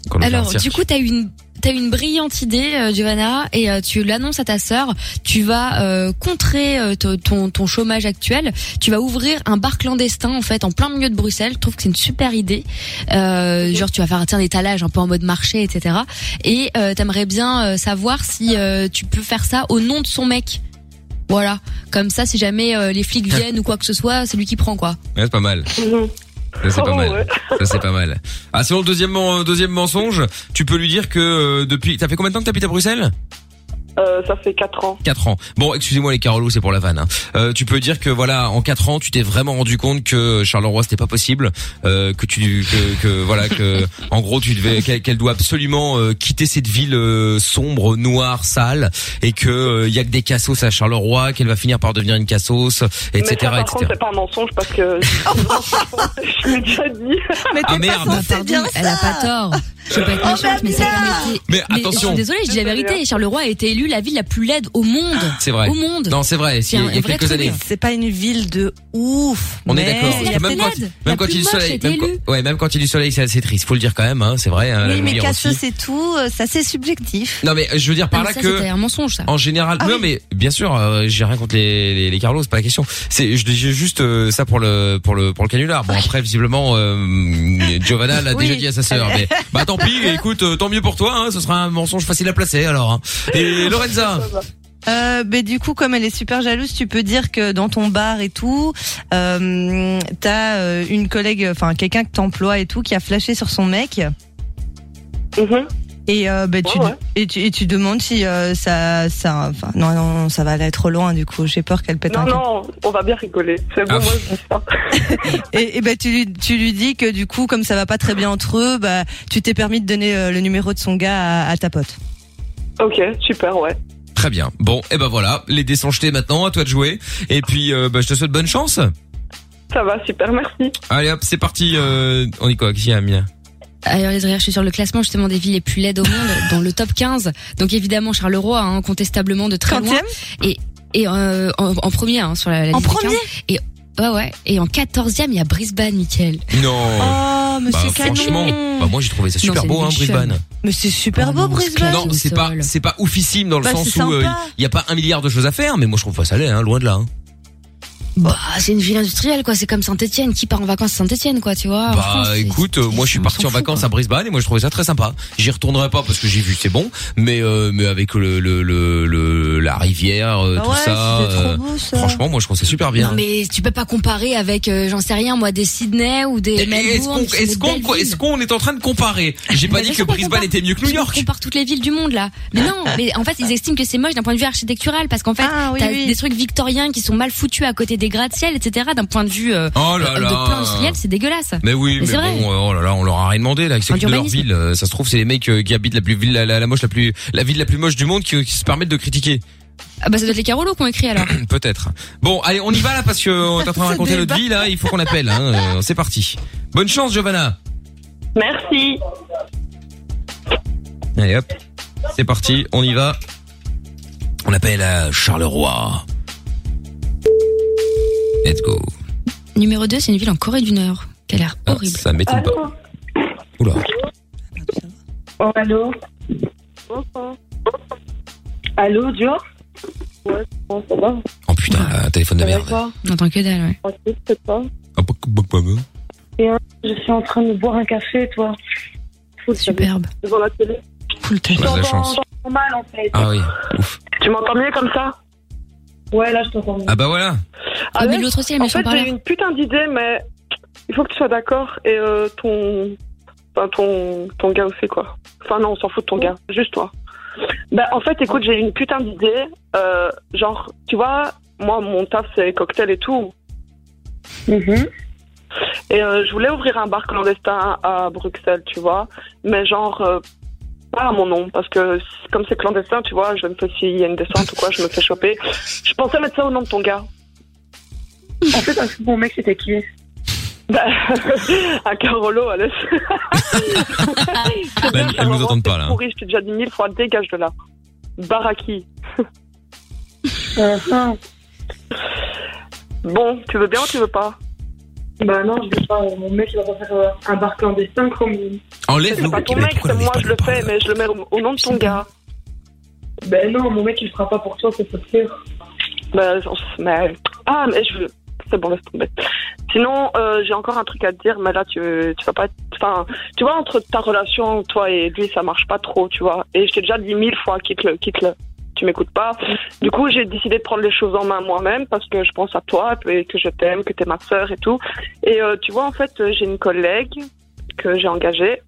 Speaker 2: qu'on nous fait
Speaker 5: Alors,
Speaker 2: un cirque.
Speaker 5: du coup, t'as une t'as une brillante idée, euh, Giovanna, et euh, tu l'annonces à ta sœur. Tu vas euh, contrer euh, to- ton ton chômage actuel. Tu vas ouvrir un bar clandestin en fait en plein milieu de Bruxelles. Je trouve que c'est une super idée. Euh, genre, tu vas faire tiens, un étalage un peu en mode marché, etc. Et euh, t'aimerais bien euh, savoir si euh, tu peux faire ça au nom de son mec. Voilà, comme ça, si jamais euh, les flics viennent ou quoi que ce soit, c'est lui qui prend quoi.
Speaker 2: Ouais, c'est pas mal. Ça c'est pas
Speaker 5: Oh,
Speaker 2: mal.
Speaker 5: ouais.
Speaker 2: Ça c'est pas mal. Ah sinon deuxième men- euh, deuxième mensonge, tu peux lui dire que euh, depuis t'as fait combien de temps que t'habites à Bruxelles
Speaker 13: Euh, ça fait 4 ans.
Speaker 2: 4 ans. Bon, excusez-moi les Carolos, c'est pour la vanne. hein. Euh, tu peux dire que voilà, en 4 ans, tu t'es vraiment rendu compte que Charleroi c'était pas possible, euh, que tu que, que voilà que [laughs] en gros tu devais qu'elle qu'elle doit absolument euh, quitter cette ville euh, sombre, noire, sale et que euh, y a que des cassos à Charleroi, qu'elle va finir par devenir une cassos, etc.
Speaker 13: mais ça, par
Speaker 2: etc.
Speaker 13: contre, c'est pas un mensonge parce
Speaker 2: [laughs]
Speaker 13: que je l'ai déjà dit.
Speaker 4: Mais
Speaker 2: Ah, t'es pas merde. censé
Speaker 5: bah, Pardon, elle a pas tort. Je suis pas être
Speaker 13: Oh,
Speaker 5: méchante, mais c'est la vérité.
Speaker 2: Mais
Speaker 5: Je
Speaker 2: attention.
Speaker 5: suis désolée, je dis la vérité. Charleroi a été élue la ville la plus laide au monde.
Speaker 2: C'est vrai.
Speaker 5: Au monde. Ah,
Speaker 2: Non, c'est vrai.
Speaker 5: C'est
Speaker 2: Il y a-
Speaker 5: un
Speaker 2: il y a
Speaker 5: vrai
Speaker 2: quelques
Speaker 5: truc.
Speaker 2: années.
Speaker 4: C'est pas une ville de ouf.
Speaker 2: On est
Speaker 4: mais-
Speaker 2: d'accord. Parce que Même quand, même quand il y a du soleil, même quand, ouais, même quand il y a du soleil, c'est assez triste. Faut le dire quand même, hein, c'est vrai. hein,
Speaker 4: Oui,
Speaker 2: le
Speaker 4: mais
Speaker 2: dire
Speaker 4: casseux,
Speaker 2: aussi.
Speaker 4: c'est tout. euh, Ça, c'est subjectif.
Speaker 2: Non mais euh, je veux dire par là que
Speaker 5: mensonge, ça.
Speaker 2: en général, non mais bien sûr, euh, j'ai rien contre les les, les Carlos, c'est pas la question. C'est je disais juste euh, ça pour le pour le pour le canular. Bon après visiblement euh, Giovanna l'a
Speaker 12: Oui.
Speaker 2: déjà dit à sa sœur, mais bah tant pis. Écoute, euh, tant mieux pour toi. Hein, ce sera un mensonge facile à placer alors. hein. Et Lorenza.
Speaker 4: Euh, mais du coup, comme elle est super jalouse, tu peux dire que dans ton bar et tout, euh, t'as euh, une collègue, enfin quelqu'un que t'emploies et tout, qui a flashé sur son mec.
Speaker 13: Mhm.
Speaker 4: Et, euh, bah, tu, Et, tu, et tu demandes si euh, ça, ça, enfin non, non, non, ça va aller trop loin. Du coup, j'ai peur qu'elle pète
Speaker 13: Non,
Speaker 4: un câble.
Speaker 13: non, on va bien rigoler. C'est bon, moi, je dis ça.
Speaker 4: Et, et bah, tu lui, tu lui dis que du coup, comme ça va pas très bien entre eux, bah, tu t'es permis de donner euh, le numéro de son gars à, à ta pote.
Speaker 13: Ok, super, ouais.
Speaker 2: Très bien. Bon, et ben voilà, les dés sont jetés maintenant. À toi de jouer. Et puis euh, bah, je te souhaite bonne chance.
Speaker 13: Ça va, super, merci.
Speaker 2: Allez hop, c'est parti. euh, on dit quoi Qui a Amina
Speaker 5: Ailleurs les arrières, je suis sur le classement justement des villes les plus laides
Speaker 2: [laughs]
Speaker 5: au monde, dans le top 15. Donc évidemment Charleroi, hein, incontestablement de très loin. Et, et euh, en, en premier hein, sur la, la
Speaker 4: En
Speaker 5: liste des
Speaker 4: premier
Speaker 5: 15. Et ouais ouais. Et en 14e il y a Brisbane, Michael.
Speaker 2: Non.
Speaker 4: Oh, mais
Speaker 2: Bah,
Speaker 4: c'est canon.
Speaker 2: Franchement, bah moi j'ai trouvé ça
Speaker 4: Non,
Speaker 2: super
Speaker 4: c'est
Speaker 2: beau, hein,
Speaker 4: une
Speaker 2: Brisbane.
Speaker 4: chaîne. Mais c'est super beau, Brisbane.
Speaker 2: Non, c'est pas, c'est pas oufissime dans le
Speaker 4: Bah,
Speaker 2: sens
Speaker 4: c'est
Speaker 2: où euh, il
Speaker 4: sympa.
Speaker 2: y a pas un milliard de choses à faire, mais moi je trouve pas ça laid, hein, loin de là. hein.
Speaker 5: Bah c'est une ville industrielle quoi. C'est comme Saint-Étienne. Qui part en vacances à Saint-Étienne quoi, tu vois. en
Speaker 2: bah
Speaker 5: France, Ah, c'est-
Speaker 2: écoute, euh, moi je suis parti en vacances à Brisbane et moi je trouvais ça très sympa. J'y retournerai pas parce que j'ai vu c'est bon, mais euh, mais avec le, le, le, le- la rivière, euh,
Speaker 4: Bah
Speaker 5: Ah
Speaker 2: tout
Speaker 5: ouais,
Speaker 2: ça,
Speaker 5: c'était trop
Speaker 2: euh,
Speaker 5: beau, ça.
Speaker 2: franchement moi je trouve ça super bien.
Speaker 5: Non mais tu peux pas comparer avec euh, j'en sais rien moi des Sydney ou
Speaker 2: Et-
Speaker 5: des
Speaker 2: et Est-ce
Speaker 5: Melbourne.
Speaker 2: qu'on
Speaker 5: qui sont des
Speaker 2: est-ce
Speaker 5: belles
Speaker 2: qu'on
Speaker 5: villes.
Speaker 2: est-ce qu'on est en train de
Speaker 5: [laughs]
Speaker 2: comparer J'ai pas
Speaker 5: Bah,
Speaker 2: dit
Speaker 5: bien
Speaker 2: que
Speaker 5: sûr qu'on
Speaker 2: Brisbane était mieux que New York.
Speaker 5: On compare toutes les villes du monde là. Mais non,
Speaker 2: [laughs] Ah,
Speaker 5: mais en fait ils estiment que c'est moche d'un point de vue architectural parce qu'en fait t'as des trucs victoriens qui sont mal foutus à côté des des gratte-ciel, etc. D'un point de vue euh,
Speaker 2: Oh là
Speaker 5: euh, de
Speaker 2: là.
Speaker 5: plan industriel, c'est dégueulasse.
Speaker 2: Mais oui, mais,
Speaker 5: c'est vrai.
Speaker 2: bon, euh, oh là là, on leur a rien demandé là, ils s'occupent de leur
Speaker 5: d'urbanisme.
Speaker 2: ville. Euh, Ça se trouve, c'est les mecs euh, qui habitent la plus ville, la, la- la moche, la plus, la ville la plus moche du monde, qui, qui se permettent de critiquer. [clears throat]
Speaker 5: Ah bah ça doit être les Carolos qui ont
Speaker 2: [coughs]
Speaker 5: écrit alors.
Speaker 2: Peut-être. Bon, allez, on y va là parce que on
Speaker 5: [laughs]
Speaker 2: est en train de
Speaker 5: Ce
Speaker 2: raconter notre
Speaker 5: débat.
Speaker 2: vie là. Il faut qu'on appelle. Hein. Euh, C'est parti. Bonne chance, Giovanna.
Speaker 12: Merci.
Speaker 2: Allez hop, c'est parti. On y va. On appelle à Charleroi. Let's go.
Speaker 5: Numéro 2, c'est une ville en Corée du Nord qui a l'air
Speaker 2: Ah,
Speaker 5: horrible.
Speaker 2: ça m'étonne pas. Oula.
Speaker 6: Oh, allô Oh, Allô, Dior
Speaker 12: Ouais, bon, ça va.
Speaker 2: Oh putain,
Speaker 12: Ah.
Speaker 2: un téléphone de
Speaker 6: Ça va
Speaker 2: merde.
Speaker 6: pas
Speaker 5: N'entends que dalle, ouais.
Speaker 12: Tranquille, c'est pas. bah,
Speaker 6: Et, hein, je suis en train de boire un café, toi. Ah, Superbe.
Speaker 12: Devant la télé.
Speaker 6: Full
Speaker 2: time. On a de la chance.
Speaker 6: mal, en fait.
Speaker 2: Ah oui.
Speaker 12: Tu m'entends mieux comme ça
Speaker 6: Ouais, là, je t'entends mieux.
Speaker 2: Ah bah voilà.
Speaker 12: Ah
Speaker 5: mais
Speaker 12: ouais
Speaker 5: l'autre aussi, elle met
Speaker 12: En
Speaker 5: son
Speaker 12: fait,
Speaker 5: parleur.
Speaker 12: j'ai une putain d'idée, mais il faut que tu sois d'accord et euh, ton... Enfin, ton... ton gars aussi, quoi. Enfin, non, on s'en fout de ton gars, juste toi. Bah, en fait, écoute, j'ai une putain d'idée. euh, genre, tu vois, moi, mon taf, c'est cocktail et tout.
Speaker 6: Mm-hmm.
Speaker 12: Et euh, je voulais ouvrir un bar clandestin à Bruxelles, tu vois. Mais genre, euh, pas à mon nom, parce que c- comme c'est clandestin, tu vois, je me fais s'il y a une descente ou quoi, je me fais choper. Je pensais mettre ça au nom de ton gars.
Speaker 6: [laughs] En fait, parce que mon mec, c'était qui
Speaker 12: Bah, [laughs] à Carolo, à l'aise. C'est bien,
Speaker 2: elles Ah, nous entendent pas
Speaker 12: c'est
Speaker 2: là.
Speaker 12: pourri, je t'ai déjà dit mille fois, dégage de là. Baraki.
Speaker 6: Euh,
Speaker 12: Bon, tu veux bien ou tu veux pas
Speaker 6: Bah non, je veux pas. Mon mec, il va pas faire euh, un bar clandestin comme...
Speaker 2: Enlève
Speaker 12: C'est pas ton mec, c'est moi je le fais, mais je le mets au, au nom de ton gars.
Speaker 6: Ben non, mon mec, il le fera pas pour toi, c'est pas sûr.
Speaker 12: Bah, on se- mais- Ah, mais je veux. C'est bon, laisse tomber. Sinon, euh, j'ai encore un truc à te dire, mais là, tu, tu vas pas. être- Enfin, tu vois, entre ta relation, toi et lui, ça marche pas trop, tu vois. Et je t'ai déjà dit mille fois, quitte-le, quitte-le. Tu m'écoutes pas. Du coup, j'ai décidé de prendre les choses en main moi-même parce que je pense à toi et que je t'aime, que t'es ma sœur et tout. Et euh, tu vois, en fait, euh, j'ai une collègue que j'ai engagée.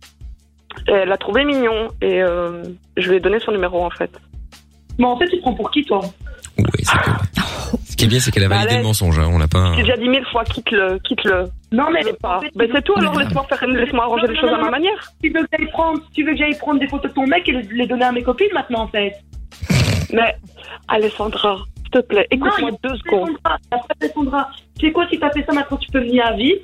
Speaker 12: Et elle l'a trouvé mignon et euh, je lui ai donné son numéro, en fait.
Speaker 6: Mais en fait, tu prends pour qui, toi
Speaker 12: [laughs]
Speaker 2: Ce qui est bien, c'est qu'elle a
Speaker 12: Bah,
Speaker 2: validé le mensonge. hein. On l'a pas.
Speaker 12: J'ai déjà dit mille fois, quitte-le, quitte-le.
Speaker 6: Non, mais
Speaker 12: Fais pas. Mais c'est tout, alors laisse-moi faire, laisse-moi arranger les choses à ma manière.
Speaker 6: Tu veux que j'aille prendre, tu veux que j'aille prendre des photos de ton mec et les- les donner à mes copines maintenant, en fait
Speaker 12: Mais, Alessandra, s'il te plaît, écoute-moi
Speaker 6: Non,
Speaker 12: deux secondes.
Speaker 6: Sandra, Après, c'est Sandra. Tu sais quoi, si t'as fait ça maintenant, tu peux venir à vie.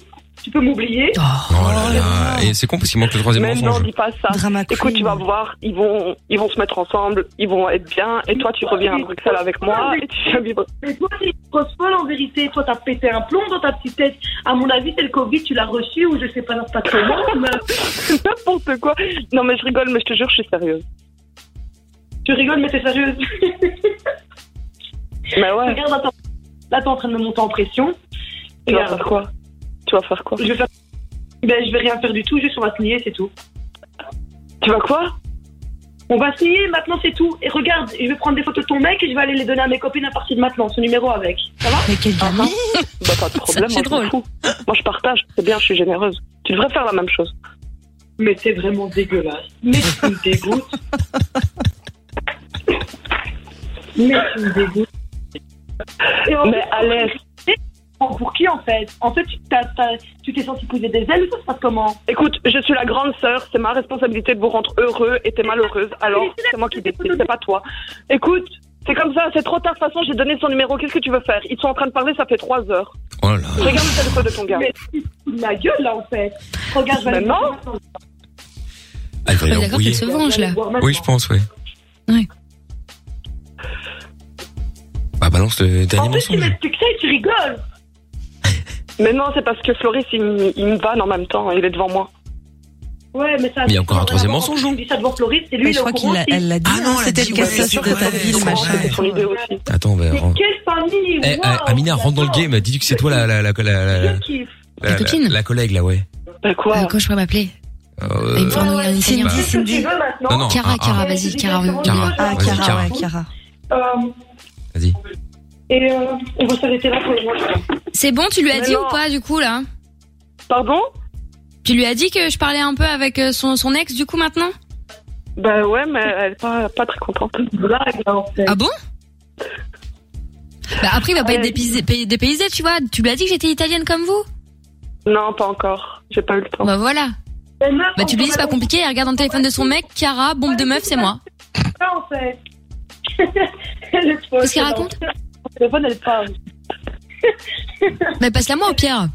Speaker 6: Tu peux m'oublier.
Speaker 2: Oh là là. Et c'est con parce qu'il manque le troisième
Speaker 12: Mais non,
Speaker 2: mensonge.
Speaker 12: dis pas ça. Écoute, tu vas voir, ils vont, ils vont se mettre ensemble, ils vont être bien, et toi, tu reviens à Bruxelles avec moi, et tu viens vivre.
Speaker 6: Mais toi, t'es une grosse folle en vérité. Toi, t'as pété un plomb dans ta petite tête. À mon avis, c'est le Covid, tu l'as reçu ou je sais pas, pas
Speaker 12: [laughs]
Speaker 6: comment.
Speaker 12: N'importe quoi. Non, mais je rigole, mais je te jure, je suis sérieuse.
Speaker 6: Tu rigoles, mais t'es
Speaker 12: [laughs]
Speaker 6: sérieuse.
Speaker 12: Mais Bah ouais.
Speaker 6: Regarde, attends. Là, t'es en train de me monter en pression.
Speaker 12: Tu vas faire quoi Tu vas faire quoi
Speaker 6: Je vais, faire- ben, je vais rien faire du tout, juste on va se nier, c'est tout.
Speaker 12: Tu vas quoi
Speaker 6: On va se nier, maintenant c'est tout. Et regarde, je vais prendre des photos de ton mec et je vais aller les donner à mes copines à partir de maintenant, ce numéro avec. Ça va
Speaker 4: Mais quel gamin
Speaker 12: Bah,
Speaker 6: [laughs]
Speaker 12: pas de problème, moi,
Speaker 6: c'est
Speaker 12: je m'en
Speaker 6: drôle.
Speaker 12: fous. Moi, je partage, c'est bien, je suis généreuse. Tu devrais faire la même chose.
Speaker 6: Mais c'est vraiment dégueulasse. Mais tu me dégoûtes. Mais tu me dégoûtes. Et en
Speaker 12: Mais Alès.
Speaker 6: Pour qui en fait En fait, tu t'as- t'as- tu t'es senti poser des ailes ou ça se passe comment
Speaker 12: Écoute, je suis la grande sœur, c'est ma responsabilité de vous rendre heureux et t'es malheureuse, alors c'est moi qui décide, c'est pas toi. Écoute, c'est comme ça, c'est trop tard, de toute façon j'ai donné son numéro, qu'est-ce que tu veux faire Ils sont en train de parler, ça fait trois heures.
Speaker 2: Oh là.
Speaker 12: Regarde le téléphone de ton gars.
Speaker 6: Mais tu te fous de ma gueule là en fait. Regarde, je vais
Speaker 12: Mais
Speaker 6: aller
Speaker 12: non.
Speaker 6: voir maintenant.
Speaker 2: Ah, il va
Speaker 5: On est
Speaker 2: y
Speaker 5: d'accord qu'il
Speaker 2: embrouiller.
Speaker 5: se venge là.
Speaker 2: Oui, je pense, ouais.
Speaker 5: Ouais.
Speaker 2: Bah balance le dernier
Speaker 6: En plus, tu
Speaker 2: mensonge.
Speaker 6: m'expliques ça et tu rigoles.
Speaker 12: [laughs] Mais non, c'est parce que Floris il, me- il me vanne en même temps, il est devant moi.
Speaker 6: Ouais, mais ça.
Speaker 2: Mais il y a encore un troisième
Speaker 6: mensonge, non dit ça devant Floris et lui,
Speaker 12: Mais
Speaker 6: il
Speaker 12: je
Speaker 6: est
Speaker 12: crois
Speaker 6: au courant
Speaker 12: qu'il l'a-
Speaker 6: aussi.
Speaker 12: elle l'a dit, Ah non, hein, elle a c'était dit, le ouais, cassos c'est de vrai, ta ville, c'est machin. vrai, c'est son idée aussi.
Speaker 2: Attends, on va.
Speaker 6: Mais quelle famille
Speaker 2: Eh, eh, Amina, rentre dans le game. euh. Dis-tu que c'est toi la la la la la, la,
Speaker 6: kiffe.
Speaker 2: la-
Speaker 5: Ta copine
Speaker 2: la collègue là, ouais.
Speaker 12: Bah quoi
Speaker 5: Quoi je pourrais m'appeler
Speaker 2: Euh,
Speaker 5: Une fournée en italien.
Speaker 2: Cindy,
Speaker 6: Cindy.
Speaker 2: Non, ah, non,
Speaker 5: Cara,
Speaker 2: un-
Speaker 5: Cara,
Speaker 2: un.
Speaker 5: vas-y, Cara. on-
Speaker 2: Cara,
Speaker 4: Ah,
Speaker 2: vas-y,
Speaker 4: Cara,
Speaker 2: Cara.
Speaker 4: ouais, Cara.
Speaker 2: Vas-y.
Speaker 6: Et euh, on va s'arrêter là pour le moment.
Speaker 5: C'est bon, tu lui as
Speaker 6: Mais
Speaker 5: dit
Speaker 6: non.
Speaker 5: ou pas du coup là
Speaker 12: Pardon
Speaker 5: Tu lui as dit que je parlais un peu avec euh, son, son ex du coup maintenant
Speaker 12: Bah ouais, mais elle est pas, pas très contente.
Speaker 6: Blague, en fait.
Speaker 5: Ah bon Ah Bah, après, il va pas être dépaysé, pay- dépaysé, tu vois. Tu l'as dit que j'étais italienne comme vous
Speaker 13: Non, pas encore. J'ai pas eu le temps.
Speaker 5: Bah voilà. Bah tu lui dis, c'est pas compliqué. Elle regarde dans le téléphone de son mec, Cara, bombe de meuf, c'est moi.
Speaker 12: en fait. [laughs] Qu'est-ce
Speaker 5: qu'il raconte
Speaker 12: Le téléphone, elle parle.
Speaker 5: Mais passe-la moi au pire.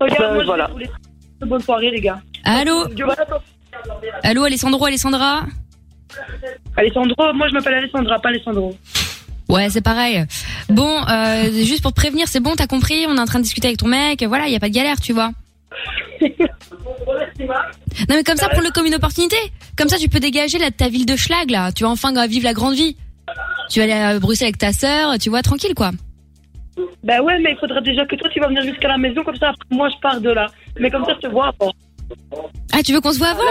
Speaker 12: Regarde, moi,
Speaker 5: voilà.
Speaker 12: je voulais bonne soirée, les gars.
Speaker 5: Allô Allô, Alessandro, Alessandra
Speaker 12: Alessandro, moi, je m'appelle Alessandra, pas Alessandro.
Speaker 5: Ouais, c'est pareil. Bon, euh, juste pour te prévenir, c'est bon, t'as compris, on est en train de discuter avec ton mec, voilà, y a pas de galère, tu vois. Non mais comme ça, prends-le comme une opportunité. Comme ça, tu peux dégager là, de ta ville de schlag, là. Tu vas enfin euh, vivre la grande vie. Tu vas aller à Bruxelles avec ta sœur, tu vois, tranquille, quoi.
Speaker 12: Bah ouais, mais il faudra déjà que toi, tu vas venir jusqu'à la maison, comme ça, après, moi, je pars de là. Mais comme ça, je te vois avant. Euh,
Speaker 5: Ah, tu veux qu'on se voit avant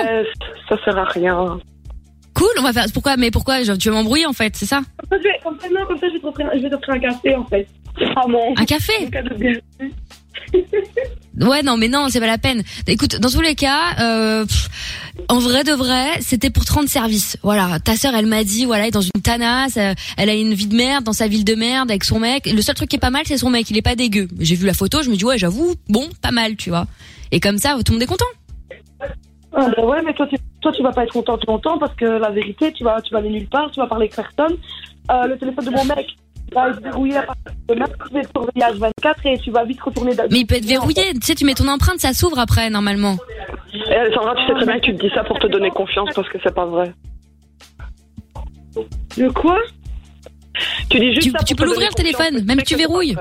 Speaker 13: Ça sert à rien.
Speaker 5: Cool, on va faire... Pourquoi Mais pourquoi Genre, Tu veux m'embrouiller, en fait, c'est ça
Speaker 12: Comme ça, je vais- comme ça, non, comme ça, je vais t'offrir un- je vais t'offrir un café, en fait. Ah, mon.
Speaker 5: Un café
Speaker 12: Mon cadeau de bienvenue.
Speaker 5: Ouais, non, mais non, c'est pas la peine. Écoute, dans tous les cas, euh, pff, en vrai de vrai, c'était pour 30 services. Voilà, ta sœur, elle m'a dit, voilà, elle est dans une tanasse, euh, elle a une vie de merde, dans sa ville de merde, avec son mec. Le seul truc qui est pas mal, c'est son mec, il est pas dégueu. J'ai vu la photo, je me dis, ouais, j'avoue, bon, pas mal, tu vois. Et comme ça, tout le monde est content.
Speaker 12: Ah, bah ouais, mais toi tu, toi, tu vas pas être contente longtemps parce que la vérité, tu vas, tu vas aller nulle part, tu vas parler avec personne. Euh, le téléphone de mon mec va être verrouillé à partir de demain, tu vas être surveillé H24 et tu vas vite retourner dans-
Speaker 5: Mais il peut être verrouillé, tu sais, tu mets ton empreinte, ça s'ouvre après, normalement.
Speaker 13: Eh, Alessandra, tu sais très bien que tu te dis ça pour te donner confiance parce que c'est pas vrai.
Speaker 12: De quoi
Speaker 13: Tu dis juste
Speaker 5: Tu,
Speaker 13: ça
Speaker 5: tu
Speaker 13: pour
Speaker 5: peux
Speaker 13: te
Speaker 5: l'ouvrir le
Speaker 13: donner confiance.
Speaker 5: téléphone, même tu verrouilles.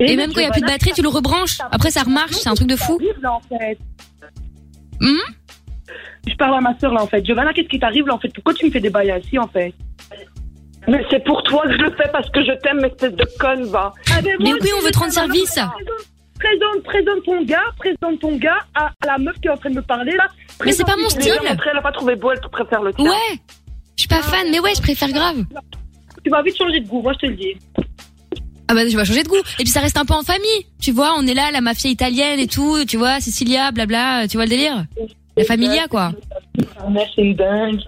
Speaker 5: Et même quand il y a plus de batterie, tu le rebranches. Après, ça remarche, c'est un truc de fou.
Speaker 12: Là, en fait.
Speaker 5: Hmm
Speaker 12: Je parle à ma soeur là en fait. Giovanna, qu'est-ce qui t'arrive là en fait Pourquoi tu me fais des bails ainsi en fait
Speaker 13: Mais c'est pour toi que je le fais parce que je t'aime, espèce de conne, va.
Speaker 12: Ah,
Speaker 5: Mais oui, on veut 30 services.
Speaker 12: Présente, présente ton gars, présente ton gars à à la meuf qui est en train de me parler là.
Speaker 5: Mais c'est pas mon
Speaker 12: Présente-lui ton
Speaker 5: style.
Speaker 12: gars.
Speaker 13: Après, elle a pas trouvé beau, elle préfère le tien.
Speaker 5: Ouais, je suis pas fan, mais ouais, je préfère grave.
Speaker 12: Tu vas vite changer de goût, moi je te le dis.
Speaker 5: Ah bah je vais changer de goût. Et puis ça reste un peu en famille, tu vois. On est là, la mafia italienne et tout, tu vois, Sicilia, blabla, tu vois le délire. La familia quoi.
Speaker 12: Mère, c'est une dingue.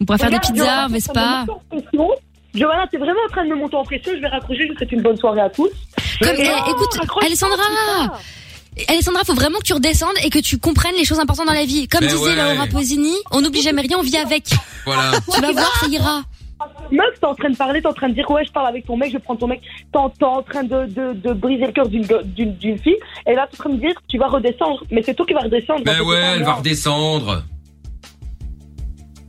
Speaker 5: On pourrait faire des
Speaker 12: Regarde, Johanna,
Speaker 5: pizzas, un
Speaker 12: t'es
Speaker 5: Vespa.
Speaker 12: en train de me monter en pression. Johanna, t'es vraiment en train de me monter en pression. Je vais raccrocher. Je vous souhaite une bonne soirée à tous.
Speaker 5: Comme,
Speaker 12: Je-
Speaker 5: eh,
Speaker 12: Non,
Speaker 5: écoute,
Speaker 12: raccroche pas, putain.
Speaker 5: Alessandra. Alessandra, faut vraiment que tu redescendes et que tu comprennes les choses importantes dans la vie. Comme
Speaker 2: Mais
Speaker 5: disait
Speaker 2: Eh ouais.
Speaker 5: Laura Posini, on n'oublie jamais rien, on vit avec.
Speaker 2: Voilà.
Speaker 5: [laughs] Tu vas voir, ça ira.
Speaker 12: Meuf, t'es en train de parler, t'es en train de dire ouais, je parle avec ton mec, je prends ton mec. T'es en- t'es en train de, de, de briser le cœur d'une go- d'une d'une fille. Et là, t'es en train de dire tu vas redescendre. Mais c'est toi qui vas redescendre.
Speaker 2: Ben
Speaker 12: Donc,
Speaker 2: ouais,
Speaker 12: c'est pas
Speaker 2: elle
Speaker 12: moi.
Speaker 2: va redescendre.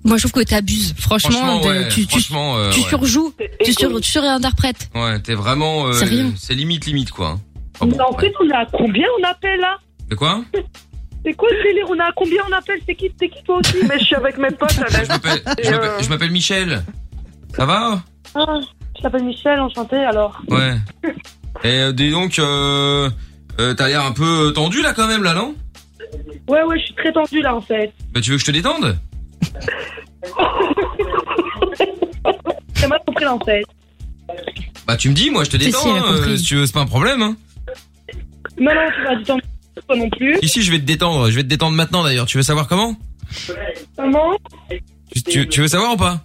Speaker 5: Moi je trouve que t'abuses. Franchement,
Speaker 2: Franchement,
Speaker 5: de-
Speaker 2: ouais,
Speaker 5: tu, tu,
Speaker 2: franchement, euh,
Speaker 5: tu
Speaker 2: ouais.
Speaker 5: surjoues, tu, sur, tu surinterprètes.
Speaker 2: Ouais, t'es vraiment. euh,
Speaker 5: C'est rien.
Speaker 2: C'est limite, limite, quoi.
Speaker 12: Mais en fait, on est à combien on appelle là
Speaker 2: De quoi
Speaker 12: C'est quoi ce délire On est à combien on appelle C'est qui, c'est qui toi aussi
Speaker 13: Mais je suis avec mes potes, là.
Speaker 2: Je m'appelle- je m'appelle- je m'appelle Michel. Ça va
Speaker 12: Ah, je t'appelle Michel, enchanté alors.
Speaker 2: Ouais. Et euh, dis donc, euh, euh, t'as l'air un peu tendu là quand même, là, non
Speaker 12: Ouais, ouais, je suis très tendue là en fait.
Speaker 2: Bah, tu veux que je te détende
Speaker 12: J'ai mal compris là en fait.
Speaker 2: Bah, tu me dis, moi, je te
Speaker 12: Si,
Speaker 2: détends.
Speaker 12: si, elle a
Speaker 2: hein,
Speaker 12: compris.
Speaker 2: euh, si tu veux, c'est pas un problème. Hein.
Speaker 12: Non, non, tu vas du temps toi non plus.
Speaker 2: Ici, je vais te détendre. Je vais te détendre maintenant, d'ailleurs. Tu veux savoir comment
Speaker 12: Comment
Speaker 2: tu, tu- tu veux savoir ou pas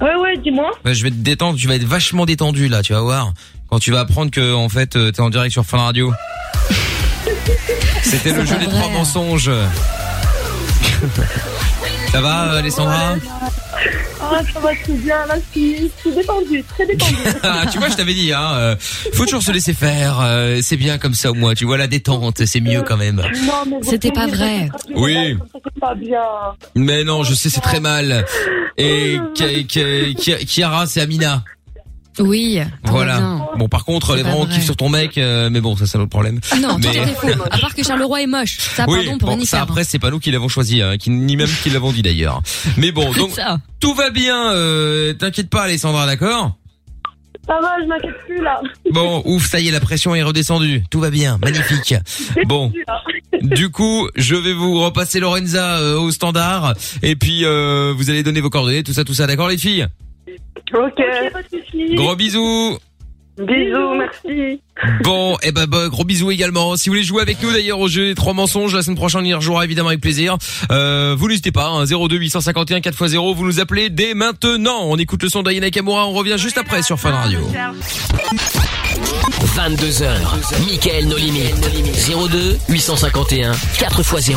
Speaker 12: Ouais, ouais, dis-moi.
Speaker 2: Bah, je vais te détendre. Tu vas être vachement détendu là. Tu vas voir. Quand tu vas apprendre que, en fait, euh, t'es en direct sur Fun Radio. C'était le jeu des trois mensonges. Ça va, euh, Alessandra
Speaker 12: Ah, ça va très bien, là, je suis, je suis détendue, très détendue.
Speaker 2: [laughs] Ah, tu vois, je t'avais dit, hein, euh, faut toujours se laisser faire. euh, c'est bien comme ça au moins. Tu vois la détente, c'est mieux quand même.
Speaker 12: Non, mais vous
Speaker 5: C'était pas
Speaker 12: pouvez
Speaker 5: vrai.
Speaker 12: pas dire
Speaker 2: Oui.
Speaker 12: que C'est pas bien.
Speaker 2: Mais non, je sais, c'est très mal. Et
Speaker 12: Oh,
Speaker 2: Ki- Ki- Ki- Kiara, c'est Amina.
Speaker 5: Oui.
Speaker 2: Voilà. Bon, par contre, les
Speaker 5: pas
Speaker 2: vraiment
Speaker 5: vrai.
Speaker 2: kiffent sur ton mec, euh, mais bon, ça, c'est un autre problème.
Speaker 5: Non,
Speaker 2: mais...
Speaker 5: tout était faux. À part que Charleroi est moche. Ça,
Speaker 2: oui,
Speaker 5: pardon, pour
Speaker 2: bon,
Speaker 5: rien y
Speaker 2: ça
Speaker 5: faire.
Speaker 2: après c'est pas nous qui l'avons choisi, hein, qui, ni même qui l'avons dit d'ailleurs. Mais bon, donc
Speaker 5: Ça.
Speaker 2: tout va bien, euh, t'inquiète pas Alessandra, d'accord
Speaker 12: Ça va, je m'inquiète plus, là.
Speaker 2: Bon, ouf, ça y est, la pression est redescendue, tout va bien, magnifique. Bon, du coup, je vais vous repasser Lorenza euh, au standard, et puis euh, vous allez donner vos coordonnées, tout ça, tout ça, d'accord les filles
Speaker 13: Ok.
Speaker 12: pas de soucis.
Speaker 2: Gros bisous
Speaker 13: Bisous, merci.
Speaker 2: Bon, et ben bah, gros bisous également. Si vous voulez jouer avec nous d'ailleurs au jeu des trois mensonges, la semaine prochaine on y rejouera évidemment avec plaisir. Euh, vous n'hésitez pas, hein, 02 851 4x0, vous nous appelez dès maintenant. On écoute le son d'Ayana Kamura, on revient juste après sur Fun Radio.
Speaker 1: 22h, Mickaël nos limites. 02 851 4x0.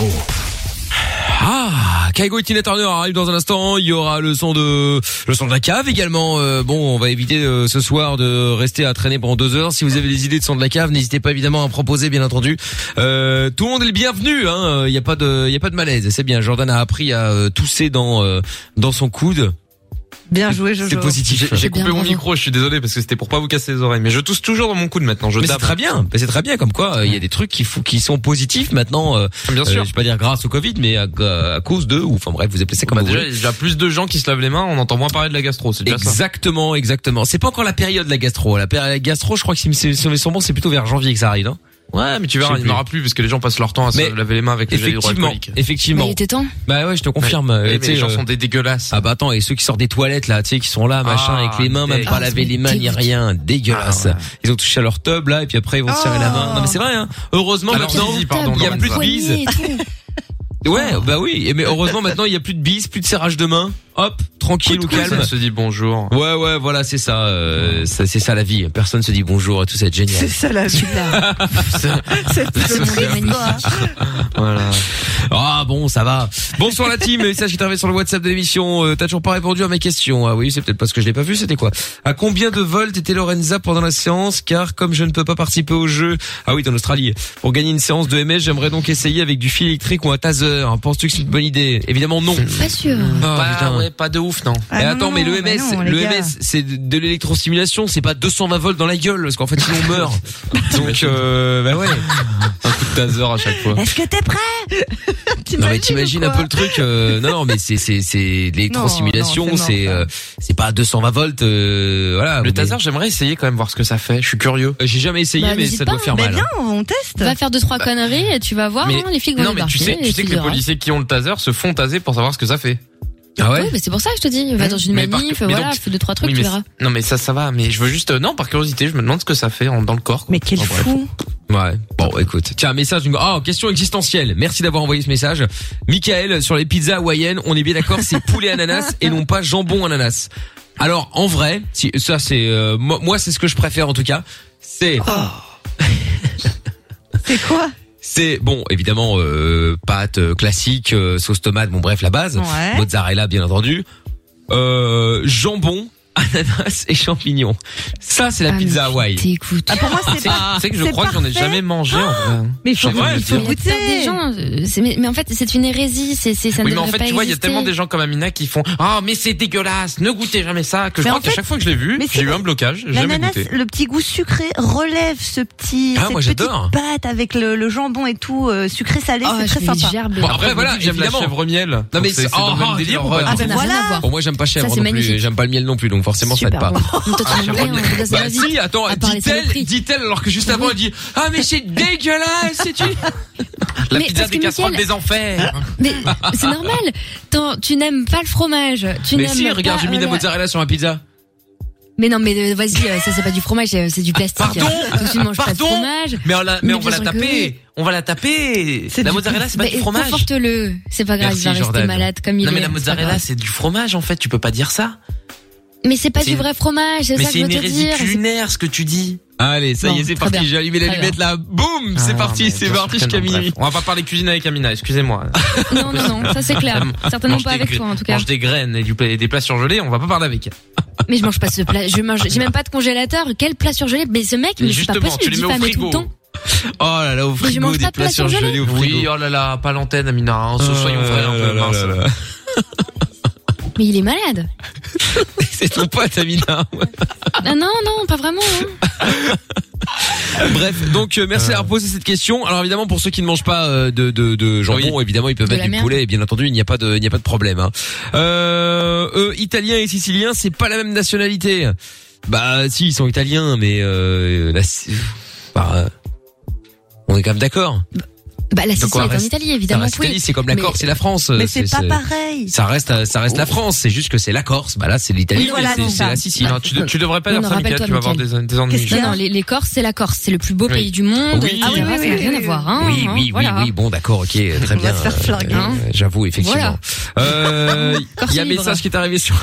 Speaker 2: Ah, Kaigo et Tina Turner arrivent dans un instant. Il y aura le son de le son de la cave également. Euh, bon, on va éviter euh, ce soir de rester à traîner pendant deux heures. Si vous avez des idées de son de la cave, n'hésitez pas évidemment à en proposer, bien entendu. Euh, tout le monde est le bienvenu. hein. Il n'y a pas de il y a pas de malaise. C'est bien. Jordan a appris à euh, tousser dans euh, dans son coude.
Speaker 4: Bien joué, Jojo.
Speaker 2: C'est positif.
Speaker 3: J'ai- J'ai coupé mon micro, je suis désolé parce que c'était pour pas vous casser les oreilles. Mais je tousse toujours dans mon coude maintenant. Je
Speaker 2: Mais c'est
Speaker 3: tape.
Speaker 2: très bien. Mais c'est très bien. Comme quoi, euh, il y a des trucs qui fou- qui sont positifs maintenant. euh,
Speaker 3: Bien sûr.
Speaker 2: euh, je vais pas dire grâce au Covid, mais à, à cause de ou enfin bref, vous appelez ça comme
Speaker 3: Bah
Speaker 2: vous
Speaker 3: déjà,
Speaker 2: voulez.
Speaker 3: il y a plus de gens qui se lavent les mains, on entend moins parler de la gastro, c'est déjà ça.
Speaker 2: Exactement, exactement. C'est pas encore la période la gastro. La période gastro, je crois que si mes souvenirs sont bons, c'est plutôt vers janvier que ça arrive, non Ouais, mais
Speaker 3: Tu verras, il n'y en aura plus parce que les gens passent leur temps à se laver les mains avec les gel
Speaker 2: Effectivement,
Speaker 3: hydroalcoolique.
Speaker 2: effectivement.
Speaker 5: Mais il était temps.
Speaker 2: Bah ouais, je te confirme.
Speaker 3: Ouais,
Speaker 2: euh,
Speaker 3: mais
Speaker 2: tu sais,
Speaker 3: les gens
Speaker 2: euh,
Speaker 3: sont des dégueulasses.
Speaker 2: Ah bah attends, et ceux qui sortent des toilettes là, tu sais, qui sont là, machin,
Speaker 3: Ah,
Speaker 2: avec les mains, même
Speaker 3: dé-
Speaker 2: pas
Speaker 3: Ah,
Speaker 2: laver
Speaker 3: ça
Speaker 2: les
Speaker 3: me
Speaker 2: mains, ni
Speaker 3: dégoûte.
Speaker 2: rien,
Speaker 3: Ah,
Speaker 2: dégueulasse. Ils ont touché à leur tub là, et puis après ils vont se serrer la main. Non mais c'est vrai, hein. Heureusement
Speaker 3: Alors,
Speaker 2: maintenant,
Speaker 3: Zizi, pardon,
Speaker 2: il y a
Speaker 3: Lorenza.
Speaker 2: plus de bise. Ouais,
Speaker 3: Oh.
Speaker 2: bah oui, et mais heureusement maintenant il y a plus de bise, plus de serrage de main. Hop, tranquille ou calme.
Speaker 3: Personne se dit bonjour.
Speaker 2: Ouais, ouais, voilà, c'est ça, euh, ça- c'est ça la vie. Personne se dit bonjour et tout, ça va être génial.
Speaker 3: [laughs]
Speaker 4: C'est ça la vie. C'est
Speaker 3: [laughs]
Speaker 4: hein.
Speaker 3: Voilà.
Speaker 2: Ah bon, ça va. Bonsoir la team, message qui est arrivé sur le WhatsApp de l'émission. Euh, T'as toujours pas répondu à mes questions. Ah oui, c'est peut-être parce que je l'ai pas vu, c'était quoi À combien de volts était Lorenza pendant la séance Car comme je ne peux pas participer au jeu, ah oui, t'es en Australie. Pour gagner une séance de MS, j'aimerais donc essayer avec du fil électrique ou un taser. Hein, Penses-tu que c'est une bonne idée Évidemment non.
Speaker 3: [laughs]
Speaker 5: Pas sûr.
Speaker 2: [laughs] Ah,
Speaker 3: Pas,
Speaker 2: putain. Ah
Speaker 3: ouais, pas de ouf, non.
Speaker 2: Mais Eh, attends, mais le MS, le MS, c'est de- de l'électrostimulation, c'est pas 220 volts dans la gueule, parce qu'en fait, sinon on [laughs] meurt. Donc, euh, bah ouais. Un coup de taser à chaque fois.
Speaker 4: Est-ce que t'es [laughs] prêt
Speaker 2: Non mais t'imagines un peu le truc euh, non non mais c'est c'est c'est
Speaker 5: [laughs]
Speaker 4: Non,
Speaker 2: l'électrostimulation
Speaker 4: non, c'est
Speaker 2: c'est euh, c'est pas 220 volts euh, voilà le taser
Speaker 3: j'aimerais essayer quand même voir ce que ça fait je suis curieux
Speaker 2: j'ai jamais essayé
Speaker 5: Bah,
Speaker 2: mais
Speaker 5: n'hésite
Speaker 2: ça doit
Speaker 5: pas,
Speaker 2: faire
Speaker 5: mais
Speaker 2: mal
Speaker 5: bien,
Speaker 2: hein.
Speaker 4: on teste.
Speaker 5: Va faire deux trois conneries et tu vas voir, hein, les flics vont
Speaker 3: non,
Speaker 5: les
Speaker 3: mais tu sais,
Speaker 5: barquer
Speaker 3: tu
Speaker 5: et
Speaker 3: sais que
Speaker 5: tu
Speaker 3: les
Speaker 5: verras.
Speaker 3: policiers qui ont le taser se font taser pour savoir ce que ça fait.
Speaker 2: Ah
Speaker 5: Oui, mais c'est pour ça que je te dis, va dans une
Speaker 3: Hein Mais par-
Speaker 5: manif,
Speaker 3: mais
Speaker 5: voilà,
Speaker 3: donc-
Speaker 5: fais deux trois trucs,
Speaker 3: Oui,
Speaker 5: tu
Speaker 3: mais
Speaker 5: verras.
Speaker 3: c'est- Non, mais ça, ça va. Mais je veux juste, euh, non, par curiosité, je me demande ce que ça fait en- dans le corps. Mais quel
Speaker 4: fou.
Speaker 2: Ouais. Bon, écoute. Tiens, un message. d'une- Ah, question existentielle. Merci d'avoir envoyé ce message. Michael, sur les pizzas hawaïennes, on est bien d'accord, c'est poulet ananas et non pas jambon ananas. Alors, en vrai, si, ça c'est, euh, moi, moi, c'est ce que je préfère en tout cas. C'est.
Speaker 5: Oh.
Speaker 4: c'est quoi
Speaker 2: C'est bon, évidemment, euh, pâte euh, classique, euh, sauce tomate, bon bref, la base,
Speaker 4: Ouais.
Speaker 2: mozzarella bien entendu, euh, jambon, [laughs] ananas et champignons. Ça c'est la
Speaker 4: Ah,
Speaker 5: Ah,
Speaker 2: pizza Hawaï. Ah,
Speaker 5: T'écoutes.
Speaker 4: pour moi, c'est pas-
Speaker 2: C'est que
Speaker 3: je
Speaker 2: c'est
Speaker 3: crois que j'en ai
Speaker 2: parfait.
Speaker 3: jamais mangé en vrai. hein.
Speaker 4: Mais
Speaker 3: Je suis en train de me dire.
Speaker 5: La plupart des gens, euh, c'est- mais, mais en fait, c'est une hérésie, c'est, c'est, ça ne
Speaker 3: Oui, mais en
Speaker 5: devrait
Speaker 3: fait,
Speaker 5: pas
Speaker 3: tu vois, il y a
Speaker 5: exister.
Speaker 3: tellement des gens comme Amina qui font Ah, mais c'est dégueulasse, ne goûtez jamais ça. Que je
Speaker 4: Mais
Speaker 3: crois
Speaker 4: en
Speaker 3: qu'à
Speaker 4: fait-
Speaker 3: chaque fois que je l'ai vu,
Speaker 4: mais
Speaker 3: j'ai
Speaker 4: c'est-
Speaker 3: eu un blocage, j'ai jamais
Speaker 4: L'ananas,
Speaker 3: goûté.
Speaker 4: le petit goût sucré relève ce petit
Speaker 3: Ah,
Speaker 4: cette
Speaker 3: moi,
Speaker 4: petite
Speaker 3: j'adore.
Speaker 4: pâte avec le, le jambon et tout euh, sucré salé,
Speaker 5: Oh,
Speaker 4: c'est
Speaker 5: Ah,
Speaker 4: très sympa.
Speaker 2: Bon, après voilà,
Speaker 3: j'aime la
Speaker 2: évidemment.
Speaker 3: chèvre miel.
Speaker 2: Non mais c'est
Speaker 3: c'est dans le même délire ou pas
Speaker 4: Ah, ben voilà.
Speaker 2: Bon, moi j'aime pas chèvre
Speaker 4: Ça, c'est
Speaker 2: non plus,
Speaker 4: magnifique.
Speaker 2: j'aime pas le miel non plus, donc forcément ça aide pas.
Speaker 3: Ah,
Speaker 2: Bah si, attends, dit-elle, dit-elle alors que juste avant elle dit Ah mais
Speaker 4: [laughs]
Speaker 2: c'est dégueulasse, c'est une
Speaker 5: La Mais pizza parce des que casseroles Mickaël- des
Speaker 2: enfers.
Speaker 4: Ah,
Speaker 5: Mais c'est normal. Tant- tu n'aimes pas le fromage. Tu
Speaker 2: mais
Speaker 5: n'aimes
Speaker 2: si,
Speaker 5: pas,
Speaker 2: regarde, j'ai mis de la
Speaker 5: voilà.
Speaker 2: mozzarella sur ma pizza.
Speaker 5: Mais non, mais euh, vas-y, euh, ça c'est pas du fromage, c'est c'est du plastique.
Speaker 2: Pardon
Speaker 5: Donc, tu ne manges pas de
Speaker 2: Pardon
Speaker 5: fromage.
Speaker 2: Mais on, la- mais on va
Speaker 5: bien
Speaker 2: la
Speaker 5: sûr que oui.
Speaker 2: taper, on va la taper. La mozzarella, c'est pas
Speaker 5: Bah,
Speaker 2: du fromage.
Speaker 5: Conforte-le. C'est pas grave,
Speaker 3: Merci,
Speaker 5: il va rester
Speaker 3: Jordan.
Speaker 5: malade comme il
Speaker 3: Non,
Speaker 5: est.
Speaker 3: mais la
Speaker 5: c'est pas
Speaker 3: mozzarella,
Speaker 5: grave.
Speaker 3: c'est du fromage en fait, tu peux pas dire ça.
Speaker 5: Mais c'est pas
Speaker 3: c'est
Speaker 5: du
Speaker 3: une-
Speaker 5: vrai fromage, c'est
Speaker 3: Mais
Speaker 5: ça que
Speaker 3: c'est
Speaker 5: je
Speaker 3: une
Speaker 5: veux te
Speaker 3: hérésie
Speaker 5: dire.
Speaker 3: culinaire ce que tu dis.
Speaker 2: Allez, ça y
Speaker 5: Bon,
Speaker 2: est, c'est
Speaker 5: très bien.
Speaker 2: parti. J'ai allumé la
Speaker 5: Très
Speaker 2: lunette là. Boum, c'est
Speaker 3: Ah, mais
Speaker 2: parti, c'est
Speaker 3: bien sûr
Speaker 2: parti
Speaker 3: que
Speaker 2: jusqu'à
Speaker 3: non, bref.
Speaker 2: minuit.
Speaker 3: On va pas parler cuisine avec Amina, excusez-moi.
Speaker 5: Non, non, non, ça c'est clair. Certainement
Speaker 3: Mange
Speaker 5: pas
Speaker 3: des
Speaker 5: avec
Speaker 3: gra-
Speaker 5: toi en tout cas.
Speaker 3: Mange des graines et du pla- et des plats surgelés, on va pas parler avec.
Speaker 5: Mais je mange pas ce plat. Je mange. J'ai même pas de congélateur. Quel plat surgelé Mais ce mec, mais c'est pas
Speaker 3: Justement,
Speaker 5: possible.
Speaker 3: tu les
Speaker 5: il dit
Speaker 3: mets au
Speaker 5: pas, mais tout le
Speaker 3: frigo.
Speaker 5: temps.
Speaker 2: Oh là là, au
Speaker 5: Mais je frigo, mange des pas de plats plats surgelés. surgelés au
Speaker 3: Oui, oh là là, pas l'antenne Amina,
Speaker 2: oh,
Speaker 3: hein,
Speaker 2: Euh,
Speaker 3: so- soyons vrais un peu mince.
Speaker 5: Mais il est malade.
Speaker 2: [laughs] C'est ton pote, Amina.
Speaker 5: Ah non, non, pas vraiment. hein.
Speaker 2: Bref, donc euh, merci d'avoir posé cette question. Alors évidemment pour ceux qui ne mangent pas euh, de, de, de jambon, évidemment ils peuvent
Speaker 5: De
Speaker 2: mettre
Speaker 5: la
Speaker 2: du
Speaker 5: merde.
Speaker 2: poulet. Et bien entendu, il n'y a pas de, il n'y a pas de problème. Hein. Euh, eux, italiens et siciliens, c'est pas la même nationalité. Bah si, ils sont italiens, mais euh, la Si- bah, euh, on est quand même d'accord.
Speaker 5: Bah, la
Speaker 2: Donc,
Speaker 5: Sicile
Speaker 2: on
Speaker 5: est en
Speaker 2: reste-
Speaker 5: Italie, évidemment.
Speaker 2: ça reste
Speaker 5: oui.
Speaker 2: l'Italie, c'est comme la
Speaker 5: Mais-
Speaker 2: Corse et la France. euh,
Speaker 5: mais c'est pas pareil.
Speaker 2: Ça reste, euh, ça reste la France. C'est juste que c'est la Corse. Bah là, c'est l'Italie,
Speaker 5: Oui, voilà,
Speaker 2: mais c'est
Speaker 5: c'est
Speaker 2: c'est
Speaker 5: ça.
Speaker 2: la Sicile.
Speaker 3: Non, tu de- tu devrais pas dire
Speaker 5: Non,
Speaker 3: ça,
Speaker 5: non,
Speaker 3: Mickaël,
Speaker 5: rappelle-toi,
Speaker 3: tu vas avoir
Speaker 5: Mickaël.
Speaker 3: des, des ennuis.
Speaker 5: Non, non, les, les Corses, c'est la Corse, c'est le plus beau
Speaker 2: Oui.
Speaker 5: pays du monde.
Speaker 2: Oui.
Speaker 5: etc. ça n'a rien à voir. Hein,
Speaker 2: Oui, oui, oui, oui. Bon, d'accord,
Speaker 3: [laughs]
Speaker 2: ok, très bien. euh,
Speaker 5: Hein.
Speaker 2: euh, J'avoue, effectivement.
Speaker 3: [laughs]
Speaker 2: Euh, Il y a un
Speaker 3: Corse libre.
Speaker 2: message qui est arrivé
Speaker 3: [laughs]
Speaker 2: sur.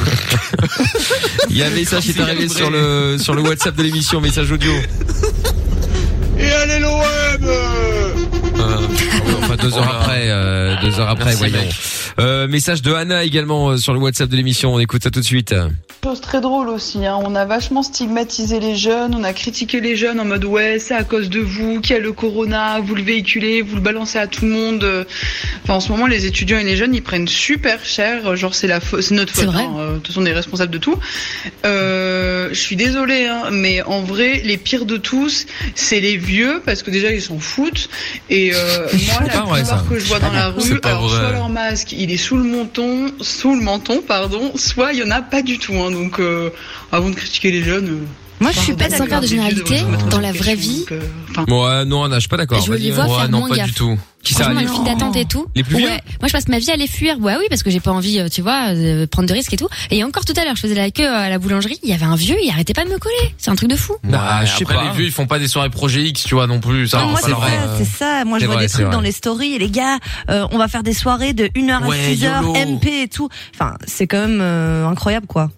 Speaker 2: Il y a un message qui est arrivé sur le sur le WhatsApp de l'émission, message audio.
Speaker 11: Et allez l'OM
Speaker 2: Euh, enfin,
Speaker 3: Oh
Speaker 2: deux heures après, euh, deux heures après, voyons. Euh, message de Anna également euh, sur le WhatsApp de l'émission. On écoute ça tout de suite.
Speaker 14: chose très drôle aussi. hein. On a vachement stigmatisé les jeunes, on a critiqué les jeunes en mode ouais, c'est à cause de vous qui a le corona, vous le véhiculez, vous le balancez à tout le monde. Euh, Enfin, en ce moment, les étudiants et les jeunes, ils prennent super cher. euh, Genre, c'est la faute, c'est notre faute. hein. Euh, De toute façon, on est responsable de tout. Euh, je suis désolée, hein, mais en vrai, les pires de tous, c'est les vieux parce que déjà ils s'en foutent. Et
Speaker 15: [laughs]
Speaker 14: euh, moi, la
Speaker 15: pas vrai,
Speaker 14: plupart
Speaker 15: ça.
Speaker 14: que je vois dans la
Speaker 15: C'est
Speaker 14: rue,
Speaker 15: pas
Speaker 14: alors,
Speaker 15: vrai.
Speaker 14: soit leur masque, il est sous le menton, sous le menton, pardon, soit il y en a pas du tout. hein. donc, euh, avant de critiquer les jeunes. euh,
Speaker 5: Moi, je suis
Speaker 14: pardon,
Speaker 5: pas sans faire de
Speaker 14: les vieux
Speaker 5: généralité.
Speaker 14: devraient se mettre
Speaker 5: Dans
Speaker 14: en
Speaker 5: la vraie
Speaker 14: question,
Speaker 5: vie,
Speaker 14: donc, euh,
Speaker 2: Ouais, non, Anna, je suis pas d'accord.
Speaker 5: Je
Speaker 2: Vas-y,
Speaker 5: les
Speaker 2: Anna.
Speaker 5: vois
Speaker 2: Ouais,
Speaker 5: faire
Speaker 2: non,
Speaker 5: moins
Speaker 2: pas
Speaker 5: gaffe.
Speaker 2: du tout. Qui ça
Speaker 5: Franchement, dans les
Speaker 2: les-
Speaker 5: files d'attente et tout.
Speaker 2: Les plus vieux
Speaker 5: ouais. Moi, je passe ma vie à les fuir. Ouais, oui, parce que j'ai pas envie, euh, tu vois, de prendre de risques et tout. Et encore tout à l'heure, je faisais la queue à la boulangerie. Il y avait un vieux, il arrêtait pas de me coller. C'est un truc de fou.
Speaker 3: Ouais,
Speaker 2: Bah,
Speaker 3: après, les vieux, ils font pas des soirées Projet X, tu vois, non plus. Ça,
Speaker 4: Non,
Speaker 3: on
Speaker 4: moi,
Speaker 3: va
Speaker 4: c'est
Speaker 3: leur-
Speaker 4: ça, c'est ça. Moi, je
Speaker 3: C'est
Speaker 4: vois
Speaker 3: vrai,
Speaker 4: des
Speaker 3: c'est
Speaker 4: trucs
Speaker 3: vrai.
Speaker 4: dans les stories. Et les gars, euh, on va faire des soirées de 1h
Speaker 2: Ouais,
Speaker 4: à 6h,
Speaker 2: YOLO.
Speaker 4: MP et tout. Enfin, c'est quand même euh, incroyable, quoi.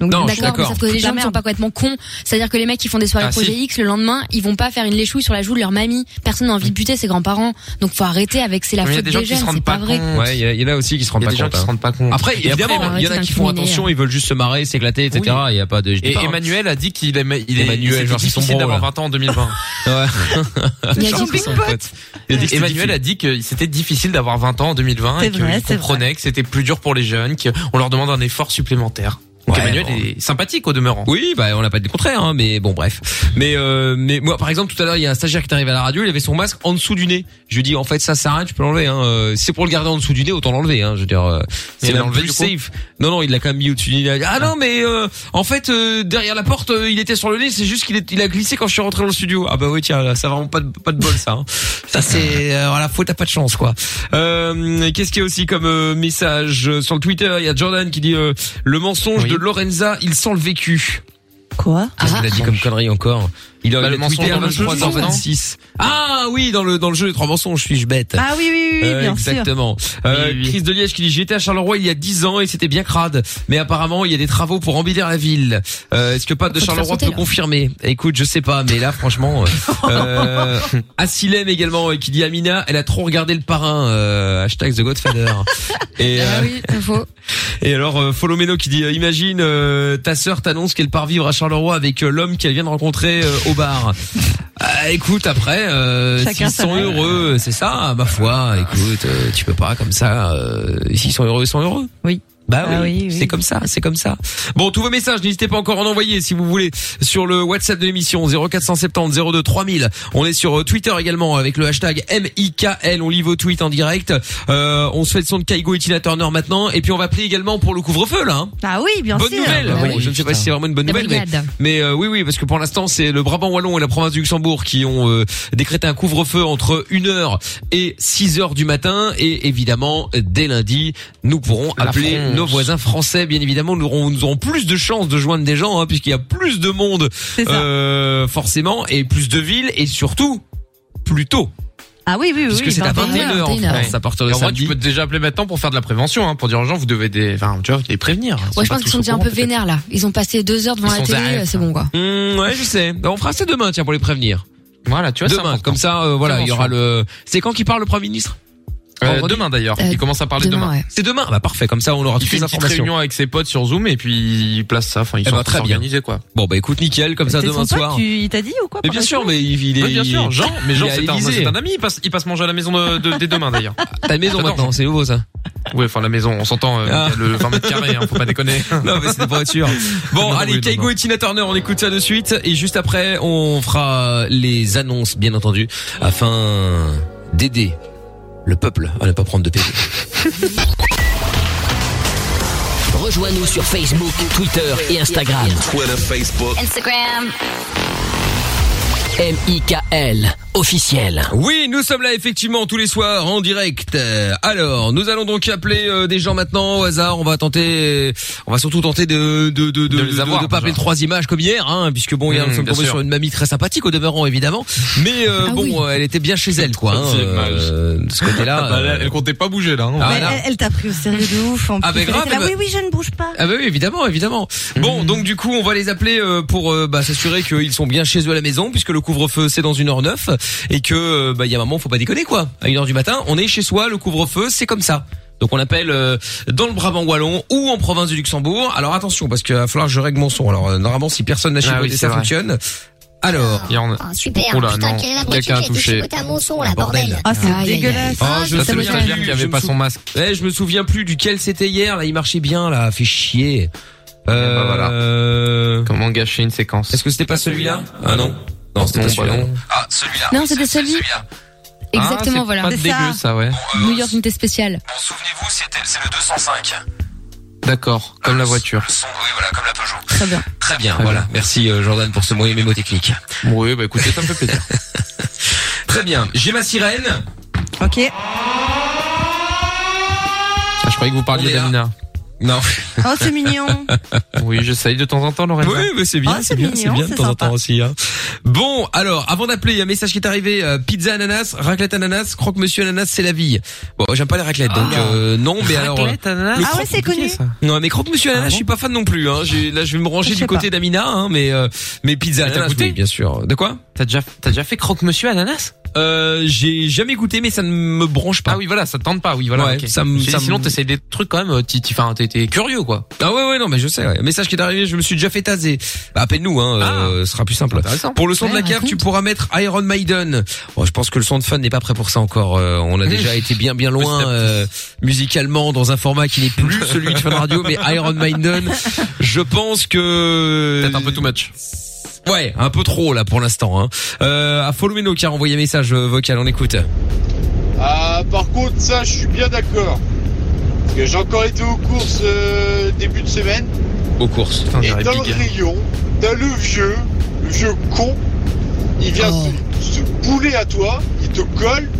Speaker 4: Donc,
Speaker 2: Non, je suis
Speaker 5: D'accord, mais
Speaker 2: d'accord.
Speaker 5: sauf que les
Speaker 4: Putain,
Speaker 5: gens ne sont
Speaker 4: merde.
Speaker 5: pas complètement cons. C'est-à-dire que les mecs qui font des soirées
Speaker 2: Ah,
Speaker 5: projet
Speaker 2: si.
Speaker 5: X, le lendemain, ils vont pas faire une léchouille sur la joue de leur mamie. Personne n'a envie de buter ses grands-parents. Donc faut arrêter avec c'est la
Speaker 2: Mm. Mais
Speaker 5: faute des, jeunes, c'est pas, vrai.
Speaker 2: Ouais, il y a- il y, en a aussi qui se rendent
Speaker 3: Il y a
Speaker 2: pas
Speaker 3: des gens
Speaker 2: compte.
Speaker 3: qui se
Speaker 2: hein.
Speaker 3: rendent pas compte.
Speaker 2: Après,
Speaker 3: Et après,
Speaker 2: évidemment,
Speaker 3: arrêtez
Speaker 2: il y en a qui font
Speaker 3: d'incriminer,
Speaker 2: attention,
Speaker 3: hein.
Speaker 2: ils veulent juste se marrer, s'éclater, etc.
Speaker 3: Oui.
Speaker 2: Il y a pas de. je dis
Speaker 3: Et
Speaker 2: pas, hein.
Speaker 3: Emmanuel a dit qu'il aimait, il est,
Speaker 2: Emmanuel,
Speaker 3: il
Speaker 2: genre, ils sont
Speaker 3: difficile
Speaker 2: bons,
Speaker 3: d'avoir
Speaker 2: là.
Speaker 3: 20 ans en 2020.
Speaker 2: [laughs] Ouais.
Speaker 3: Il
Speaker 2: a dit son pote. Il a dit que c'était
Speaker 3: Emmanuel a dit que c'était difficile d'avoir 20 ans en 2020
Speaker 2: C'est
Speaker 3: et
Speaker 2: vrai,
Speaker 3: qu'il
Speaker 2: c'est
Speaker 3: comprenait que c'était plus dur pour les jeunes, qu'on leur demande un effort supplémentaire. Donc
Speaker 2: Ouais,
Speaker 3: Emmanuel
Speaker 2: bon.
Speaker 3: est sympathique au demeurant.
Speaker 2: Oui, bah on n'a pas dit le contraire, hein, mais bon bref. Mais euh, mais moi par exemple tout à l'heure il y a un stagiaire qui est arrivé à la radio, il avait son masque en dessous du nez. Je lui dis en fait ça sert à rien, tu peux l'enlever. Hein. Euh, si C'est pour le garder en dessous du nez, autant l'enlever. Hein. Je veux dire, euh,
Speaker 3: Il
Speaker 2: c'est
Speaker 3: l'a
Speaker 2: même
Speaker 3: enlevé,
Speaker 2: plus
Speaker 3: du coup
Speaker 2: safe. Non non, il l'a quand même mis au-dessus du nez. Il a dit, Ah non mais euh, en fait euh, derrière la porte euh, il était sur le nez, c'est juste qu'il est- il a glissé quand je suis rentré dans le studio. Ah bah oui tiens, là, ça va vraiment pas de, pas de bol ça. hein. [laughs] Ça c'est euh, voilà faut t'as pas de chance quoi. Euh, Qu'est-ce qu'il y a aussi comme euh, message euh, sur le Twitter Il y a Jordan qui dit euh, le mensonge de Lorenza, il sent le vécu.
Speaker 4: Quoi
Speaker 2: Qu'est-ce qu'il a dit comme connerie encore Il a,
Speaker 3: Bah,
Speaker 2: il
Speaker 3: le
Speaker 2: a tweeté
Speaker 3: mensonge
Speaker 2: à
Speaker 3: dans le jeu,
Speaker 2: 23h26. Ah oui, dans le dans le jeu des trois mensonges, suis-je bête
Speaker 4: Ah oui, oui, oui, oui,
Speaker 2: Euh,
Speaker 4: bien sûr.
Speaker 2: exactement. Euh, Chris de Liège qui dit j'étais à Charleroi il y a 10 ans et c'était bien crade, mais apparemment il y a des travaux pour embellir la ville. Euh, Est-ce que Pat de
Speaker 3: Faut te faire
Speaker 2: Charleroi
Speaker 3: sauter,
Speaker 2: peut
Speaker 3: là.
Speaker 2: confirmer Écoute, je sais pas, mais là franchement,
Speaker 3: [laughs]
Speaker 2: euh, euh, Asilem également euh, qui dit Amina, elle a trop regardé le parrain. euh, hashtag The
Speaker 3: [laughs]
Speaker 2: Godfather.
Speaker 3: Ah
Speaker 2: et,
Speaker 4: Ah
Speaker 2: euh, [laughs] et alors euh, Folomeno qui dit euh, imagine euh, ta sœur t'annonce qu'elle part vivre à Charleroi avec euh, l'homme qu'elle vient de rencontrer euh, au bar. Ah, écoute après euh,
Speaker 3: Chacun
Speaker 2: s'ils
Speaker 3: sa
Speaker 2: sont
Speaker 3: mère.
Speaker 2: heureux, c'est ça ma foi. Écoute, euh, tu peux pas comme ça euh, s'ils sont heureux, ils sont heureux.
Speaker 4: Oui.
Speaker 2: Bah oui,
Speaker 4: Ah oui, oui.
Speaker 2: c'est comme ça, c'est comme ça. Bon, tous vos messages, n'hésitez pas encore à en envoyer si vous voulez sur le WhatsApp de l'émission 0470 02 3000. On est sur euh, Twitter également avec le hashtag MIKL, on lit vos tweets en direct. Euh, on se fait le son de Kaigo et Tina Turner maintenant et puis on va appeler également pour le couvre-feu là. hein.
Speaker 4: Ah bah oui, bien
Speaker 2: Bonne
Speaker 4: sûr.
Speaker 2: nouvelle. Bon, je ne sais pas si c'est vraiment une bonne
Speaker 4: La
Speaker 2: nouvelle, mais,
Speaker 4: brigade.
Speaker 2: mais, euh, oui, oui, parce que pour l'instant, c'est le Brabant wallon et la province du Luxembourg qui ont euh, décrété un couvre-feu entre 1h et 6h du matin. Et évidemment, dès lundi, nous pourrons
Speaker 3: La
Speaker 2: appeler
Speaker 3: France.
Speaker 2: nos voisins français. Bien évidemment, nous aurons, nous aurons plus de chances de joindre des gens, hein, puisqu'il y a plus de monde, euh, forcément, et plus de villes, et surtout, plus tôt.
Speaker 4: Ah oui, oui, oui.
Speaker 2: Puisque
Speaker 4: oui,
Speaker 2: c'est à 21h en
Speaker 4: 21h.
Speaker 2: France, à partir de
Speaker 3: Et en vrai,
Speaker 2: samedi.
Speaker 3: tu peux déjà appeler maintenant pour faire de la prévention, hein, pour dire aux gens, vous devez des, enfin, tu vois, les prévenir. Ils
Speaker 5: Ouais, je
Speaker 3: pas
Speaker 5: pense qu'ils
Speaker 3: tous
Speaker 5: sont
Speaker 3: au
Speaker 5: déjà un
Speaker 3: courant,
Speaker 5: peu
Speaker 3: peut-être.
Speaker 5: vénères là. Ils ont passé deux heures devant
Speaker 3: Ils
Speaker 5: la
Speaker 3: sont
Speaker 5: télé,
Speaker 3: derrière,
Speaker 5: c'est bon quoi.
Speaker 2: Hmm, ouais, je sais. Ben, on fera ça demain, tiens, pour les prévenir.
Speaker 3: Voilà, tu vois, c'est
Speaker 2: demain,
Speaker 3: important.
Speaker 2: comme ça, euh, voilà, il y aura le. C'est quand qui parle le Premier ministre
Speaker 3: Euh,
Speaker 2: Vendredi
Speaker 3: demain d'ailleurs. Il commence à parler demain.
Speaker 2: C'est demain. Bah parfait, comme ça on aura
Speaker 3: Il
Speaker 2: toutes
Speaker 3: fait
Speaker 2: les
Speaker 3: une petite
Speaker 2: informations.
Speaker 3: réunion avec ses potes sur Zoom et puis il place ça. Enfin, ils
Speaker 2: Eh
Speaker 3: sont
Speaker 2: ben, très bien.
Speaker 3: organisés quoi.
Speaker 2: Bon bah écoute, nickel, comme ça
Speaker 4: C'était
Speaker 2: demain
Speaker 4: son pote,
Speaker 2: soir.
Speaker 4: tu- Il t'a dit ou quoi
Speaker 2: Mais bien
Speaker 4: pendant
Speaker 2: sûr,
Speaker 4: que-
Speaker 2: mais il, il est.
Speaker 3: Oui, bien sûr, Jean. Mais Jean,
Speaker 2: il est à
Speaker 3: c'est un,
Speaker 2: Élysée.
Speaker 3: c'est un ami. Il passe, il passe manger à la maison de, de- des deux
Speaker 2: [laughs]
Speaker 3: mains d'ailleurs.
Speaker 2: Ta maison maintenant, c'est nouveau ça.
Speaker 3: Oui, enfin la maison, on s'entend. euh,
Speaker 2: Ah.
Speaker 3: Le 20 mètres carrés, hein, faut pas déconner.
Speaker 2: Non, mais c'était pour être [laughs] sûr. Bon, allez,
Speaker 3: oui, non,
Speaker 2: Kaigo
Speaker 3: non.
Speaker 2: et Tina Turner, on écoute ça de suite. Et juste après, on fera les annonces, bien entendu, afin d'aider le peuple à ne pas prendre de PV.
Speaker 1: Rejoins-nous sur Facebook, Twitter et Instagram.
Speaker 5: Ah,
Speaker 16: Twitter, Facebook.
Speaker 7: Instagram.
Speaker 1: M-I-K-L, officielle.
Speaker 2: Oui, nous sommes là effectivement tous les soirs en direct. Euh, Alors, nous allons donc appeler euh, des gens maintenant au hasard. On va tenter, on va surtout tenter de de de de,
Speaker 3: les avoir,
Speaker 2: de pas appeler
Speaker 3: déjà.
Speaker 2: trois images comme hier, hein, puisque bon, hier
Speaker 3: Mmh,
Speaker 2: nous sommes
Speaker 3: bien
Speaker 2: tombés
Speaker 3: sûr.
Speaker 2: sur une mamie très sympathique au demeurant évidemment, mais euh, bon, euh, elle était bien chez elle quoi. hein,
Speaker 3: C'est dommage.
Speaker 2: euh, de ce côté-là,
Speaker 3: [laughs] Bah, là, hein.
Speaker 2: elle comptait pas bouger là.
Speaker 4: Mais elle, elle t'a pris au sérieux de ouf. En
Speaker 2: Ah,
Speaker 4: plus.
Speaker 2: mais grave,
Speaker 4: Elle était là,
Speaker 2: elle
Speaker 4: oui,
Speaker 2: m'a-
Speaker 4: oui, je ne bouge pas.
Speaker 2: Ah bah oui, évidemment, évidemment. Bon,
Speaker 3: Mhm.
Speaker 2: donc du coup, on va les appeler euh, pour euh, bah, s'assurer qu'ils sont bien chez eux à la maison, puisque le couvre-feu c'est dans une heure neuf, et que euh, bah il y a maman, faut pas déconner quoi. À une heure du matin, on est chez soi, le couvre-feu c'est comme ça. Donc on appelle euh, dans le Brabant wallon ou en province du Luxembourg. Alors attention, parce qu'il va falloir que je règle mon son. Alors euh, normalement, si personne n'a chez
Speaker 3: Ah
Speaker 2: moi,
Speaker 3: oui, c'est
Speaker 2: ça
Speaker 3: vrai.
Speaker 2: fonctionne. Alors,
Speaker 3: Ah,
Speaker 7: Oh, Super,
Speaker 2: Oula,
Speaker 7: putain,
Speaker 2: non.
Speaker 7: quelle labeur
Speaker 2: Quelqu'un a
Speaker 7: tu fais,
Speaker 2: touché.
Speaker 7: tu fais ta monçon, là, bordel.
Speaker 4: Ah, c'est dégueulasse.
Speaker 2: Ah, je me
Speaker 3: Ça, c'est le
Speaker 2: souviens
Speaker 3: stagiaire
Speaker 2: plus,
Speaker 3: qui avait
Speaker 2: je me
Speaker 3: pas
Speaker 2: sou-
Speaker 3: son masque.
Speaker 2: Ouais, eh, je me souviens plus duquel c'était hier. Là, il marchait bien. Là, fait chier.
Speaker 3: Eh ben,
Speaker 2: Euh,
Speaker 3: Comment gâcher une séquence Est-ce
Speaker 2: que c'était pas celui-là Ah non. Non, c'était
Speaker 3: Non,
Speaker 2: pas
Speaker 3: bah
Speaker 2: celui-là.
Speaker 3: non.
Speaker 2: Ah, celui-là. Euh,
Speaker 5: Non, c'était celui. Exactement,
Speaker 3: Ah,
Speaker 5: voilà.
Speaker 3: C'est pas dégueu ça, ouais.
Speaker 5: New York Unité Spéciale.
Speaker 2: Souvenez-vous, c'était c'est le 205.
Speaker 3: D'accord, comme la voiture.
Speaker 2: oui, voilà, comme la Peugeot.
Speaker 5: Très bien.
Speaker 2: Très bien, voilà. Merci euh, Jordan pour ce moyen mémotechnique.
Speaker 3: Oui, bah écoutez, ça me fait
Speaker 2: [laughs]
Speaker 3: plaisir.
Speaker 2: Très bien. J'ai ma sirène.
Speaker 4: Ok.
Speaker 3: Ah, je croyais que vous parliez d'Amina.
Speaker 2: Non.
Speaker 4: Oh, c'est mignon.
Speaker 3: Oui, j'essaye de temps en temps,
Speaker 2: [laughs]
Speaker 3: Lorraine.
Speaker 2: Oui, mais c'est bien,
Speaker 4: Ah,
Speaker 2: c'est
Speaker 4: c'est
Speaker 2: bien,
Speaker 4: mignon,
Speaker 2: c'est bien de
Speaker 4: c'est
Speaker 2: temps en
Speaker 4: sympa.
Speaker 2: temps aussi. hein. Bon, alors, avant d'appeler, il y a un message qui est arrivé. euh, pizza ananas, raclette ananas, croque monsieur ananas, c'est la vie. Bon, j'aime pas les raclettes, donc euh, non, mais alors... euh, le
Speaker 4: Ah ouais,
Speaker 2: croque-
Speaker 4: c'est connu.
Speaker 2: Non, mais croque monsieur ananas, je suis pas fan non plus. Hein. J'ai- Là, je vais me ranger
Speaker 4: Je
Speaker 2: du
Speaker 4: sais
Speaker 2: côté d'Amina, hein, mais euh, mais pizza
Speaker 3: Mais t'as
Speaker 2: ananas,
Speaker 3: goûté
Speaker 2: oui, bien sûr. De quoi
Speaker 3: T'as déjà, t'as déjà fait croque-monsieur ananas
Speaker 2: Euh, j'ai jamais goûté, mais ça ne me branche pas.
Speaker 3: Ah oui, voilà, ça te tente pas, oui, voilà.
Speaker 2: Ouais,
Speaker 3: ok.
Speaker 2: ça me-
Speaker 3: Je me suis
Speaker 2: ça
Speaker 3: dit, Sinon,
Speaker 2: me-
Speaker 3: t'essayes des trucs quand même, euh, t'y- t'y- enfin, t'es t'es curieux, quoi.
Speaker 2: Ah ouais ouais non mais je sais ouais. message qui est arrivé je me suis déjà fait taser bah, appelle-nous hein euh, ce sera plus simple pour le son de la cave tu pourras mettre Iron Maiden bon, je pense que le son de fun n'est pas prêt pour ça encore euh, on a déjà été bien bien loin euh, musicalement dans un format qui n'est plus [laughs] celui de Fun Radio mais Iron Maiden je pense que peut-être un peu
Speaker 3: too much
Speaker 2: ouais un peu trop là pour l'instant hein. euh, à Folomeno qui a envoyé un message euh, vocal on écoute
Speaker 11: Ah, par contre, ça, je suis bien d'accord. Parce que j'ai encore été aux courses euh, début de semaine.
Speaker 2: aux courses
Speaker 11: et dans le rayon, t'as le vieux, le vieux con. Il vient se, se bouler à toi, il te colle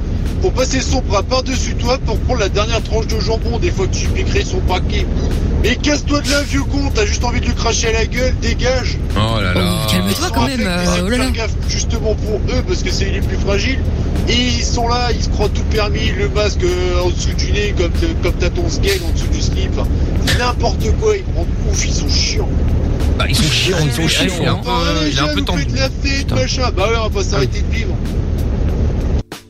Speaker 11: pour passer son bras par-dessus toi pour prendre la dernière tranche de jambon. Des fois, tu piquerais son paquet. Mais casse-toi de là, vieux con, t'as juste envie de lui cracher à la gueule, dégage.
Speaker 2: oh là là
Speaker 11: Calme-toi quand même. euh, oh gaffe justement pour eux parce que c'est les plus fragiles. Et ils sont là, ils se croient tout permis, le masque euh, en dessous du nez comme, t- comme t'as ton skin en dessous du slip. N'importe quoi, ils prennent ouf, ils sont chiants.
Speaker 2: Bah, ils sont chiants, ils sont chiants. hein.
Speaker 3: Il est un
Speaker 11: Oh,
Speaker 3: peu, euh, il est un peu tendu.
Speaker 11: de la fête, machin. Bah ouais, on va pas s'arrêter de vivre.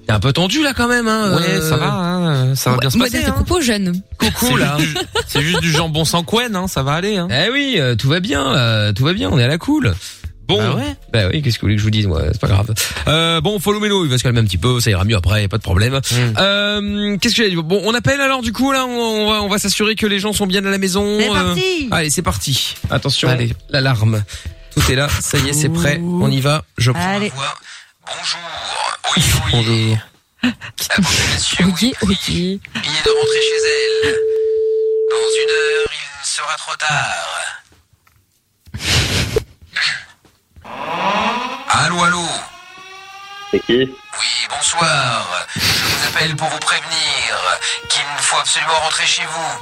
Speaker 2: t'es un peu tendu là quand même hein
Speaker 3: Ouais,
Speaker 2: euh,
Speaker 3: ça va, hein, ça va bien se passer.
Speaker 5: Modeste coupe aux jeunes.
Speaker 2: Coucou là.
Speaker 3: C'est juste du jambon sans couenne, hein, ça va aller, hein.
Speaker 2: Eh oui, euh, tout va bien, là, tout va bien, on est à la cool. Bon, bah,
Speaker 3: ouais.
Speaker 2: oui, qu'est-ce que vous voulez que je vous dise, moi, c'est pas grave. Euh, bon, follow Melo, il va se calmer un petit peu, ça ira mieux après, y a pas de problème.
Speaker 3: Mm.
Speaker 2: Euh, qu'est-ce que j'ai dit Bon, on appelle alors du coup là, on, on va, on va s'assurer que les gens sont bien à la maison. euh.
Speaker 4: C'est parti.
Speaker 2: Allez, c'est parti. Attention, l'alarme. Tout est là, ça y est, c'est prêt, on y va. Je prends.
Speaker 4: Allez.
Speaker 3: Bonjour.
Speaker 5: Ok, ok.
Speaker 2: Il est de rentrer chez elle. Dans une heure, il sera trop tard. Allô, allô
Speaker 15: C'est qui
Speaker 2: Oui, bonsoir. Je vous appelle pour vous prévenir qu'il faut absolument rentrer chez vous.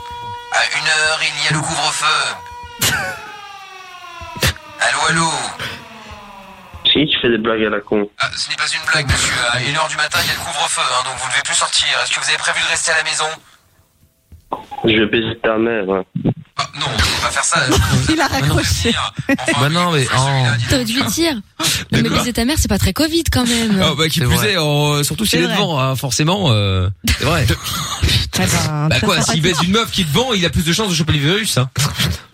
Speaker 2: À une heure, il y a le couvre-feu. [laughs] Allô, allô
Speaker 15: Si, tu fais des blagues à la con.
Speaker 2: Ah, Ce n'est pas une blague, monsieur. À une heure du matin, il y a le couvre-feu, hein, donc vous ne devez plus sortir. Est-ce que vous avez prévu de rester à la maison
Speaker 15: Je vais baiser ta mère. hein.
Speaker 2: Ah, Non, vous ne pas faire ça.
Speaker 4: [laughs] Il a raccroché. [laughs]
Speaker 3: Bah non, mais, oh.
Speaker 5: T'aurais dû lui dire. [gasps] Oh, Non, mais baiser ta mère, c'est pas très Covid quand même.
Speaker 2: Ah bah qui
Speaker 3: C'est
Speaker 2: plus
Speaker 3: vrai.
Speaker 2: est, en- surtout s'il
Speaker 5: C'est
Speaker 2: est
Speaker 5: vrai.
Speaker 2: devant, hein, forcément. euh, c'est vrai. bah quoi, s'il baise une meuf qui est devant, il a plus de chances de choper le virus. Hein.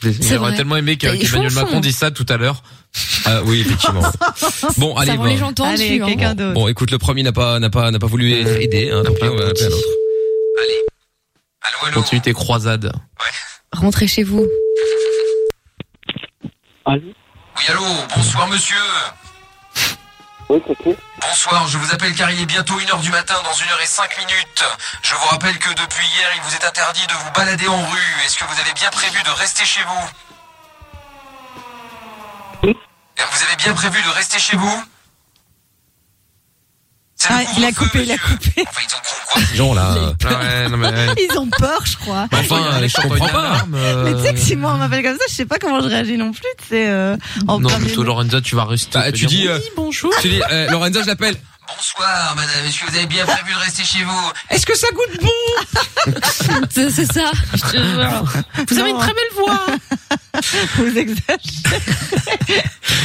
Speaker 3: J'aurais tellement aimé que- qu'Emmanuel Macron dise ça tout à l'heure.
Speaker 2: Ah oui, effectivement. bon, allez. bon.
Speaker 4: Allez,
Speaker 5: hein.
Speaker 4: quelqu'un d'autre.
Speaker 2: Bon, écoute, le premier n'a pas, n'a pas, n'a pas voulu être aidé. Hein, tant pis, on va appeler un autre.
Speaker 3: Continue tes croisades.
Speaker 5: Rentrez chez vous.
Speaker 2: Oui, allô. Bonsoir, monsieur.
Speaker 15: Oui, c'est qui
Speaker 2: Bonsoir. Je vous appelle car il est bientôt 1 heure du matin, dans une heure et cinq minutes. Je vous rappelle que depuis hier, il vous est interdit de vous balader en rue. Est-ce que vous avez bien prévu de rester chez vous Vous avez bien prévu de rester chez vous
Speaker 4: Ah, il a coupé, il a coupé.
Speaker 2: Genre là.
Speaker 3: Ah
Speaker 2: ouais, non, mais, ouais.
Speaker 4: Ils ont peur, je crois.
Speaker 2: Mais [laughs] Enfin, euh, je comprends pas.
Speaker 3: euh.
Speaker 4: Mais tu sais que si moi on m'appelle comme ça, je sais pas comment je réagis non plus. Tu sais, euh, en
Speaker 3: Non,
Speaker 4: plein
Speaker 3: plutôt
Speaker 4: milieu.
Speaker 3: Lorenza, tu vas rester.
Speaker 2: Bah, tu dis, euh,
Speaker 4: bonjour.
Speaker 2: tu dis, euh, Lorenza, je l'appelle.
Speaker 16: Bonsoir, madame. Est-ce que vous avez bien prévu de rester chez vous
Speaker 2: Est-ce que ça goûte
Speaker 5: bon [laughs] C'est c'est ça, je te jure. Vous avez une très belle voix.
Speaker 4: Vous exagérez.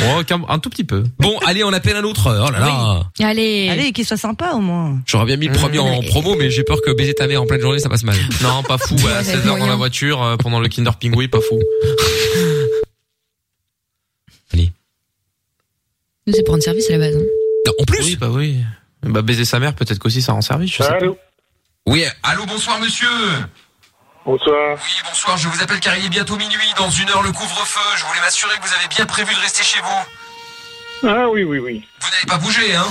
Speaker 2: Oh, un tout petit peu. Bon, allez, on appelle un autre. Oh là là.
Speaker 5: Allez.
Speaker 4: Allez, qu'il soit sympa au moins.
Speaker 2: J'aurais bien mis le premier
Speaker 3: Mmh.
Speaker 2: en promo, mais j'ai peur que baiser ta mère en pleine journée, ça passe mal.
Speaker 3: [laughs] Non, pas fou. À 16h dans la voiture, euh, pendant le Kinder Pingouin, pas fou.
Speaker 5: Nous, c'est pour rendre service à la base. hein.
Speaker 2: En plus Bah,
Speaker 3: Oui, bah oui. Bah baiser sa mère, peut-être qu'aussi ça rend service, je sais pas.
Speaker 2: Oui,
Speaker 16: Allô, bonsoir, monsieur.
Speaker 11: Bonsoir.
Speaker 16: Oui, bonsoir. Je vous appelle car il est bientôt minuit. Dans une heure, le couvre-feu. Je voulais m'assurer que vous avez bien prévu de rester chez vous.
Speaker 11: Ah oui, oui, oui.
Speaker 16: Vous n'avez pas bougé, hein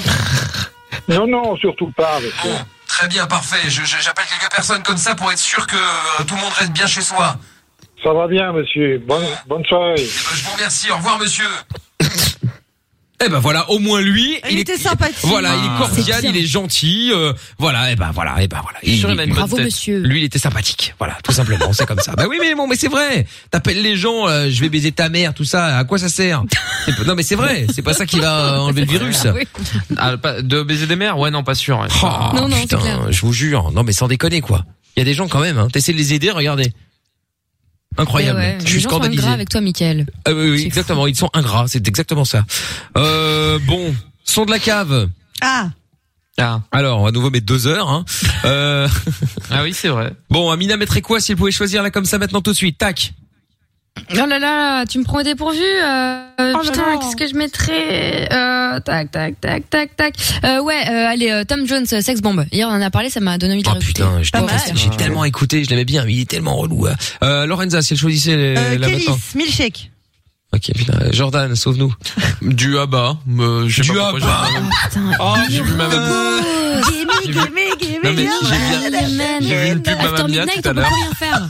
Speaker 11: Non, non, surtout pas. monsieur.
Speaker 16: Très bien, parfait. Je- je- J'appelle quelques personnes comme ça pour être sûr que euh, tout le monde reste bien chez soi. Euh,
Speaker 11: Ça va bien, monsieur. Bonne, bonne soirée.
Speaker 16: Je vous remercie. Au revoir, monsieur.
Speaker 2: Eh ben voilà, au moins lui,
Speaker 4: Il était sympathique.
Speaker 2: Voilà, il est
Speaker 4: Ah.
Speaker 2: cordial,
Speaker 4: C'est bien.
Speaker 2: il est gentil. euh, voilà,
Speaker 16: Eh
Speaker 2: et ben voilà, et ben voilà.
Speaker 3: Je suis sûr, il a une bonne Bravo, tête.
Speaker 5: monsieur.
Speaker 2: Lui, il était sympathique. Voilà, tout simplement, c'est comme ça. Bah oui, mais bon, mais c'est vrai. T'appelles les gens, euh, je vais baiser ta mère, tout ça. À quoi ça sert C'est pas- Non, mais c'est vrai. C'est pas ça qui va enlever le virus.
Speaker 3: Ah, pas- de baiser des mères Ouais, non, pas sûr.
Speaker 2: Ah, putain, je vous jure. Non, mais sans déconner, quoi. Il y a des gens quand même. Hein. T'essaies de les aider, regardez. Incroyable.
Speaker 5: Mais Eh ouais,
Speaker 2: je suis
Speaker 5: les gens sont
Speaker 2: scandalisé.
Speaker 5: ingrats avec toi, Mickaël.
Speaker 2: Ah oui, oui, exactement. Ils sont ingrats. C'est exactement ça. Euh, bon, son de la cave.
Speaker 4: Ah.
Speaker 3: Ah.
Speaker 2: Alors, on va à nouveau mettre deux heures. Hein.
Speaker 3: ah oui, c'est vrai.
Speaker 2: [laughs] Bon, Amina mettrait quoi si elle pouvait choisir là comme ça maintenant tout de suite Tac.
Speaker 5: Oh là là, tu me prends au dépourvu. euh, putain, qu'est-ce que je mettrais euh, Tac, tac, tac, tac, tac. Euh, ouais, euh, allez, euh, Tom Jones, euh, Sex Bomb. Hier, on en a parlé, ça m'a donné envie de le réécouter.
Speaker 2: Putain, je déteste, j'ai tellement écouté, je l'aimais bien, mais il est tellement relou. hein. Euh, Lorenza, si elle choisissait les-
Speaker 4: Euh,
Speaker 2: là
Speaker 4: Kélis,
Speaker 2: maintenant.
Speaker 4: milkshake.
Speaker 2: Ok, putain, euh, Jordan, sauve-nous.
Speaker 3: Du ABBA. Du ABBA.
Speaker 2: Oh,
Speaker 3: j'ai vu ma mamie.
Speaker 4: Ah,
Speaker 3: Non, mais j'ai bien- j'ai vu une pub Mamma
Speaker 5: After
Speaker 3: Mia
Speaker 5: Midnight,
Speaker 3: tout à
Speaker 5: on peut
Speaker 3: l'heure. Ah,
Speaker 5: plus rien faire.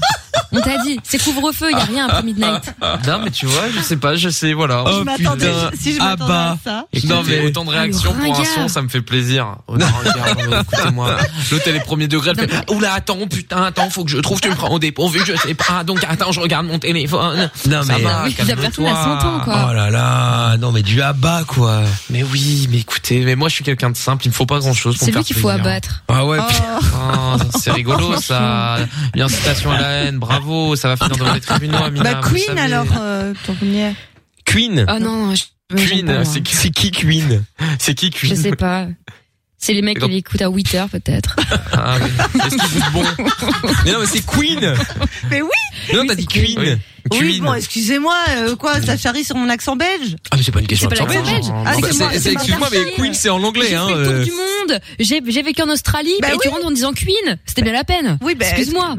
Speaker 5: On t'a dit, c'est couvre-feu, il y a rien après Midnight.
Speaker 3: Non, mais tu vois, je sais pas, je sais, voilà.
Speaker 2: Oh,
Speaker 5: Je m'attendais- si je m'attendais
Speaker 3: Oh,
Speaker 5: à
Speaker 3: ABBA.
Speaker 5: ça.
Speaker 3: Écoutez,
Speaker 5: Non, mais-
Speaker 3: autant de réactions pour un
Speaker 5: Ringard.
Speaker 3: son, ça me fait plaisir. Oh, non, regarde, euh, écoutez-moi. L'autre, elle est premier degré, elle fait, oula, attends, putain, attends, faut que je trouve, tu me prends au dépourvu, je sais pas, Ah, donc attends, je regarde mon téléphone.
Speaker 2: Non,
Speaker 3: Ça
Speaker 2: mais-
Speaker 3: va,
Speaker 2: Oui, la
Speaker 3: calme-toi.
Speaker 2: personne a 100 ans, quoi. Oh là là, non, mais du ABBA, quoi.
Speaker 3: Mais oui, mais écoutez, mais moi, je suis quelqu'un de simple, il me faut pas grand chose pour
Speaker 5: C'est
Speaker 3: me
Speaker 5: lui
Speaker 3: faire
Speaker 5: qu'il faut
Speaker 3: plaisir.
Speaker 5: abattre.
Speaker 2: Ah ouais,
Speaker 3: Oh, c'est rigolo ça. Une incitation à la haine, bravo, ça va finir devant les tribunaux, Amina.
Speaker 4: Bah
Speaker 3: Ah, vous
Speaker 4: Queen
Speaker 3: savez.
Speaker 4: alors, euh, ton premier. Ah,
Speaker 2: Queen.
Speaker 5: Oh non, non, je... j'aime
Speaker 3: Queen,
Speaker 5: pas,
Speaker 4: hein.
Speaker 3: c'est
Speaker 5: moi.
Speaker 3: qui, c'est qui Queen C'est qui Queen
Speaker 5: Je sais pas. C'est les mecs qui l'écoutent à 8h peut-être.
Speaker 3: Ah oui. Est-ce qu'il goûte bon
Speaker 2: Mais non, mais c'est Queen.
Speaker 4: [laughs] Mais oui.
Speaker 2: Non, t'as dit Queen.
Speaker 4: Oui,
Speaker 2: Queen.
Speaker 4: bon, excusez-moi, euh, quoi, ça charrie sur mon accent belge
Speaker 2: Ah, mais c'est pas une question
Speaker 4: C'est pas
Speaker 2: de
Speaker 4: l'accent
Speaker 2: sortie.
Speaker 4: belge. Ah,
Speaker 2: Bah,
Speaker 4: c'est
Speaker 2: c'est-
Speaker 4: moi,
Speaker 2: c'est-
Speaker 4: c'est moi.
Speaker 2: Excuse-moi, mais Queen, c'est en anglais. hein,
Speaker 5: Tour
Speaker 2: euh.
Speaker 5: du monde. J'ai j'ai vécu en Australie et tu rentres en disant Queen. C'était bien la peine.
Speaker 4: Oui, ben, [laughs]
Speaker 5: excuse-moi.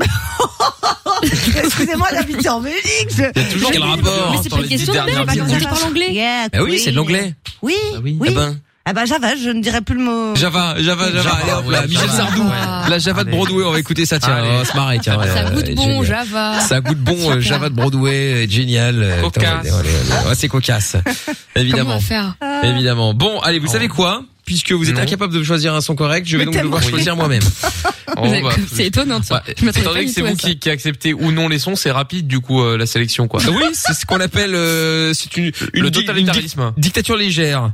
Speaker 4: Excusez-moi, j'habite en Belgique. je-
Speaker 2: Il y a toujours
Speaker 4: je-
Speaker 2: quel rapport
Speaker 5: Mais c'est
Speaker 2: entre
Speaker 5: pas une
Speaker 2: les
Speaker 5: question de
Speaker 2: dix
Speaker 5: merde,
Speaker 2: dernières
Speaker 5: on dit par l'anglais.
Speaker 4: Yeah,
Speaker 2: Bah oui, c'est de
Speaker 4: Queen.
Speaker 2: l'anglais.
Speaker 4: Oui, oui.
Speaker 2: Ah ben.
Speaker 4: Ah bah Java, je ne dirais plus le mot.
Speaker 2: Java, Java, Java,
Speaker 3: Java,
Speaker 2: allez hop
Speaker 3: ouais,
Speaker 2: là,
Speaker 3: Java.
Speaker 2: Michel Sardou,
Speaker 3: Ouais.
Speaker 2: la Java de
Speaker 3: Allez.
Speaker 2: Broadway, on va écouter ça, tiens,
Speaker 3: Allez.
Speaker 2: on va se marrer, tiens.
Speaker 5: Ça
Speaker 2: ouais,
Speaker 5: goûte
Speaker 2: ouais,
Speaker 5: bon,
Speaker 2: génial.
Speaker 5: Java.
Speaker 2: Ça goûte bon, euh, Java de Broadway, euh, génial. euh, putain,
Speaker 3: Cocasse.
Speaker 2: allez, allez, allez. Ouais, c'est cocasse,
Speaker 5: Comment on
Speaker 2: évidemment.
Speaker 5: va faire
Speaker 2: Évidemment. Bon, allez, vous savez quoi Puisque vous êtes incapable de choisir un son correct, je vais
Speaker 5: Mais
Speaker 2: donc devoir
Speaker 5: tellement.
Speaker 2: choisir moi-même.
Speaker 5: [laughs]
Speaker 3: Oh, bah,
Speaker 5: C'est étonnant. ça.
Speaker 3: bah,
Speaker 5: Je m'attendais
Speaker 3: étant
Speaker 5: pas
Speaker 3: donné
Speaker 5: du
Speaker 3: que c'est
Speaker 5: tout à
Speaker 3: vous
Speaker 5: ça.
Speaker 3: qui, qui acceptez ou non les sons, c'est rapide du coup euh, la sélection quoi.
Speaker 2: Oui, c'est ce qu'on appelle euh, c'est une, une
Speaker 3: Le
Speaker 2: di- une
Speaker 3: totalitarisme.
Speaker 2: di- dictature légère.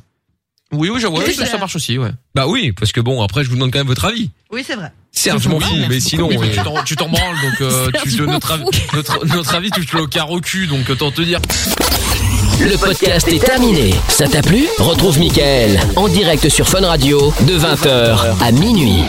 Speaker 2: Oui, oui, je
Speaker 3: vois, oui, ça- ça marche
Speaker 2: aussi, ouais. Bah oui, parce que bon, après, je vous demande quand même votre avis.
Speaker 4: Oui, c'est vrai.
Speaker 2: Serge, je m'en fous, mais sinon,
Speaker 3: Oui, mais
Speaker 2: euh,
Speaker 3: tu t'en- tu t'en branles
Speaker 2: [laughs]
Speaker 3: donc euh, tu-
Speaker 2: Serge, je m'en
Speaker 3: notre, avis- notre notre avis tu te le carreau cul donc autant te dire.
Speaker 1: Le podcast est terminé. Ça t'a plu Retrouve Mickaël en direct sur Fun Radio de 20h à minuit.